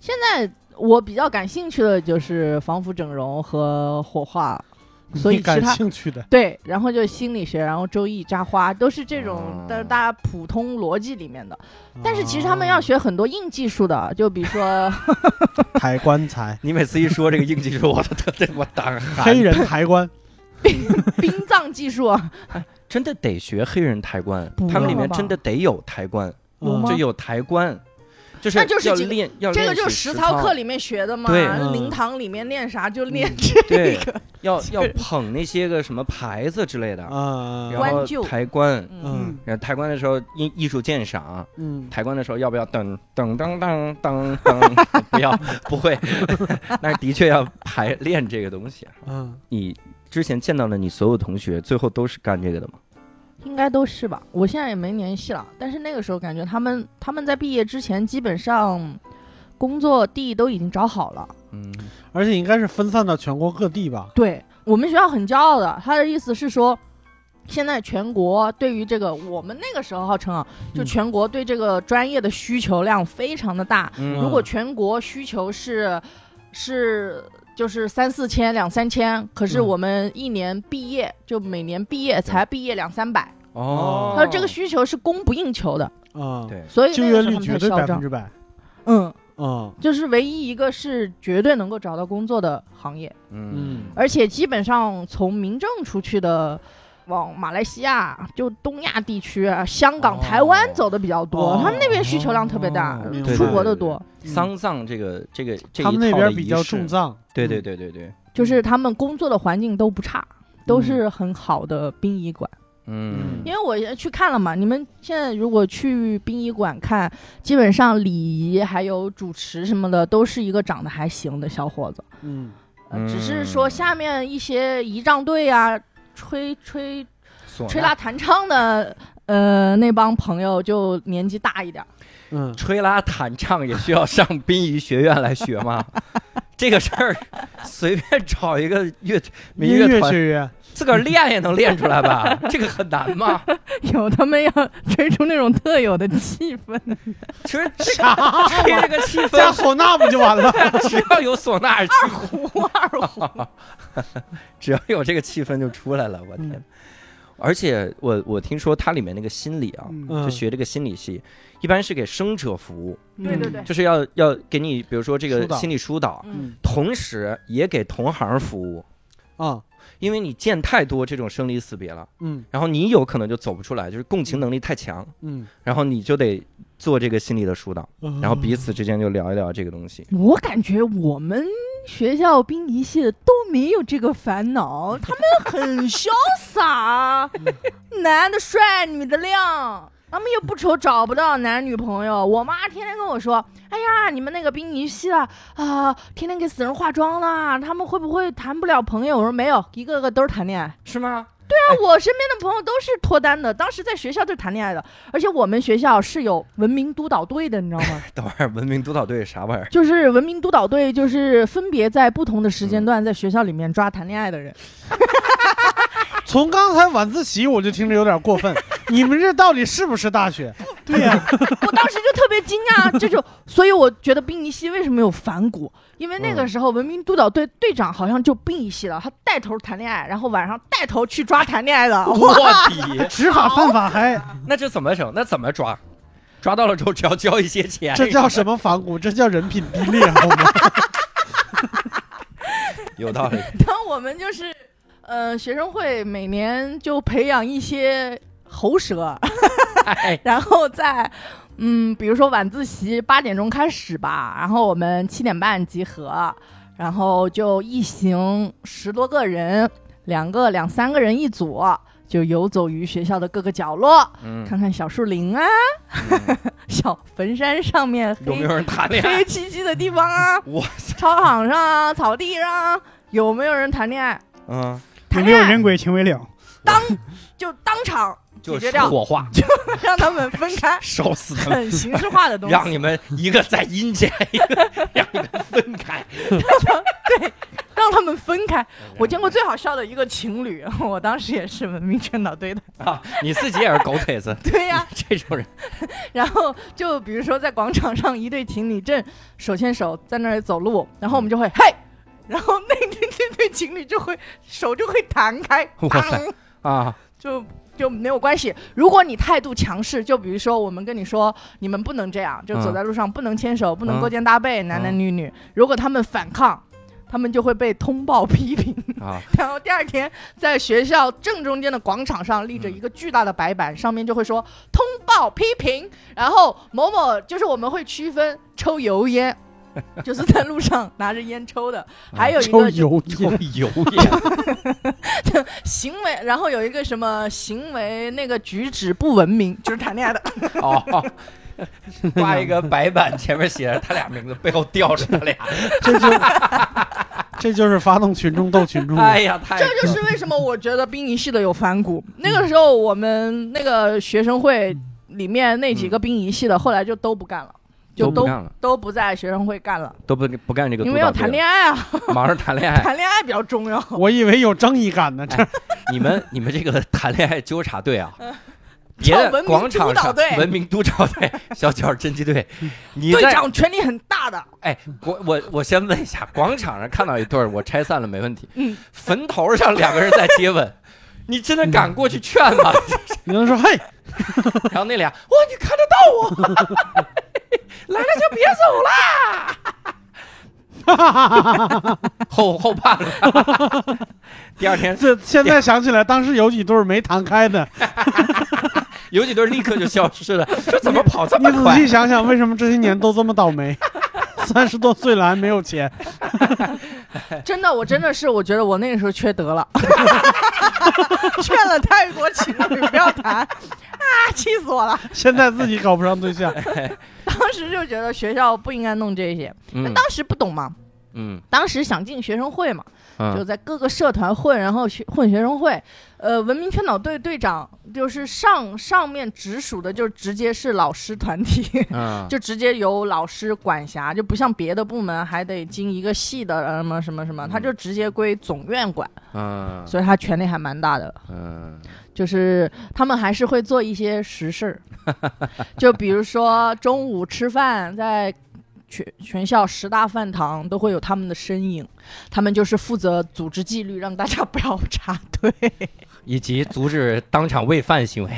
[SPEAKER 4] 现在我比较感兴趣的就是防腐整容和火化，所以
[SPEAKER 3] 你
[SPEAKER 4] 其
[SPEAKER 3] 感
[SPEAKER 4] 他
[SPEAKER 3] 兴趣的，
[SPEAKER 4] 对，然后就心理学，然后周易扎花都是这
[SPEAKER 1] 哦
[SPEAKER 3] 嗯
[SPEAKER 4] 种，但是大家普通逻辑里面的。 但是其实他们要学很多硬技术的，就比如说
[SPEAKER 3] 抬啊 棺材，
[SPEAKER 1] 你每次一说这个应急术，我都特我胆寒。
[SPEAKER 3] 黑人抬棺，
[SPEAKER 4] 殡葬技术，
[SPEAKER 1] 真的得学黑人抬棺
[SPEAKER 4] 不，
[SPEAKER 1] 他们里面
[SPEAKER 4] 用吧
[SPEAKER 1] 真的得有抬棺，
[SPEAKER 4] 有
[SPEAKER 3] 嗯
[SPEAKER 4] 吗
[SPEAKER 1] 就有抬棺，就是
[SPEAKER 4] 那就是
[SPEAKER 1] 要
[SPEAKER 4] 几个
[SPEAKER 1] 练，要
[SPEAKER 4] 这个
[SPEAKER 1] 练
[SPEAKER 4] 就是
[SPEAKER 1] 习
[SPEAKER 4] 实
[SPEAKER 1] 实
[SPEAKER 4] 操
[SPEAKER 1] 操
[SPEAKER 4] 课里面学的嘛
[SPEAKER 1] 对，
[SPEAKER 4] 灵
[SPEAKER 3] 嗯
[SPEAKER 4] 堂里面练啥就练
[SPEAKER 3] 嗯
[SPEAKER 4] 这
[SPEAKER 1] 对
[SPEAKER 4] 个。
[SPEAKER 1] 要要捧那些个什么牌子之类的，
[SPEAKER 3] 啊，
[SPEAKER 1] 然
[SPEAKER 4] 棺
[SPEAKER 1] 后
[SPEAKER 4] 柩
[SPEAKER 1] 抬棺，
[SPEAKER 3] 嗯
[SPEAKER 1] 然后抬棺的时候艺艺术鉴赏，
[SPEAKER 3] 嗯，
[SPEAKER 1] 抬棺的时候要不要噔噔噔噔噔噔？不要，不 会，但是的确要排练这个东西啊。
[SPEAKER 3] 嗯，
[SPEAKER 1] 你之前见到的你所有同学，最后都是干这个的吗？
[SPEAKER 4] 应该都是吧。我现在也没联系了，但是那个时候感觉他们他们在毕业之前，基本上工作地都已经找好了。
[SPEAKER 1] 嗯，
[SPEAKER 3] 而且应该是分散到全国各地吧？
[SPEAKER 4] 对我们学校很骄傲的，他的意思是说。现在全国对于这个，我们那个时候号称啊，就
[SPEAKER 3] 嗯
[SPEAKER 4] 全国对这个专业的需求量非常的大。
[SPEAKER 1] 嗯
[SPEAKER 4] 如果全国需求是是就是三四千、两三千，可是
[SPEAKER 3] 嗯
[SPEAKER 4] 我们一年毕业就每年毕业才毕业两三百，
[SPEAKER 1] 哦，
[SPEAKER 4] 他说这个需求是供不应求的，
[SPEAKER 3] 啊，
[SPEAKER 1] 对，
[SPEAKER 4] 所以
[SPEAKER 3] 就
[SPEAKER 4] 那
[SPEAKER 3] 业
[SPEAKER 4] 个时
[SPEAKER 3] 率绝
[SPEAKER 4] 候他们才
[SPEAKER 3] 对百
[SPEAKER 4] 嚣
[SPEAKER 3] 分
[SPEAKER 4] 张。
[SPEAKER 3] 之百。
[SPEAKER 4] 嗯，
[SPEAKER 3] 嗯
[SPEAKER 4] 就是唯一一个是绝对能够找到工作的行业，
[SPEAKER 1] 嗯
[SPEAKER 4] 而且基本上从民政出去的。往马来西亚、就东亚地区、啊、香港、
[SPEAKER 1] 哦
[SPEAKER 4] 台湾走的比较多，
[SPEAKER 3] 哦
[SPEAKER 4] 他们那边需求量特别大，
[SPEAKER 3] 哦明
[SPEAKER 1] 白
[SPEAKER 4] 出国的多。
[SPEAKER 1] 丧葬这个这个这一
[SPEAKER 3] 他们那
[SPEAKER 1] 套
[SPEAKER 3] 边
[SPEAKER 1] 的
[SPEAKER 3] 比
[SPEAKER 1] 仪
[SPEAKER 3] 较
[SPEAKER 1] 式
[SPEAKER 3] 重，葬，
[SPEAKER 1] 对对对对对，
[SPEAKER 4] 就是他们工作的环境都不差，都是很好的殡仪馆。
[SPEAKER 1] 嗯
[SPEAKER 3] 嗯
[SPEAKER 4] 因为我也去看了嘛，你们现在如果去殡仪馆看，基本上礼仪还有主持什么的，都是一个长得还行的小伙子，
[SPEAKER 3] 嗯，
[SPEAKER 4] 呃、只是说下面一些仪仗队啊，吹吹
[SPEAKER 1] 唢
[SPEAKER 4] 吹
[SPEAKER 1] 呐
[SPEAKER 4] 拉弹唱的。呃，那帮朋友就年纪大一点儿，
[SPEAKER 3] 嗯
[SPEAKER 1] 吹拉弹唱也需要上殡仪学院来学吗？ 这个事儿随便找一个乐
[SPEAKER 3] 音
[SPEAKER 1] 民乐
[SPEAKER 3] 乐
[SPEAKER 1] 团
[SPEAKER 3] 学院，
[SPEAKER 1] 自个儿练也能练出来吧？这个很难吗？
[SPEAKER 4] 有他们要吹出那种特有的气氛。
[SPEAKER 1] 其实这个吹这个气氛，
[SPEAKER 3] 加唢呐不就 完了？
[SPEAKER 1] 只要有唢呐二胡二胡， 只要有这个气氛就出来了。我天
[SPEAKER 3] 嗯！
[SPEAKER 1] 而且我我听说它里面那个心理啊，
[SPEAKER 2] 嗯
[SPEAKER 3] 嗯
[SPEAKER 1] 就学这个心理系，一般是给生者服务，
[SPEAKER 4] 对对对，
[SPEAKER 1] 就是要要给你，比如说这
[SPEAKER 3] 疏
[SPEAKER 1] 个
[SPEAKER 3] 导
[SPEAKER 1] 心理疏导，
[SPEAKER 4] 嗯，
[SPEAKER 1] 同时也给同行服务，
[SPEAKER 3] 啊，
[SPEAKER 1] 因为你见太多这种生离死别了，
[SPEAKER 3] 嗯
[SPEAKER 1] 然后你有可能就走不出来，就是共情能力太强，
[SPEAKER 3] 嗯，
[SPEAKER 1] 然后你就得做这个心理的疏导，嗯然后彼
[SPEAKER 3] 此
[SPEAKER 1] 此之间就聊一聊这个东西。
[SPEAKER 4] 我感觉我们学校殡仪系的都没有这个烦恼，他们很潇洒，男的帅，女的靓，他们又不愁找不到男女朋友。我妈天天跟我说：“哎呀，你们那个殡仪系的啊、天天给死人化妆啦，他们会不会谈不了朋友？”我说：“没有，一个个都是谈恋爱。”
[SPEAKER 1] 是 吗？
[SPEAKER 4] 但我身边的朋友都是脱单的，当时在学校就谈恋爱的，而且我们学校是有文明督导队的，你知道吗？
[SPEAKER 1] 等会儿文明督导队啥 玩意儿？
[SPEAKER 4] 就是文明督导队，就是分别在不同的时间段在学校里面抓谈恋爱的人。
[SPEAKER 3] 嗯从刚才晚自习我就听着有点过 分，你们这到底是不是大学？
[SPEAKER 2] 对呀，
[SPEAKER 4] 我当时就特别惊讶，这就所以我觉得殡仪系为什么有反骨？因为那个时候文明督导队队长好像就殡仪系的，他带头谈恋爱，然后晚上带头去抓谈恋爱的。
[SPEAKER 1] 卧底？
[SPEAKER 2] 执法犯法还
[SPEAKER 1] 那这怎么整？那怎么抓？抓到了之后只要交一些钱，
[SPEAKER 3] 这叫什么反骨？这叫人品低劣，好吗？
[SPEAKER 1] 有道理。
[SPEAKER 4] 然后我们就是呃，学生会每年就培养一些 喉舌，
[SPEAKER 1] 哎
[SPEAKER 4] 然后在嗯，比如说晚自习八点钟开始吧，然后我们七点半集合，然后就一行十多个人，两个两三个人一组，就游走于学校的各个角落，
[SPEAKER 1] 嗯，
[SPEAKER 4] 看看小树林啊，
[SPEAKER 1] 嗯
[SPEAKER 4] 小坟山上面
[SPEAKER 1] 有没
[SPEAKER 4] 黑
[SPEAKER 1] 有人谈恋爱？
[SPEAKER 4] 黑漆漆的地方啊，
[SPEAKER 1] 哇塞，
[SPEAKER 4] 操场上啊，草地上啊，有没有人谈恋爱？
[SPEAKER 1] 嗯，
[SPEAKER 4] 谈
[SPEAKER 2] 有没有
[SPEAKER 4] 恋爱
[SPEAKER 2] 人鬼情为零？
[SPEAKER 4] 就当场
[SPEAKER 1] 就
[SPEAKER 4] 解
[SPEAKER 1] 是
[SPEAKER 4] 决掉，
[SPEAKER 1] 火化，，
[SPEAKER 4] 让他们分开
[SPEAKER 1] 烧死他们，
[SPEAKER 4] 很形式化的东西。
[SPEAKER 1] 让你们一个在阴间，一个让你们分开。
[SPEAKER 4] 让他们分开。我见过最好笑的一个情侣， 我当时也是文明劝导队的。
[SPEAKER 1] 啊，你自己也是狗腿子，
[SPEAKER 4] 对呀、
[SPEAKER 1] 这种人，
[SPEAKER 4] 然后就比如说在广场上，一对情侣正手牵手在那儿走路，然后我们就会嘿，然后那 那那对情侣就会手就会弹开，
[SPEAKER 1] 哇塞
[SPEAKER 4] 当
[SPEAKER 1] 啊，
[SPEAKER 4] 就就没有关系。如果你态度强势，就比如说我们跟你说你们不能这样，就
[SPEAKER 3] 嗯
[SPEAKER 4] 走在路上不能牵手，不能勾肩搭背，男男女女。如果他们反抗，他们就会被通报批评。
[SPEAKER 1] 啊，
[SPEAKER 4] 然后第二天在学校正中间的广场上立着
[SPEAKER 3] 嗯
[SPEAKER 4] 一个巨大的白板，上面就会说通报批评。然后某某就是我们会区分抽油烟，就是在路上拿着烟抽 的，还有一
[SPEAKER 3] 啊抽
[SPEAKER 4] 个就
[SPEAKER 3] 油
[SPEAKER 1] 哎有
[SPEAKER 3] 烟，
[SPEAKER 1] 油啊 也
[SPEAKER 4] 行为，然后有一个什么行为那个举止不文明， 就是谈恋爱的。
[SPEAKER 1] 哦，挂一个白板，前面写着他俩名字，背后吊着他俩。
[SPEAKER 3] 这就这就是发动群众斗
[SPEAKER 4] 嗯
[SPEAKER 3] 群众 的。
[SPEAKER 1] 哎呀，太
[SPEAKER 4] 这就是为什么我觉得兵营系的有反骨。那个时候我们那个学生会里面那几个兵营系的，后来就都不干了，就
[SPEAKER 1] 都
[SPEAKER 4] 嗯都
[SPEAKER 1] 不干了，
[SPEAKER 4] 都不在学生会干了，
[SPEAKER 1] 都不不干这个。
[SPEAKER 4] 因为要谈恋爱啊，
[SPEAKER 1] 爱，忙着谈恋爱。
[SPEAKER 4] 谈恋爱比较重要。
[SPEAKER 3] 我以为有正义感呢，这
[SPEAKER 1] 你们 你们这个谈恋爱纠察队啊，别
[SPEAKER 4] 叫
[SPEAKER 1] 的
[SPEAKER 4] 嗯文明
[SPEAKER 1] 广场
[SPEAKER 4] 督导
[SPEAKER 1] 上
[SPEAKER 4] 队
[SPEAKER 1] 文明督导队、小脚侦缉 队，你
[SPEAKER 4] 队
[SPEAKER 1] 在
[SPEAKER 4] 长权力很大的，
[SPEAKER 1] 哎，广我我先问一下，广场上看到一对儿，我拆散了没问题。
[SPEAKER 4] 嗯，
[SPEAKER 1] 坟头上两个人在接吻，你真的敢过去劝吗？
[SPEAKER 3] 有人说嘿，
[SPEAKER 1] 然后那俩，哇，你看得到我，来了就别走 啦，后后怕了。 第二天
[SPEAKER 3] 这现在想起来，当时有几对儿没弹开的，
[SPEAKER 1] 有几对立刻就消失了，这怎么 跑这
[SPEAKER 3] 你
[SPEAKER 1] 么
[SPEAKER 3] 仔
[SPEAKER 1] 快
[SPEAKER 3] 细？想想，为什么这些年都这么倒霉？ 三十多岁了还没有钱，
[SPEAKER 4] 真的，我真的是，我觉得我那个时候缺德了， 劝了泰国情侣不要谈， 啊，气死我了！
[SPEAKER 3] 现在自己搞不上对象，
[SPEAKER 4] 当时就觉得学校不应该弄这些，
[SPEAKER 1] 嗯
[SPEAKER 4] 当时不懂嘛，
[SPEAKER 1] 嗯
[SPEAKER 4] 当时想进学生会嘛，就
[SPEAKER 1] 嗯，
[SPEAKER 4] 在各个社团混，然后学混学生会。呃，文明劝导队队长就是上上面直属的，就直接是老师团体，
[SPEAKER 1] 嗯
[SPEAKER 4] 就直接由老师管辖，就不像别的部门还得经一个系的呃什么什么什么，他
[SPEAKER 1] 嗯
[SPEAKER 4] 就直接归总院管，
[SPEAKER 1] 嗯
[SPEAKER 4] 所以他权力还蛮大的。
[SPEAKER 1] 嗯，
[SPEAKER 4] 就是他们还是会做一些实事儿， 就比如说中午吃饭，在全全校十大饭堂都会有他们的身影，他们就是负责组织纪律，让大家不要插队。
[SPEAKER 1] 以及阻止当场喂饭行为，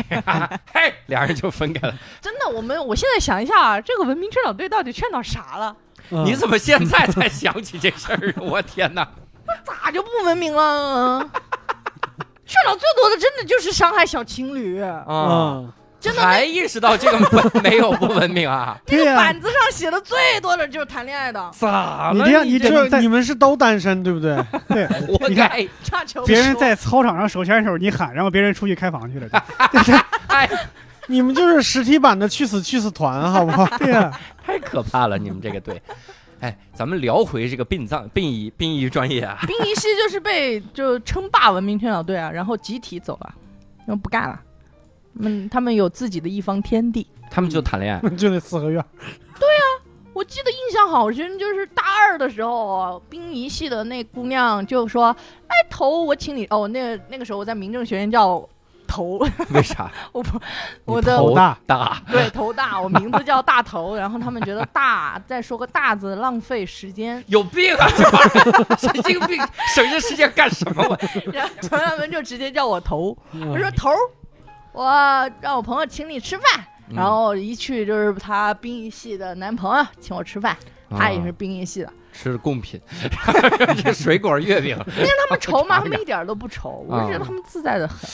[SPEAKER 1] 嘿，俩人就分开了。
[SPEAKER 4] 真的，我们我现在想一下啊，这个文明劝导队到底劝导啥了？
[SPEAKER 3] 嗯
[SPEAKER 1] 你怎么现在才想起这事儿啊？我天哪！
[SPEAKER 4] 咋就不文明了？劝导最多的真的就是伤害小情侣，
[SPEAKER 1] 啊，
[SPEAKER 3] 嗯，
[SPEAKER 4] 真的
[SPEAKER 1] 还意识到这个不没有不文明 啊？
[SPEAKER 3] 对呀、
[SPEAKER 4] 板子上写的最多的就是谈恋爱的，
[SPEAKER 1] 咋
[SPEAKER 2] 你
[SPEAKER 1] 了？
[SPEAKER 2] 这样你
[SPEAKER 3] 这
[SPEAKER 2] 整在
[SPEAKER 3] 你们是都单身对 不对？
[SPEAKER 2] 对，
[SPEAKER 1] 活该！
[SPEAKER 4] 差球
[SPEAKER 2] 别人在操场上手牵手，你喊，然后别人出去开房去了。
[SPEAKER 1] 哎，
[SPEAKER 3] 你们就是实体版的去死去死团，好 不好？
[SPEAKER 2] 对呀、
[SPEAKER 1] 太可怕了，你们这个队。哎，咱们聊回这个殡葬、殡仪、殡仪专业啊。
[SPEAKER 4] 殡仪系就是被就称霸文明劝导队啊，然后集体走了，然后不干了。嗯，他们有自己的一方天地。
[SPEAKER 1] 他们就谈恋爱，
[SPEAKER 3] 就那四合院，
[SPEAKER 4] 我记得印象好深，就是大二的时候，殡仪系的那姑娘就说：“哎，头我请你哦。那”那个时候我在民政学院叫头，
[SPEAKER 1] 为啥？
[SPEAKER 4] 我不
[SPEAKER 1] 你
[SPEAKER 4] 我的
[SPEAKER 1] 头
[SPEAKER 3] 头大
[SPEAKER 1] 大，
[SPEAKER 4] 对头大，我名字叫大头。然后他们觉得大再说个大字浪费时间，
[SPEAKER 1] 有病啊！这帮人，神经病，省这时间干什么？我
[SPEAKER 4] 然后他们就直接叫我头。我说
[SPEAKER 3] 嗯
[SPEAKER 4] 头儿，我让我朋友请你吃饭，
[SPEAKER 1] 嗯啊
[SPEAKER 4] 啊然后一去就是她殡仪系的男朋友请我吃饭，他也是殡仪系的，
[SPEAKER 1] 嗯吃的贡品， 这水果月饼，
[SPEAKER 4] 他们愁吗？
[SPEAKER 1] 查
[SPEAKER 4] 他
[SPEAKER 1] 着
[SPEAKER 4] 们一点儿都不愁，我
[SPEAKER 1] 啊
[SPEAKER 4] 就觉得他们自在的很，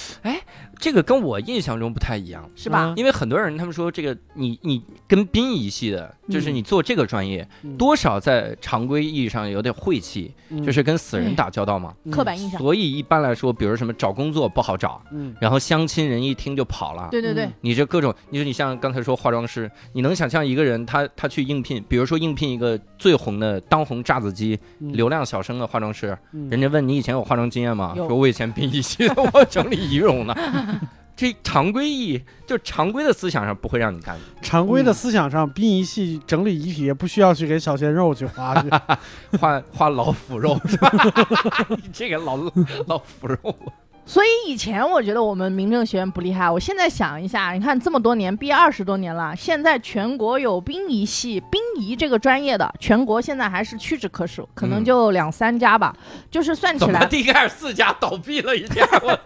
[SPEAKER 1] 这个跟我印象中不太一样。
[SPEAKER 4] 是吧？
[SPEAKER 3] 嗯
[SPEAKER 1] 因为很多人他们说这个你你跟殡仪系的，就是
[SPEAKER 3] 嗯
[SPEAKER 1] 你做这个专业，
[SPEAKER 3] 嗯
[SPEAKER 1] 多少在常规意义上有点晦气，就是跟死人打交道嘛。
[SPEAKER 4] 刻板嗯印象，
[SPEAKER 1] 所以一般来说，比如什么找工作不好找，
[SPEAKER 3] 嗯，
[SPEAKER 1] 然后相亲人一听就跑了。
[SPEAKER 4] 对对对
[SPEAKER 3] 嗯，
[SPEAKER 1] 你这各种，你说你像刚才说化妆师，你能想象一个人他他去应聘，比如说应聘一个最红的当红炸子鸡、
[SPEAKER 3] 嗯
[SPEAKER 1] 流量小生的化妆师，
[SPEAKER 3] 嗯
[SPEAKER 1] 人家问你以前有化妆经验吗？
[SPEAKER 4] 有
[SPEAKER 1] 说我以前殡仪系的， 我整理仪容呢。这常规意义，就常规的思想上不会让你干的。
[SPEAKER 3] 常规的思想上，殡仪系整理遗体也不需要去给小鲜肉去花
[SPEAKER 1] 哎
[SPEAKER 3] 去，
[SPEAKER 1] 画画老腐肉是吧？你这个老老腐肉，
[SPEAKER 4] 所以以前我觉得我们民政学院不厉害，我现在想一下，你看这么多年，毕业二十多年了，现在全国有殡仪系、殡仪这个专业的，全国现在还是屈指可数，可能
[SPEAKER 1] 嗯
[SPEAKER 4] 就两三家吧，就是算起
[SPEAKER 1] 怎么
[SPEAKER 4] 来，
[SPEAKER 1] 第二四家倒闭了一家？我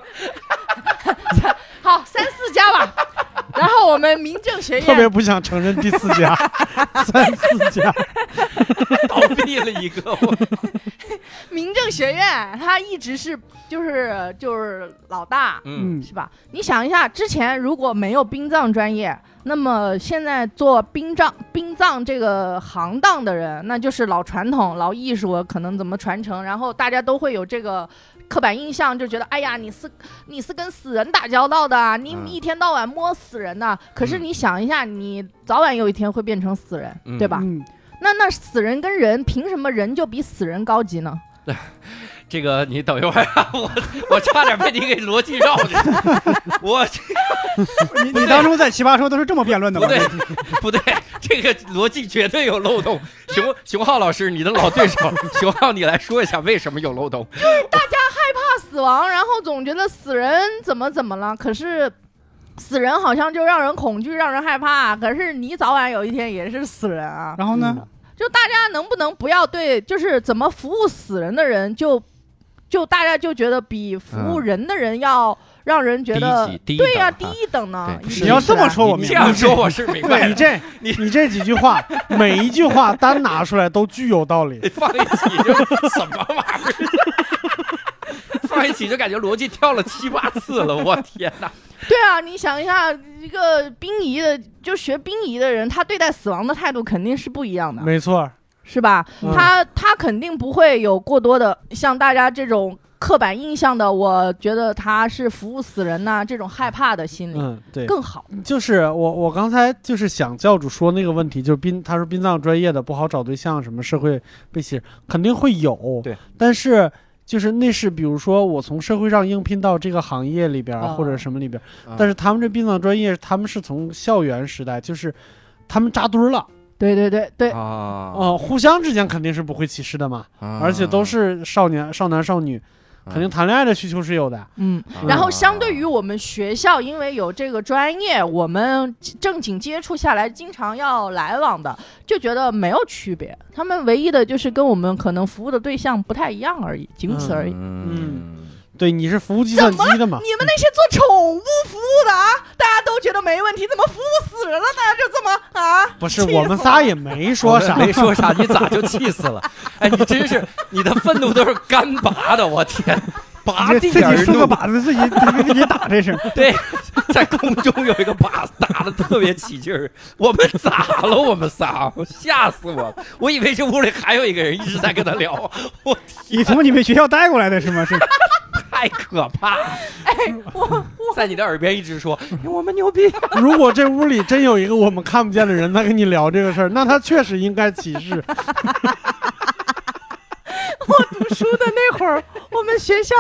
[SPEAKER 4] 好三四家吧。 然后我们民政学
[SPEAKER 3] 特别
[SPEAKER 4] 院，
[SPEAKER 3] 不想承认第四家、三四家。
[SPEAKER 1] 倒闭了一个，我
[SPEAKER 4] 民政学院它一直是就是就是老大，
[SPEAKER 1] 嗯，
[SPEAKER 4] 是吧？你想一下，之前如果没有殡葬专业，那么现在做殡葬殡葬这个行当的人，那就是老传统、老艺术，可能怎么传承，然后大家都会有这个。刻板印象就觉得，哎呀，你是你是跟死人打交道的啊，你
[SPEAKER 1] 嗯
[SPEAKER 4] 一天到晚摸死人呐、可是
[SPEAKER 1] 嗯
[SPEAKER 4] 你想一下，你早晚有一天会变成死人，
[SPEAKER 1] 嗯
[SPEAKER 4] 对吧？
[SPEAKER 2] 嗯，
[SPEAKER 4] 那那死人跟人凭什么人就比死人高级呢？
[SPEAKER 1] 这个你等一会儿啊，我 我差点被你给逻辑绕着，我
[SPEAKER 2] 你你当初在奇葩说都是这么辩论的
[SPEAKER 1] 不
[SPEAKER 2] 吗？
[SPEAKER 1] 对，不对，这个逻辑绝对有漏洞。熊熊浩老师，你的老对手，熊浩，你来说一下为什么有漏洞？
[SPEAKER 4] 怕死亡，然后总觉得死人怎么怎么了，可是死人好像就让人恐惧，让人害怕。可是你早晚有一天也是死人啊！
[SPEAKER 2] 然后呢？
[SPEAKER 4] 就大家能不能不要对，就是怎么服务死人的人就，就大家就觉得比服务人的人要让人觉得、
[SPEAKER 1] 第一级第一等
[SPEAKER 4] 对呀、
[SPEAKER 1] 啊
[SPEAKER 4] 第一等呢
[SPEAKER 1] 对。
[SPEAKER 4] 一直
[SPEAKER 2] 你要
[SPEAKER 4] 是
[SPEAKER 2] 这么说，我
[SPEAKER 1] 你
[SPEAKER 2] 明
[SPEAKER 1] 这
[SPEAKER 2] 白
[SPEAKER 1] 样
[SPEAKER 2] 了。
[SPEAKER 1] 说我是明白
[SPEAKER 3] 对你
[SPEAKER 1] 的，
[SPEAKER 3] 这
[SPEAKER 1] 你
[SPEAKER 3] 你这几句话，每一句话单拿出来都具有道理。
[SPEAKER 1] 放一起就什么玩意儿？放一起就感觉逻辑跳了七八次了，我天哪！
[SPEAKER 4] 对啊，你想一下，一个殡仪的，就学殡仪的人，他对待死亡的态度肯定是不一样的。
[SPEAKER 3] 没错，
[SPEAKER 4] 是吧？
[SPEAKER 3] 嗯
[SPEAKER 4] 他他肯定不会有过多的像大家这种刻板印象的，我觉得他是服务死人呐、这种害怕的心理、
[SPEAKER 3] 嗯，对，
[SPEAKER 4] 更好。
[SPEAKER 3] 就是我我刚才就是想教主说那个问题，就是殡他说殡葬专业的不好找对象，什么社会被歧视肯定会有，
[SPEAKER 1] 对，
[SPEAKER 3] 但是。就是那是，比如说我从社会上应聘到这个行业里边儿
[SPEAKER 4] 啊
[SPEAKER 3] 或者什么里边儿，
[SPEAKER 1] 啊
[SPEAKER 3] 但是他们这殡葬专业，他们是从校园时代，就是他们扎堆儿了，
[SPEAKER 4] 对对对对，
[SPEAKER 1] 啊，
[SPEAKER 3] 哎哦，互相之间肯定是不会歧视的嘛，而且都是少年少男少女，肯定谈恋爱的需求是有的，
[SPEAKER 4] 嗯。
[SPEAKER 1] 啊。
[SPEAKER 4] 然后相对于我们学校，因为有这个专业，我们正经接触下来，经常要来往的，就觉得没有区别。他们唯一的就是跟我们可能服务的对象不太一样而已，仅此
[SPEAKER 3] 嗯
[SPEAKER 4] 而已。
[SPEAKER 1] 嗯，
[SPEAKER 3] 对，你是服务计算机的嘛，
[SPEAKER 4] 你们那些做宠物服务的啊，大家都觉得没问题，怎么服务死人了？大家就这么啊？
[SPEAKER 3] 不是
[SPEAKER 4] 气死
[SPEAKER 3] 我们仨也没
[SPEAKER 1] 我
[SPEAKER 3] 说
[SPEAKER 1] 们
[SPEAKER 3] 啥，
[SPEAKER 1] 没说啥，你咋就气死 了？哎，你真是，你的愤怒都是干拔的，我天，拔
[SPEAKER 2] 你
[SPEAKER 1] 地
[SPEAKER 2] 这自己
[SPEAKER 1] 而
[SPEAKER 2] 竖个
[SPEAKER 1] 怒。
[SPEAKER 2] 靶子，自己自己自己打这是。
[SPEAKER 1] 对，在空中有一个靶子打的特别起劲儿，我们咋了？我们仨，吓死我了！我以为这屋里还有一个人一直在跟他聊，我
[SPEAKER 2] 你从你们学校带过来的是吗？是。
[SPEAKER 1] 太可怕了！
[SPEAKER 4] 哎我
[SPEAKER 1] 在你的耳边一直说我们牛逼，
[SPEAKER 3] 如果这屋里真有一个我们看不见的人在跟你聊这个事儿，那他确实应该歧视。
[SPEAKER 4] 读书的那会儿，我们学校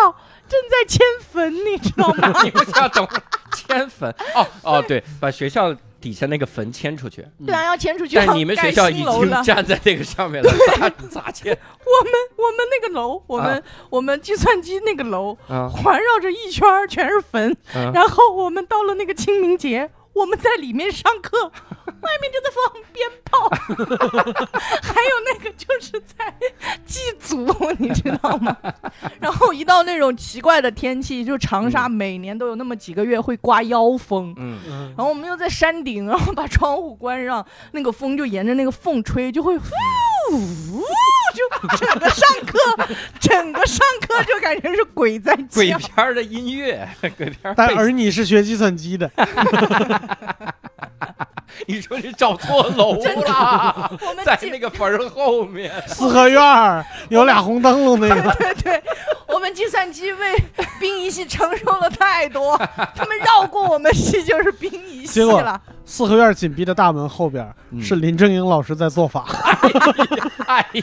[SPEAKER 4] 正在迁坟，你知道吗？
[SPEAKER 1] 你们要等会儿迁坟哦哦，对，把学校底下那个坟迁出去，
[SPEAKER 4] 对啊，要迁出去
[SPEAKER 1] 但
[SPEAKER 4] 要
[SPEAKER 1] 你们
[SPEAKER 4] 盖
[SPEAKER 1] 学校
[SPEAKER 4] 新
[SPEAKER 1] 已
[SPEAKER 4] 楼
[SPEAKER 1] 经
[SPEAKER 4] 了
[SPEAKER 1] 站在那个上面了， 咋咋迁
[SPEAKER 5] 我们我们那个楼，我们、我们计算机那个楼
[SPEAKER 1] 啊？
[SPEAKER 5] 环绕着一圈儿全是坟，
[SPEAKER 1] 嗯
[SPEAKER 5] 然后我们到了那个清明节，我们在里面上课，外面就在放鞭炮，还有那个就是在祭祖， 你知道吗？
[SPEAKER 4] 然后一到那种奇怪的天气，就长沙每年都有那么几个月会刮妖风。
[SPEAKER 1] 嗯，
[SPEAKER 3] 嗯
[SPEAKER 4] 然后我们又在山顶，然后把窗户关上，那个风就沿着那个缝吹，就会呜呜就整个上课，整个上课就感觉是鬼在
[SPEAKER 1] 鬼
[SPEAKER 4] 叫。
[SPEAKER 1] 片儿的音乐，鬼片儿
[SPEAKER 3] 但
[SPEAKER 1] 背景。
[SPEAKER 3] 而你是学计算机的，
[SPEAKER 1] 你说是找错楼了，
[SPEAKER 4] 我们
[SPEAKER 1] 在
[SPEAKER 4] 几
[SPEAKER 1] 那个坟儿后面。
[SPEAKER 3] 四合院儿有俩红灯笼那个，
[SPEAKER 4] 对对，我们计算机为殡仪系承受了太多，他们绕过我们系就是殡仪系
[SPEAKER 3] 结果
[SPEAKER 4] 了。
[SPEAKER 3] 四合院紧闭的大门后边儿
[SPEAKER 1] 嗯
[SPEAKER 3] 是林正英老师在做法。
[SPEAKER 1] 哎呀，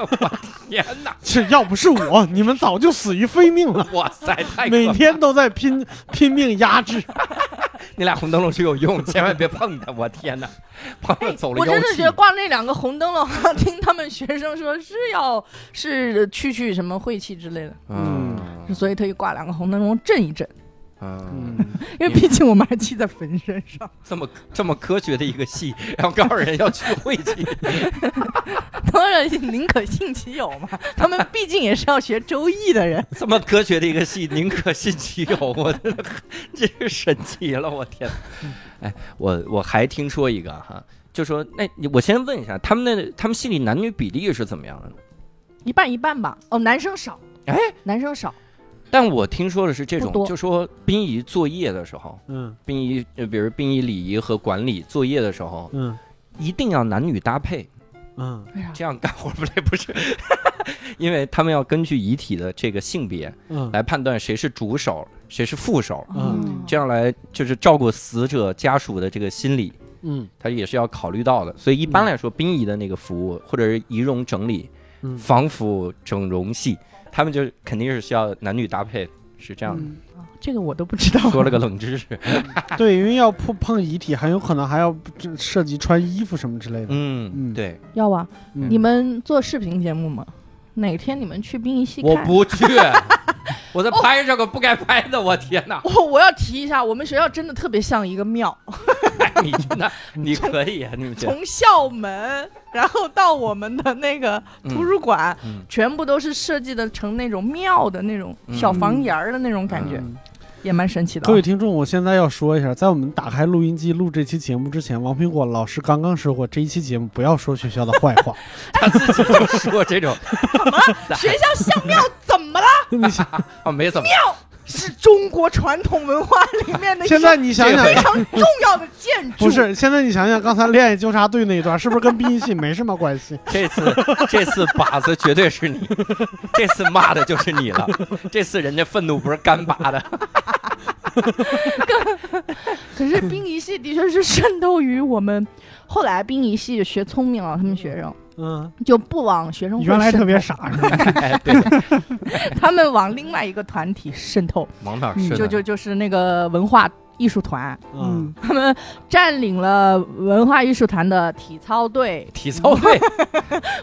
[SPEAKER 1] 我天哪！
[SPEAKER 3] 这要不是我，你们早就死于非命 了。
[SPEAKER 1] 哇 塞，太可
[SPEAKER 3] 每
[SPEAKER 1] 怕
[SPEAKER 3] 天都在拼拼命压制，
[SPEAKER 1] 那俩红灯笼是有用，千万别碰它！ 我天 哪，碰了走了
[SPEAKER 4] 我真
[SPEAKER 1] 妖
[SPEAKER 4] 的
[SPEAKER 1] 气
[SPEAKER 4] 觉得挂那两个红灯笼，听他们学生说是要是去去什么晦气之类的，
[SPEAKER 1] 嗯
[SPEAKER 4] 所以特意挂两个红灯笼震一震，
[SPEAKER 1] 嗯，
[SPEAKER 3] 嗯，
[SPEAKER 4] 因为毕竟我们还系在坟身上，
[SPEAKER 1] 这么这么科学的一个戏，然后告诉人要去晦气，
[SPEAKER 4] 当然宁可信其有嘛。 他们毕竟也是要学周易的人，
[SPEAKER 1] 这么科学的一个戏，宁可信其有，我真的这是神奇了，我天！
[SPEAKER 4] 嗯
[SPEAKER 1] 哎，我我还听说一个哈，就说那你我先问一下，他们那他们戏里男女比例是怎么样的呢？
[SPEAKER 4] 一半一半吧。哦，男生少，
[SPEAKER 1] 哎，
[SPEAKER 4] 男生少，
[SPEAKER 1] 但我听说的是这
[SPEAKER 4] 不
[SPEAKER 1] 种，
[SPEAKER 4] 多
[SPEAKER 1] 就说殡仪作业的时候，
[SPEAKER 3] 嗯
[SPEAKER 1] 殡仪呃，比如殡仪礼仪和管理作业的时候，
[SPEAKER 3] 嗯
[SPEAKER 1] 一定要男女搭配，
[SPEAKER 3] 嗯
[SPEAKER 4] 为啥？
[SPEAKER 1] 这样干活不累不是？ 因为他们要根据遗体的这个性别
[SPEAKER 3] 嗯，
[SPEAKER 1] 来判断谁是主手，谁是副手，
[SPEAKER 4] 哦
[SPEAKER 3] 嗯
[SPEAKER 1] 这样来就是照顾死者家属的这个心理，
[SPEAKER 3] 嗯
[SPEAKER 1] 他也是要考虑到的。所以一般
[SPEAKER 3] 嗯
[SPEAKER 1] 来说，殡仪的那个服务或者是仪容整理、
[SPEAKER 3] 嗯，
[SPEAKER 1] 防腐整容系，他们就肯定是需要男女搭配，是这样的。
[SPEAKER 2] 嗯
[SPEAKER 4] 哦这个我都不知道。
[SPEAKER 1] 说了个冷知识，
[SPEAKER 3] 对，因为要碰碰遗体，还有可能还要这涉及穿衣服什么之类的。
[SPEAKER 1] 嗯，
[SPEAKER 3] 嗯
[SPEAKER 1] 对，
[SPEAKER 4] 要啊，
[SPEAKER 3] 嗯
[SPEAKER 4] 你们做视频节目吗？哪天你们去殡仪系看？
[SPEAKER 1] 我不去，我在拍这个不该拍的，我天哪！
[SPEAKER 4] 哦我我要提一下，我们学校真的特别像一个庙，
[SPEAKER 1] 哎你真的，你可以啊，你们觉得？
[SPEAKER 4] 从校门，然后到我们的那个图书馆，
[SPEAKER 1] 嗯
[SPEAKER 4] 全部都是设计的成那种庙的那种小房檐儿的那种感觉，
[SPEAKER 1] 嗯
[SPEAKER 4] 也蛮神奇的啊。
[SPEAKER 3] 各位听众，我现在要说一下，在我们打开录音机录这期节目之前，王苹果老师刚刚说过，这一期节目不要说学校的坏 话。
[SPEAKER 1] 他自己就说这种，
[SPEAKER 4] 学校像庙怎么了？
[SPEAKER 3] 你想，
[SPEAKER 1] 啊，没怎么，
[SPEAKER 4] 是中国传统文化里面的一
[SPEAKER 3] 现
[SPEAKER 4] 个
[SPEAKER 3] 在你想想
[SPEAKER 4] 非，常重要的建筑。
[SPEAKER 3] 不是，现在你想想，刚才恋爱纠察队那一段，是不是跟殡仪系没什么关系？
[SPEAKER 1] 这次这次靶子绝对是你，这次骂的就是你了，这次人家愤怒不是干拔 的，
[SPEAKER 4] 可是殡仪系的确是渗透于我们。后来殡仪系学聪明了，他们学生
[SPEAKER 3] 嗯，
[SPEAKER 4] 就不往学生会
[SPEAKER 2] 原来
[SPEAKER 4] 渗
[SPEAKER 2] 特别
[SPEAKER 4] 透
[SPEAKER 2] 傻是吧？
[SPEAKER 1] 哎， 对，
[SPEAKER 4] 他们往另外一个团体渗透，
[SPEAKER 1] 往哪儿啊
[SPEAKER 2] 嗯
[SPEAKER 1] 是
[SPEAKER 4] 就就就是那个文化艺术团，
[SPEAKER 3] 嗯，
[SPEAKER 4] 他们占领了文化艺术团的体 操队、
[SPEAKER 1] 体操 队，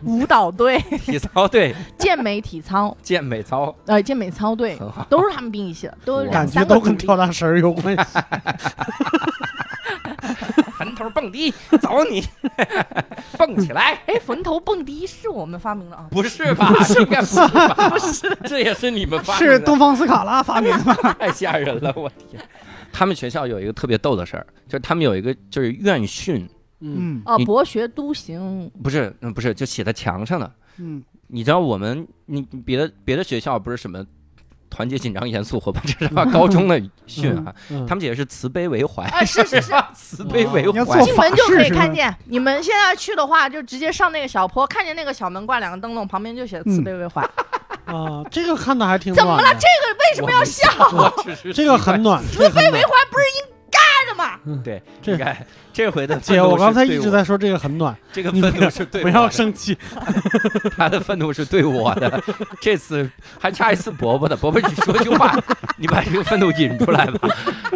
[SPEAKER 4] 舞蹈队、
[SPEAKER 1] 体操队，
[SPEAKER 4] 健美体操、
[SPEAKER 1] 健美操，
[SPEAKER 4] 呃健美操队，
[SPEAKER 1] 很好，
[SPEAKER 4] 都是他们殡仪系的，都是
[SPEAKER 1] 哇
[SPEAKER 4] 两
[SPEAKER 3] 感觉
[SPEAKER 4] 三个
[SPEAKER 3] 都
[SPEAKER 4] 主
[SPEAKER 3] 跟跳
[SPEAKER 4] 力。
[SPEAKER 3] 大神儿有关系。
[SPEAKER 1] 坟头蹦迪，走你， 蹦起来，
[SPEAKER 4] 哎，坟头蹦迪是我们发明的啊，
[SPEAKER 1] 不是吧？应该不是吧？这也是你们发明的
[SPEAKER 2] 是东方斯卡拉发明的，
[SPEAKER 1] 太吓人了，我天！他们学校有一个特别逗的事儿，就是他们有一个就是院训，
[SPEAKER 3] 嗯
[SPEAKER 2] 嗯
[SPEAKER 4] 哦，
[SPEAKER 1] 你
[SPEAKER 4] 博学都行，
[SPEAKER 1] 不是，嗯，不是，就写在墙上的。
[SPEAKER 2] 嗯，
[SPEAKER 1] 你知道我们，你你别的别的学校不是什么团结、紧张、严肃、活泼，这是吧？高中的训啊，
[SPEAKER 3] 嗯，
[SPEAKER 1] 他们写的是慈悲为怀
[SPEAKER 4] 啊是是是
[SPEAKER 1] 慈悲为
[SPEAKER 2] 你要
[SPEAKER 1] 怀
[SPEAKER 2] 做。
[SPEAKER 4] 进门就可
[SPEAKER 2] 法
[SPEAKER 4] 以
[SPEAKER 2] 式是吧
[SPEAKER 4] 看见。你们现在去的话，就直接上那个小坡，看见那个小门挂两个灯笼，旁边就写慈悲为怀。
[SPEAKER 3] 啊，这个看的还挺
[SPEAKER 4] 怎么
[SPEAKER 3] 暖
[SPEAKER 4] 了？
[SPEAKER 3] 的
[SPEAKER 4] 这个为什么要笑？
[SPEAKER 1] 我 只是
[SPEAKER 3] 这个很暖，这个很暖。
[SPEAKER 4] 还不是应该的吗？
[SPEAKER 1] 对，
[SPEAKER 3] 这
[SPEAKER 1] 应该这回的愤
[SPEAKER 3] 姐，
[SPEAKER 1] 怒
[SPEAKER 3] 我刚才
[SPEAKER 1] 是对
[SPEAKER 3] 一直在说这个很暖，
[SPEAKER 1] 这个愤怒是对
[SPEAKER 3] 不
[SPEAKER 1] 我
[SPEAKER 3] 要
[SPEAKER 1] 的
[SPEAKER 3] 生气。
[SPEAKER 1] 他的愤怒是对我的，这次还差一次伯伯的。伯伯，你说句话，你把这个愤怒引出来吧，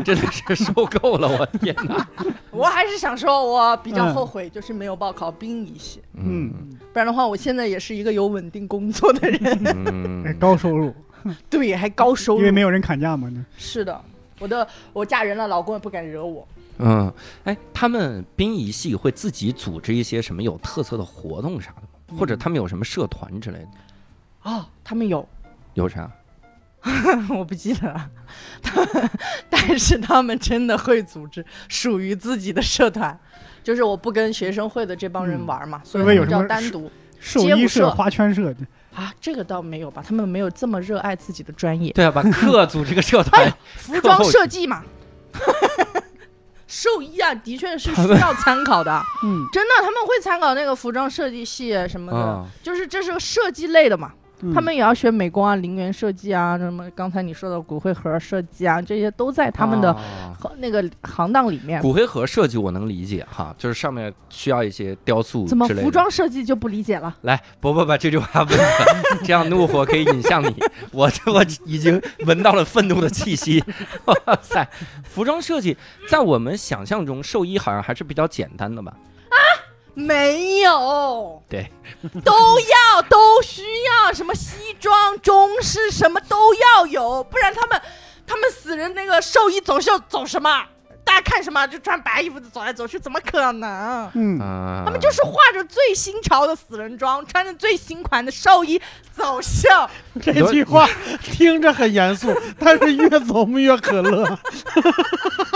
[SPEAKER 1] 真的是受够了，我天哪！
[SPEAKER 4] 我还是想说，我比较
[SPEAKER 2] 嗯
[SPEAKER 4] 后悔，就是没有报考殡仪系，
[SPEAKER 2] 嗯
[SPEAKER 4] 不然的话，我现在也是一个有稳定工作 的人，
[SPEAKER 1] 嗯，
[SPEAKER 2] 高收入，
[SPEAKER 4] 对，还高收入。
[SPEAKER 2] 因为没有人砍价嘛，那
[SPEAKER 4] 是的，我的我嫁人了，老公也不敢惹我。
[SPEAKER 1] 嗯，哎，他们殡仪系会自己组织一些什么有特色的活动啥的吗？或者他们有什么社团之类的？
[SPEAKER 4] 哦，他们有，
[SPEAKER 1] 有啥？
[SPEAKER 4] 我不记得了，但是他们真的会组织属于自己的社团，就是我不跟学生会的这帮人玩嘛，所以
[SPEAKER 2] 会不会
[SPEAKER 4] 我
[SPEAKER 2] 嗯有
[SPEAKER 4] 们
[SPEAKER 2] 什
[SPEAKER 4] 叫
[SPEAKER 2] 么
[SPEAKER 4] 单
[SPEAKER 2] 社
[SPEAKER 4] 独
[SPEAKER 2] 兽
[SPEAKER 6] 街
[SPEAKER 2] 医
[SPEAKER 6] 舞社
[SPEAKER 2] 社、花圈社，
[SPEAKER 6] 啊，这个倒没有吧，他们没有这么热爱自己的专业。
[SPEAKER 1] 对啊，把课组这个社团
[SPEAKER 6] 服装设计 嘛，兽医啊，的确 是需要参考的，
[SPEAKER 2] 嗯
[SPEAKER 6] 真的，他们会参考那个服装设计系什么的，
[SPEAKER 1] 啊，
[SPEAKER 6] 就是这是设计类的嘛，
[SPEAKER 2] 嗯
[SPEAKER 6] 他们也要学美工啊、陵园设计啊，什么刚才你说的骨灰盒设计啊，这些都在他们的
[SPEAKER 1] 啊
[SPEAKER 6] 行那个行当里面。
[SPEAKER 1] 骨灰盒设计我能理解哈，就是上面需要一些雕塑
[SPEAKER 6] 怎么
[SPEAKER 1] 之类的
[SPEAKER 6] 服装设计就不理解了？
[SPEAKER 1] 来，伯伯把这句话问了， 这样怒火可以引向你。我我已经闻到了愤怒的气息。哇塞，服装设计在我们想象中，寿衣好像还是比较简单的吧？
[SPEAKER 4] 没有，
[SPEAKER 1] 对，
[SPEAKER 4] 都要都需要什么西装、中式什么都要有，不然他们他们死人那个兽医走秀走什么？大家看什么？就穿白衣服的走来走去，怎么可能？
[SPEAKER 2] 嗯，
[SPEAKER 1] 嗯，
[SPEAKER 4] 他们就是画着最新潮的死人装，穿着最新款的兽医走秀。
[SPEAKER 3] 这句话听着很严肃，但是越琢磨越可 乐。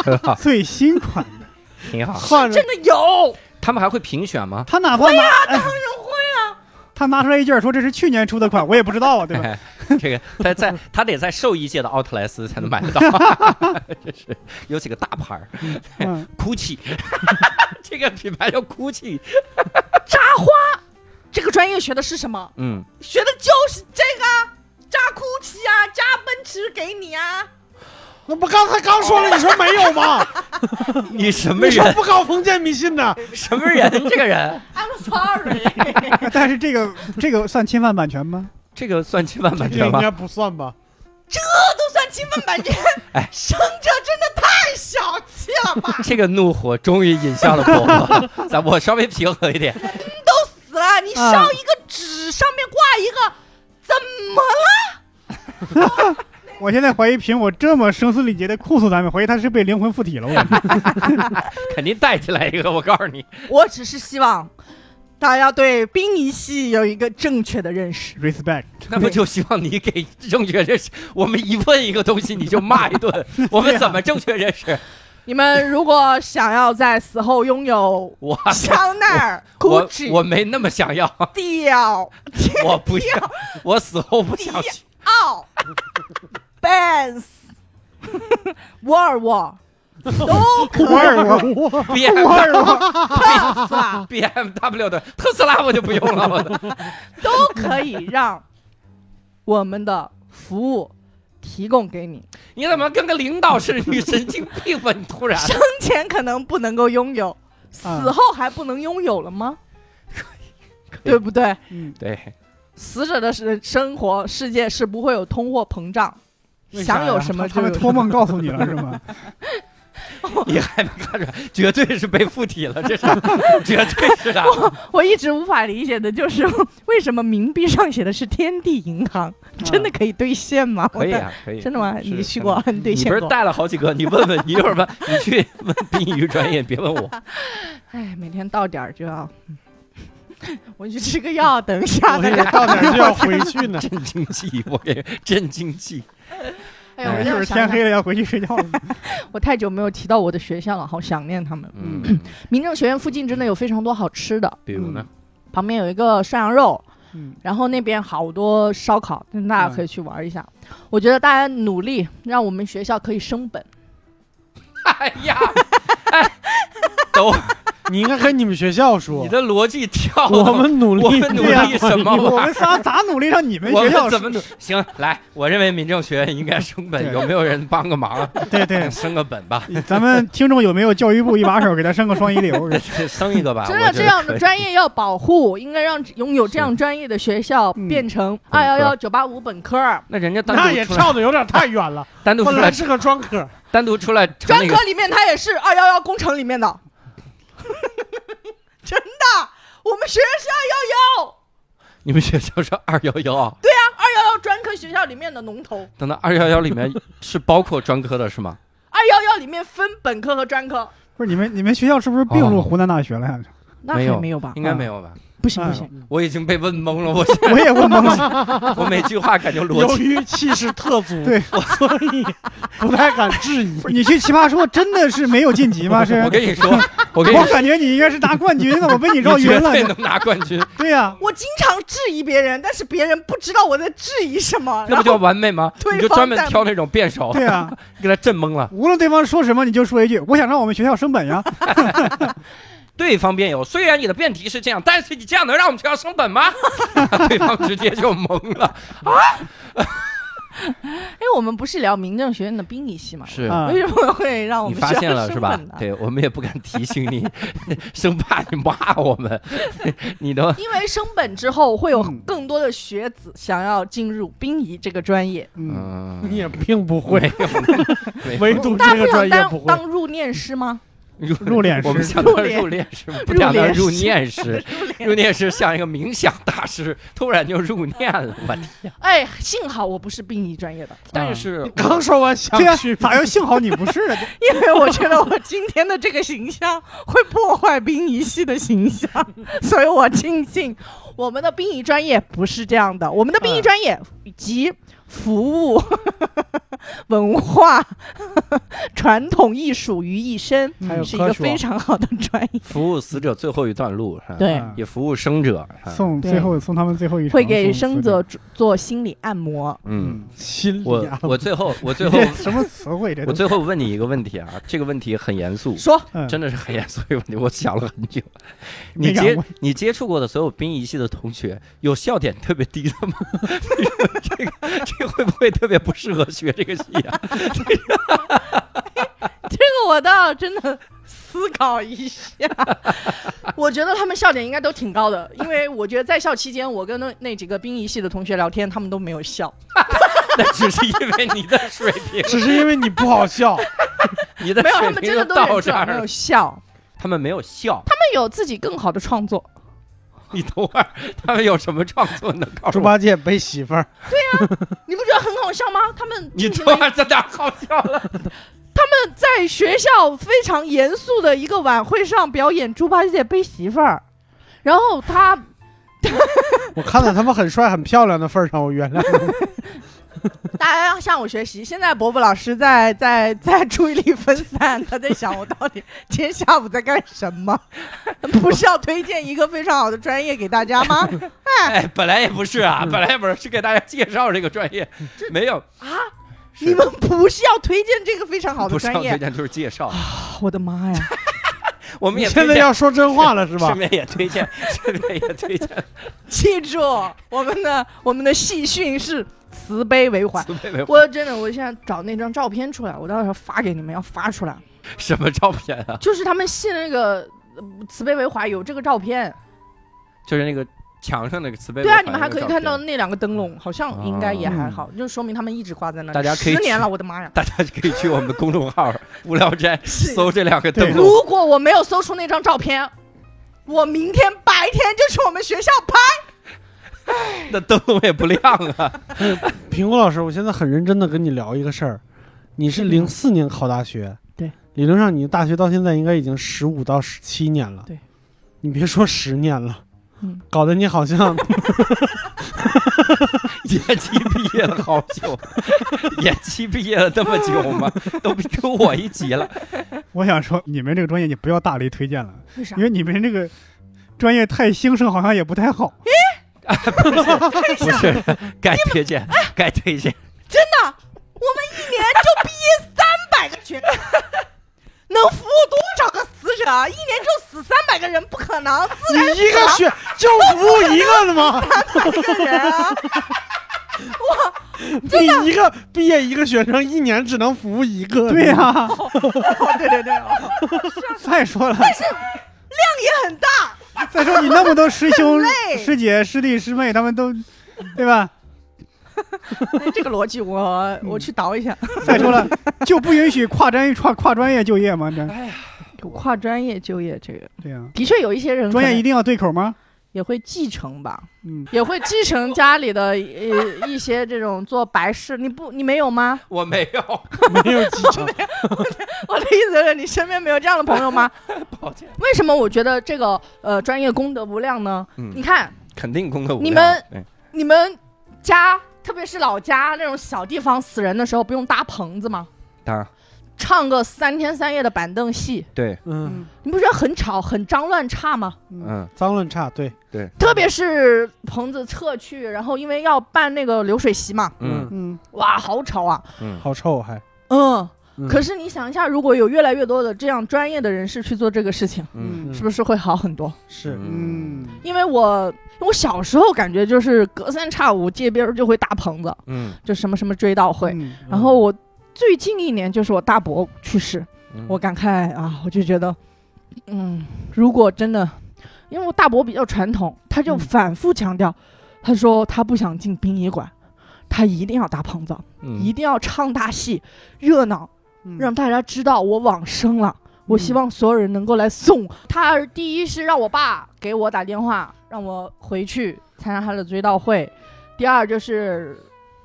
[SPEAKER 1] 很好，
[SPEAKER 2] 最新款的，
[SPEAKER 1] 挺好。
[SPEAKER 3] 换着
[SPEAKER 4] 真的有，
[SPEAKER 1] 他们还会评选吗？
[SPEAKER 2] 他哪怕拿，当然会啊，他拿出来一件说这是去年出的款，我也不知道啊，对吧？
[SPEAKER 1] 哎这个他在他得在兽医界的奥特莱斯才能买得到，真是有几个大牌儿
[SPEAKER 2] 嗯，
[SPEAKER 1] ，GUCCI，这个品牌叫 GUCCI，
[SPEAKER 6] 啊
[SPEAKER 4] 这个专业学的是什么？
[SPEAKER 1] 嗯，
[SPEAKER 4] 学的就是这个啊，扎哭奇啊，扎奔驰给你啊。
[SPEAKER 3] 那不刚才刚说了，你说没有 吗？
[SPEAKER 1] 你什么
[SPEAKER 3] 你说
[SPEAKER 1] 人？
[SPEAKER 3] 不搞封建迷信 呢？
[SPEAKER 1] 什么人？这个人，
[SPEAKER 4] I'm sorry，
[SPEAKER 2] 哎但是这个这个算侵犯版权吗？
[SPEAKER 1] 这个算侵犯版
[SPEAKER 3] 这
[SPEAKER 1] 权
[SPEAKER 3] 应
[SPEAKER 1] 吗？
[SPEAKER 3] 该不算 吧？
[SPEAKER 4] 都算侵犯版权。
[SPEAKER 1] 哎
[SPEAKER 4] 生这真的太小气 了吧！
[SPEAKER 1] 这个怒火终于引向了伯伯，咱我稍微平和一点。
[SPEAKER 4] 死了，你
[SPEAKER 2] 啊
[SPEAKER 4] 烧一个纸，上面挂一个，怎么了？
[SPEAKER 2] 我现在怀疑，凭我这么声嘶力竭的控诉咱们，怀疑他是被灵魂附体了。我感觉
[SPEAKER 1] 肯定带起来一个，我告诉你，
[SPEAKER 4] 我只是希望大家对殡仪系有一个正确的认识。
[SPEAKER 2] respect，
[SPEAKER 1] 那不就希望你给正确认识？我们一问一个东西你就骂一顿，我们怎么正确认识？
[SPEAKER 4] 你们如果想要在死后拥有
[SPEAKER 1] 我
[SPEAKER 4] 香奈儿、
[SPEAKER 1] 啊我
[SPEAKER 4] GUCCI、
[SPEAKER 1] 我没那么想要，
[SPEAKER 4] Dior、
[SPEAKER 1] 我不要， 我死后不想去。
[SPEAKER 4] 奥、Benz、沃尔沃都可
[SPEAKER 2] 沃尔沃，
[SPEAKER 1] B
[SPEAKER 2] 沃尔沃，
[SPEAKER 4] 以啊吧
[SPEAKER 1] B M W 的特斯拉我就不用了，我的
[SPEAKER 4] 都可以让我们的服务提供给你。
[SPEAKER 1] 你怎么跟个领导似的？你神经病吧你！突然
[SPEAKER 4] 生前可能不能够拥有，死后还不能拥有了吗？ 对不对？
[SPEAKER 2] 嗯，
[SPEAKER 1] 对，
[SPEAKER 4] 死者的是生活世界是不会有通货膨胀，
[SPEAKER 3] 为啥呀
[SPEAKER 4] 想有什么
[SPEAKER 2] 他
[SPEAKER 4] 就
[SPEAKER 2] 们
[SPEAKER 4] 有
[SPEAKER 2] 托梦告诉你了是吗？
[SPEAKER 1] 你还没看出来，绝对是被附体了，这是绝对是的。
[SPEAKER 4] 我一直无法理解的就是为什么冥币上写的是天地银行，真的可以兑现吗？
[SPEAKER 1] 可以
[SPEAKER 4] 我的。
[SPEAKER 1] 啊，可以。
[SPEAKER 4] 真的吗？
[SPEAKER 1] 是
[SPEAKER 4] 你去过？你兑
[SPEAKER 1] 你
[SPEAKER 4] 现
[SPEAKER 1] 不是
[SPEAKER 4] 过？
[SPEAKER 1] 带了好几个？你问问，你一会儿吧，你去问殡仪专业，别问我。
[SPEAKER 4] 哎，每天到点儿就要， 我去吃个药，等一下
[SPEAKER 3] 我
[SPEAKER 4] 再
[SPEAKER 3] 以为
[SPEAKER 4] 聊。
[SPEAKER 3] 到哪儿就要回去呢。
[SPEAKER 1] 震惊剂，我给震惊剂。
[SPEAKER 4] 哎呀，我
[SPEAKER 1] 一
[SPEAKER 2] 一
[SPEAKER 4] 这
[SPEAKER 2] 会
[SPEAKER 4] 样
[SPEAKER 2] 儿
[SPEAKER 4] 想
[SPEAKER 2] 天
[SPEAKER 4] 想，
[SPEAKER 2] 黑了要回去睡觉了。
[SPEAKER 4] 我太久没有提到我的学校了，好想念他们。
[SPEAKER 1] 嗯，
[SPEAKER 4] 民政学院附近真的有非常多好吃的，
[SPEAKER 1] 比如呢？
[SPEAKER 4] 旁边有一个涮羊肉，
[SPEAKER 2] 嗯
[SPEAKER 4] 然后那边好多烧烤，但大
[SPEAKER 1] 嗯
[SPEAKER 4] 家可以去玩一下。我觉得大家努力，让我们学校可以升本。
[SPEAKER 1] 哎呀，哎，都，
[SPEAKER 3] 你应该跟你们学校说
[SPEAKER 1] 你，的逻辑跳了。
[SPEAKER 3] 我们努
[SPEAKER 1] 我
[SPEAKER 3] 力，
[SPEAKER 1] 们努
[SPEAKER 2] 对呀
[SPEAKER 1] 力什么
[SPEAKER 2] 我
[SPEAKER 1] 玩
[SPEAKER 2] 们
[SPEAKER 1] 意儿？
[SPEAKER 2] 仨咋努力让你们
[SPEAKER 1] 我
[SPEAKER 2] 学校
[SPEAKER 1] 们怎么努？行，来，我认为民政学院应该升本，
[SPEAKER 2] 对
[SPEAKER 1] 有没有人帮个忙？
[SPEAKER 2] 对 对，
[SPEAKER 1] 升个本吧，
[SPEAKER 2] 咱们听众有没有教育部一把手给他升个双一流？
[SPEAKER 1] 升一个吧。
[SPEAKER 4] 真
[SPEAKER 1] 我
[SPEAKER 4] 的，
[SPEAKER 1] 觉
[SPEAKER 4] 这
[SPEAKER 1] 得
[SPEAKER 4] 样
[SPEAKER 1] 可
[SPEAKER 4] 的
[SPEAKER 1] 以
[SPEAKER 4] 专业要保护，应该让拥有这样专业的学校
[SPEAKER 2] 嗯
[SPEAKER 4] 变成
[SPEAKER 1] 本
[SPEAKER 4] 二
[SPEAKER 1] 科
[SPEAKER 4] 幺幺九八五本科儿。
[SPEAKER 1] 那人家单
[SPEAKER 3] 那也
[SPEAKER 1] 独出来，
[SPEAKER 3] 跳的有点太远 了。
[SPEAKER 1] 单独出
[SPEAKER 3] 本来
[SPEAKER 1] 来，
[SPEAKER 3] 是个专科，
[SPEAKER 1] 单独出来成
[SPEAKER 4] 专
[SPEAKER 1] 那个
[SPEAKER 4] 科里面它也是二幺幺工程里面的， 真的，我们学院是二幺幺，
[SPEAKER 1] 你们学校是二幺幺啊？
[SPEAKER 4] 二幺幺专科学校里面的龙头，
[SPEAKER 1] 等到二幺幺里面是包括专科的是吗？
[SPEAKER 4] 二幺幺里面分本科和专科。
[SPEAKER 2] 不是你们你们学校是不是并入湖南大学了呀？
[SPEAKER 4] 那
[SPEAKER 1] 没
[SPEAKER 4] 还
[SPEAKER 1] 有嗯
[SPEAKER 4] 没有吧？
[SPEAKER 1] 应该没有吧？
[SPEAKER 4] 不行
[SPEAKER 2] 哎
[SPEAKER 4] 不
[SPEAKER 2] 呦
[SPEAKER 4] 行，
[SPEAKER 1] 我已经被问懵了，我现
[SPEAKER 2] 我也问懵了，
[SPEAKER 1] 我每句话感觉逻
[SPEAKER 3] 由
[SPEAKER 1] 辑。
[SPEAKER 3] 于气势特足，
[SPEAKER 2] 对
[SPEAKER 3] 所以不太敢质 疑。
[SPEAKER 2] 你去奇葩说真的是没有晋级吗？是，
[SPEAKER 1] 我跟你 说，我跟你
[SPEAKER 2] 我
[SPEAKER 1] 说，
[SPEAKER 2] 感觉你应该是拿冠军的，我被你绕
[SPEAKER 1] 你绝
[SPEAKER 2] 晕了
[SPEAKER 1] 对。能拿冠 军，
[SPEAKER 2] 对呀，
[SPEAKER 5] 我经常质疑别人，但是别人不知道我在质疑什么。
[SPEAKER 1] 那不叫完美吗？
[SPEAKER 5] 对
[SPEAKER 1] 你就
[SPEAKER 5] 方
[SPEAKER 1] 专门
[SPEAKER 5] 在
[SPEAKER 1] 挑那种辩手，
[SPEAKER 2] 对呀，
[SPEAKER 1] 给他震懵了。
[SPEAKER 2] 无论对方说什么，你就说一句：“我想让我们学校升本呀。
[SPEAKER 1] 对方辩友，虽然你的辩题是这样，但是你这样能让我们学校升本 吗？对方直接就懵了。
[SPEAKER 4] 哎，我们不是聊民政学院的兵仪系吗？
[SPEAKER 1] 是”
[SPEAKER 2] 啊，
[SPEAKER 4] 为什么会让我
[SPEAKER 1] 你
[SPEAKER 4] 们
[SPEAKER 1] 发
[SPEAKER 4] 学
[SPEAKER 1] 现了
[SPEAKER 4] 生
[SPEAKER 1] 是吧
[SPEAKER 4] 问呢？
[SPEAKER 1] 对我们也不敢提醒你， 生怕你骂我们。 你都
[SPEAKER 4] 因为升本之后会有
[SPEAKER 2] 嗯
[SPEAKER 4] 更多的学子想要进入兵仪这个专业，
[SPEAKER 2] 嗯，
[SPEAKER 1] 嗯，
[SPEAKER 3] 你也并不
[SPEAKER 1] 没
[SPEAKER 3] 会，
[SPEAKER 1] 有没
[SPEAKER 3] 唯独
[SPEAKER 4] 大
[SPEAKER 3] 这个
[SPEAKER 4] 家不想
[SPEAKER 3] 专业不
[SPEAKER 4] 当
[SPEAKER 3] 会。
[SPEAKER 4] 当入殓师吗？
[SPEAKER 1] 有
[SPEAKER 2] 入殓师
[SPEAKER 1] 我们想当
[SPEAKER 4] 入殓
[SPEAKER 1] 入殓师，不想当入殓师。入殓师像一个冥想大师， 突然就入殓了。我天！
[SPEAKER 4] 哎，幸好我不是兵仪专业的，
[SPEAKER 1] 但是
[SPEAKER 3] 刚说完想
[SPEAKER 2] 对呀
[SPEAKER 3] 去，，
[SPEAKER 2] 咋又幸好你不是呢？
[SPEAKER 4] 因为我觉得我今天的这个形象会破坏兵仪系的 形象，所以我庆幸我们的兵仪专业不是这样的。我们的兵
[SPEAKER 3] 嗯
[SPEAKER 4] 仪专业集服务、 文化、 传统艺术于一身，
[SPEAKER 3] 还有
[SPEAKER 4] 是一个
[SPEAKER 3] 科学
[SPEAKER 4] 非常好的专 业。
[SPEAKER 1] 服务死者最后一段路，是吧
[SPEAKER 4] 对
[SPEAKER 2] 啊
[SPEAKER 1] 也服务生者。是吧
[SPEAKER 2] 送最后送他们最后一程
[SPEAKER 4] 会给
[SPEAKER 2] 送
[SPEAKER 4] 生者做心理按摩。
[SPEAKER 1] 嗯，
[SPEAKER 2] 嗯，
[SPEAKER 3] 心里
[SPEAKER 1] 我
[SPEAKER 3] 啊，
[SPEAKER 1] 我最后我 最后
[SPEAKER 2] 这什么词汇这
[SPEAKER 1] 我
[SPEAKER 2] 都？
[SPEAKER 1] 最后问你一个问题啊，这个问题很严肃，
[SPEAKER 4] 说
[SPEAKER 2] 嗯
[SPEAKER 1] 真的是很严肃的问题，我想了很久。
[SPEAKER 2] 没
[SPEAKER 1] 你
[SPEAKER 2] 敢
[SPEAKER 1] 接
[SPEAKER 2] 问
[SPEAKER 1] 你接触过的所有兵仪系的同学，有笑点特别低的吗？ 这个这个会不会特别不适合学这个系啊？
[SPEAKER 4] 这个，我倒真的思考一 下。我觉得他们笑点应该都挺高的，因为我觉得在校期间，我跟那那几个兵仪系的同学聊天，他们都没有笑。
[SPEAKER 1] 那只是因为你的水平，
[SPEAKER 3] 只是因为你不好笑，
[SPEAKER 1] 你的
[SPEAKER 4] 没有，他
[SPEAKER 1] 水
[SPEAKER 4] 们
[SPEAKER 1] 平
[SPEAKER 4] 真的
[SPEAKER 1] 就
[SPEAKER 4] 都
[SPEAKER 1] 到
[SPEAKER 4] 忍
[SPEAKER 1] 这
[SPEAKER 4] 住了，没
[SPEAKER 1] 儿
[SPEAKER 4] 有，笑。
[SPEAKER 1] 他们没有笑。
[SPEAKER 4] 他们有自己更好的创作，
[SPEAKER 1] 你等会儿，他们有什么创作能告诉
[SPEAKER 3] 猪
[SPEAKER 1] 我？
[SPEAKER 3] 八戒背媳妇儿，
[SPEAKER 4] 你不觉得很好笑吗？他们
[SPEAKER 1] 你
[SPEAKER 4] 进行
[SPEAKER 1] 等
[SPEAKER 4] 了
[SPEAKER 1] 会儿在哪儿好笑 了？
[SPEAKER 4] 在学校非常严肃的一个晚会上表演猪八戒背媳妇儿，然后他
[SPEAKER 3] 我看到他们很帅很漂亮的份儿上，我原谅你。
[SPEAKER 4] 大家要向我学习。现在伯伯老师在在在注意力分散，他在想我到底今天下午在干什 么？不是要推荐一个非常好的专业给大家 吗？
[SPEAKER 1] 哎，本来也不是
[SPEAKER 4] 嗯
[SPEAKER 1] 啊，本来也不是，是给大家介绍这个专业，没有是
[SPEAKER 4] 你们不是要推荐这个非常好的
[SPEAKER 1] 不是
[SPEAKER 4] 专
[SPEAKER 1] 要推
[SPEAKER 4] 业？啊
[SPEAKER 1] 荐就是介绍。
[SPEAKER 4] 我的 妈呀！
[SPEAKER 1] 我们
[SPEAKER 3] 你
[SPEAKER 1] 也
[SPEAKER 3] 现在
[SPEAKER 1] 推荐
[SPEAKER 3] 要说真话了是吧
[SPEAKER 1] 顺？便也推荐，顺便也推荐
[SPEAKER 4] 记住我们的我们的戏训是慈悲为怀。
[SPEAKER 1] 慈悲为怀。
[SPEAKER 4] 我真的，我现在找那张照片出来，我到时候发给你们，要发出来。
[SPEAKER 1] 什么照片啊？
[SPEAKER 4] 就是他们信那个呃慈悲为怀有这个照片，
[SPEAKER 1] 就是那个墙上那个慈悲为
[SPEAKER 4] 对
[SPEAKER 1] 怀
[SPEAKER 4] 啊，
[SPEAKER 1] 那个照片。
[SPEAKER 4] 你们还可以看到那两个灯笼，好像应该也还
[SPEAKER 2] 哦
[SPEAKER 4] 好，就说明他们一直挂在那里。
[SPEAKER 1] 大家可以
[SPEAKER 4] 十年
[SPEAKER 1] 去
[SPEAKER 4] 了，我的妈 呀！
[SPEAKER 1] 大家可以去我们的公众号“无聊斋”
[SPEAKER 4] 是
[SPEAKER 1] 搜这两个
[SPEAKER 2] 对
[SPEAKER 1] 灯笼。
[SPEAKER 4] 如果我没有搜出那张照片，我明天白天就去我们学校拍。
[SPEAKER 1] 那灯笼也不亮啊！
[SPEAKER 3] 平谷老师，我现在很认真的跟你聊一个事儿，你是零四年考大学，
[SPEAKER 4] 对，
[SPEAKER 3] 理论上你的大学到现在应该已经十五到十七年了，
[SPEAKER 4] 对，
[SPEAKER 3] 你别说十年了，
[SPEAKER 4] 嗯
[SPEAKER 3] 搞得你好像
[SPEAKER 1] 延期毕业了好久， 延期毕业了这么久吗？都比跟我一级了。
[SPEAKER 2] 我想说，你们这个专业你不要大力推荐了，
[SPEAKER 4] 为 啥
[SPEAKER 2] 因为你们这个专业太兴盛，好像也不太 好。
[SPEAKER 1] 不是， 该推荐，
[SPEAKER 4] 哎
[SPEAKER 1] 该推荐。
[SPEAKER 4] 百个学生 能服务多少个死者？啊一年就死三百个人，不可能，自
[SPEAKER 3] 你一个学就服务一个的吗？
[SPEAKER 4] 个人啊！
[SPEAKER 3] 你一个毕业一个学生一年只能服务一个，
[SPEAKER 2] 对呀、
[SPEAKER 4] 哦 对对对，哦
[SPEAKER 2] 再说了，
[SPEAKER 4] 量也很大。
[SPEAKER 2] 再说你那么多师兄
[SPEAKER 4] 累、
[SPEAKER 2] 师姐、师弟、师妹，他们都，对吧？
[SPEAKER 4] 哎这个逻辑我我去倒一下。
[SPEAKER 2] 再说 了，就不允许跨专跨跨专业就业吗？这
[SPEAKER 4] 嗯有跨专业就业这个，
[SPEAKER 2] 对呀、
[SPEAKER 4] 的确有一些人可
[SPEAKER 2] 专业
[SPEAKER 4] 能
[SPEAKER 2] 一定要对口吗？
[SPEAKER 4] 也会继承吧，
[SPEAKER 2] 嗯，
[SPEAKER 4] 也会继承家里 的呃一些这种做白事。你不，你没有吗？
[SPEAKER 1] 我没有，
[SPEAKER 3] 没有继承，
[SPEAKER 4] 我的意思是你身边没有这样的朋友吗？
[SPEAKER 1] 抱歉，
[SPEAKER 4] 为什么我觉得这个呃专业功德无量呢？
[SPEAKER 1] 嗯
[SPEAKER 4] 你看
[SPEAKER 1] 肯定功德无量。
[SPEAKER 4] 你们
[SPEAKER 1] 哎
[SPEAKER 4] 你们家，特别是老家那种小地方，死人的时候不用搭棚子吗？
[SPEAKER 1] 当然
[SPEAKER 4] 唱个三天三夜的板凳戏，
[SPEAKER 1] 对，
[SPEAKER 3] 嗯，
[SPEAKER 4] 你不觉得很吵、很脏乱差吗？
[SPEAKER 1] 嗯，
[SPEAKER 3] 脏乱差，对，
[SPEAKER 4] 特别是棚子撤去，然后因为要办那个流水席嘛，
[SPEAKER 1] 嗯
[SPEAKER 2] 嗯，
[SPEAKER 4] 哇，好吵啊！
[SPEAKER 3] 好臭还，
[SPEAKER 4] 嗯，
[SPEAKER 3] 嗯
[SPEAKER 4] 可是你想一下，如果有越来越多的这样专业的人士去做这个事情，
[SPEAKER 1] 嗯
[SPEAKER 2] 嗯
[SPEAKER 4] 是不是会好很多？
[SPEAKER 3] 是，
[SPEAKER 1] 嗯
[SPEAKER 2] 嗯，
[SPEAKER 4] 因为我我小时候感觉就是隔三差五街边儿就会搭棚子，
[SPEAKER 1] 嗯，
[SPEAKER 4] 就什么什么追悼会。
[SPEAKER 2] 嗯，
[SPEAKER 4] 然后我最近一年就是我大伯去世，
[SPEAKER 1] 嗯
[SPEAKER 4] 我感慨啊，我就觉得，嗯，如果真的，因为我大伯比较传统，他就
[SPEAKER 2] 嗯
[SPEAKER 4] 反复强调，他说他不想进殡仪馆，他一定要搭棚子，
[SPEAKER 1] 嗯
[SPEAKER 4] 一定要唱大戏，热闹，
[SPEAKER 2] 嗯
[SPEAKER 4] 让大家知道我往生了。我
[SPEAKER 2] 嗯
[SPEAKER 4] 希望所有人能够来送他。第一是让我爸给我打电话，让我回去参加他的追悼会；第二就是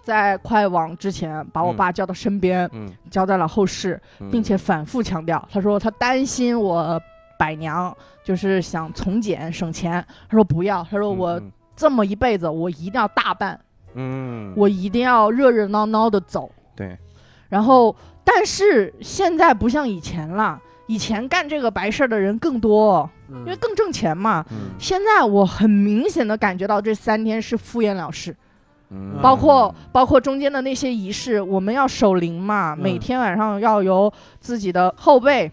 [SPEAKER 4] 在快往之前把我
[SPEAKER 1] 嗯
[SPEAKER 4] 爸叫到身边，
[SPEAKER 1] 嗯，
[SPEAKER 4] 交代了后事。
[SPEAKER 1] 嗯
[SPEAKER 4] 并且反复强调，他说他担心我百娘就是想从简省钱，他说不要，他说我
[SPEAKER 1] 嗯
[SPEAKER 4] 这么一辈子我一定要大办，
[SPEAKER 1] 嗯，
[SPEAKER 4] 我一定要热热闹闹的走。
[SPEAKER 1] 对，
[SPEAKER 4] 然后但是现在不像以前了，以前干这个白事儿的人更多，
[SPEAKER 3] 嗯
[SPEAKER 4] 因为更挣钱嘛。
[SPEAKER 1] 嗯
[SPEAKER 4] 现在我很明显的感觉到这三天是敷衍了事，
[SPEAKER 1] 嗯
[SPEAKER 4] 包括包括中间的那些仪式，我们要守灵嘛，
[SPEAKER 3] 嗯
[SPEAKER 4] 每天晚上要由自己的后辈。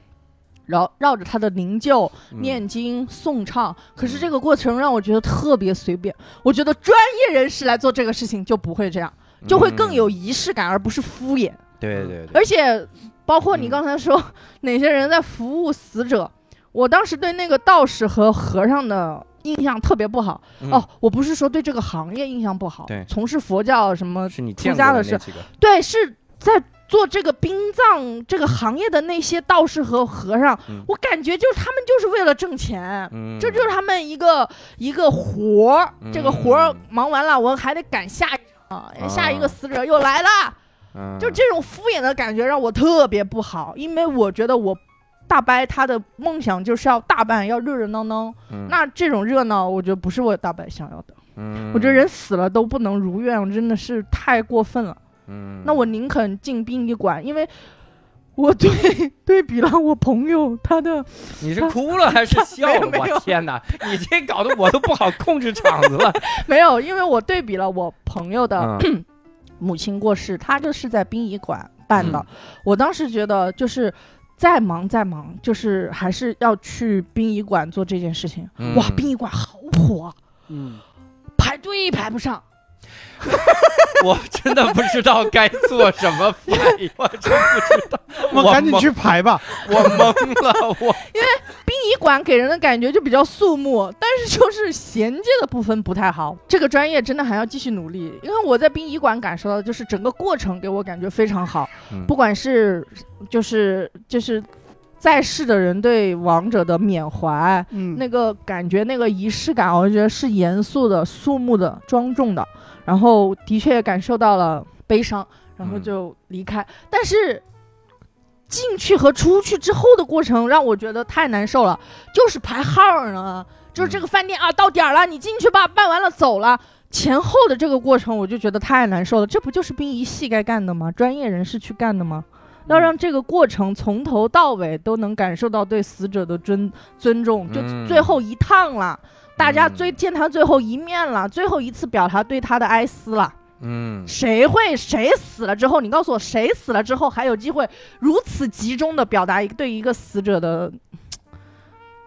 [SPEAKER 4] 绕绕着他的灵柩
[SPEAKER 1] 嗯
[SPEAKER 4] 念经诵唱，可是这个过程让我觉得特别随便。我觉得专业人士来做这个事情就不会这样，就会更有嗯
[SPEAKER 1] 嗯
[SPEAKER 4] 仪式感，而不是敷衍。
[SPEAKER 1] 对对对，
[SPEAKER 4] 而且，包括你
[SPEAKER 1] 嗯
[SPEAKER 4] 刚才说哪些人在服务死者，我当时对那个道士和和尚的印象特别不好。
[SPEAKER 1] 嗯
[SPEAKER 4] 哦，我不是说对这个行业印象不好
[SPEAKER 1] 对，
[SPEAKER 4] 从事佛教什么
[SPEAKER 1] 是你
[SPEAKER 4] 出
[SPEAKER 1] 见
[SPEAKER 4] 家
[SPEAKER 1] 过
[SPEAKER 4] 的
[SPEAKER 1] 的
[SPEAKER 4] 是
[SPEAKER 1] 那几个，
[SPEAKER 4] 对，是在做这个殡葬这个行业的那些道士和和尚，
[SPEAKER 1] 嗯
[SPEAKER 4] 我感觉就是他们就是为了挣钱。
[SPEAKER 1] 嗯，
[SPEAKER 4] 这就是他们一个一个活儿，这个活儿
[SPEAKER 1] 嗯
[SPEAKER 4] 忙完了，我还得赶下一场，
[SPEAKER 1] 啊
[SPEAKER 4] 下一个死者又来了，
[SPEAKER 1] 嗯
[SPEAKER 4] 就这种敷衍的感觉让我特别不好，因为我觉得我大伯他的梦想就是要大办，要热热闹闹，
[SPEAKER 1] 嗯
[SPEAKER 4] 那这种热闹，我觉得不是我大伯想要的。
[SPEAKER 1] 嗯
[SPEAKER 4] 我觉得人死了都不能如愿，我真的是太过分了。
[SPEAKER 1] 嗯
[SPEAKER 4] 那我宁肯进殡仪馆，因为我对 对比了我朋友他的，
[SPEAKER 1] 你是哭了还是笑
[SPEAKER 4] 没有
[SPEAKER 1] 了？
[SPEAKER 4] 没有
[SPEAKER 1] 我天哪，你这搞得我都不好控制场子了。
[SPEAKER 4] 没有，因为我对比了我朋友的
[SPEAKER 1] 嗯
[SPEAKER 4] 母亲过世，他就是在殡仪馆办
[SPEAKER 1] 嗯
[SPEAKER 4] 的。我当时觉得就是再忙再忙，就是还是要去殡仪馆做这件事情。
[SPEAKER 1] 嗯
[SPEAKER 4] 哇，殡仪馆好火啊，
[SPEAKER 3] 嗯，
[SPEAKER 4] 排队排不上。
[SPEAKER 1] 我真的不知道该做什 么反应，我真不知道，
[SPEAKER 3] 我赶紧去排吧，
[SPEAKER 1] 我懵了，我
[SPEAKER 4] 殡仪馆给人的感觉就比较肃穆，但是就是衔接的部分不太好。这个专业真的还要继续努力，因为我在殡仪馆感受到的就是整个过程给我感觉非常好，
[SPEAKER 1] 嗯
[SPEAKER 4] 不管是就是就是在世的人对亡者的缅怀，
[SPEAKER 2] 嗯，
[SPEAKER 4] 那个感觉那个仪式感，我觉得是严肃的、肃穆的、庄重的，然后的确感受到了悲伤，然后
[SPEAKER 1] 嗯
[SPEAKER 4] 就离开。但是进去和出去之后的过程让我觉得太难受了，就是排号儿呢，就是这个饭店啊到点儿了，你进去吧，办完了走了。前后的这个过程，我就觉得太难受了。这不就是殡仪系该干的吗？专业人士去干的吗？要
[SPEAKER 1] 嗯
[SPEAKER 4] 让这个过程从头到尾都能感受到对死者的尊尊重，就
[SPEAKER 1] 嗯
[SPEAKER 4] 最后一趟了，大家
[SPEAKER 1] 嗯
[SPEAKER 4] 最见他最后一面了，最后一次表达对他的哀思了。
[SPEAKER 1] 嗯
[SPEAKER 4] 谁会谁死了之后，你告诉我，谁死了之后还有机会如此集中的表达一个对一个死者的嘖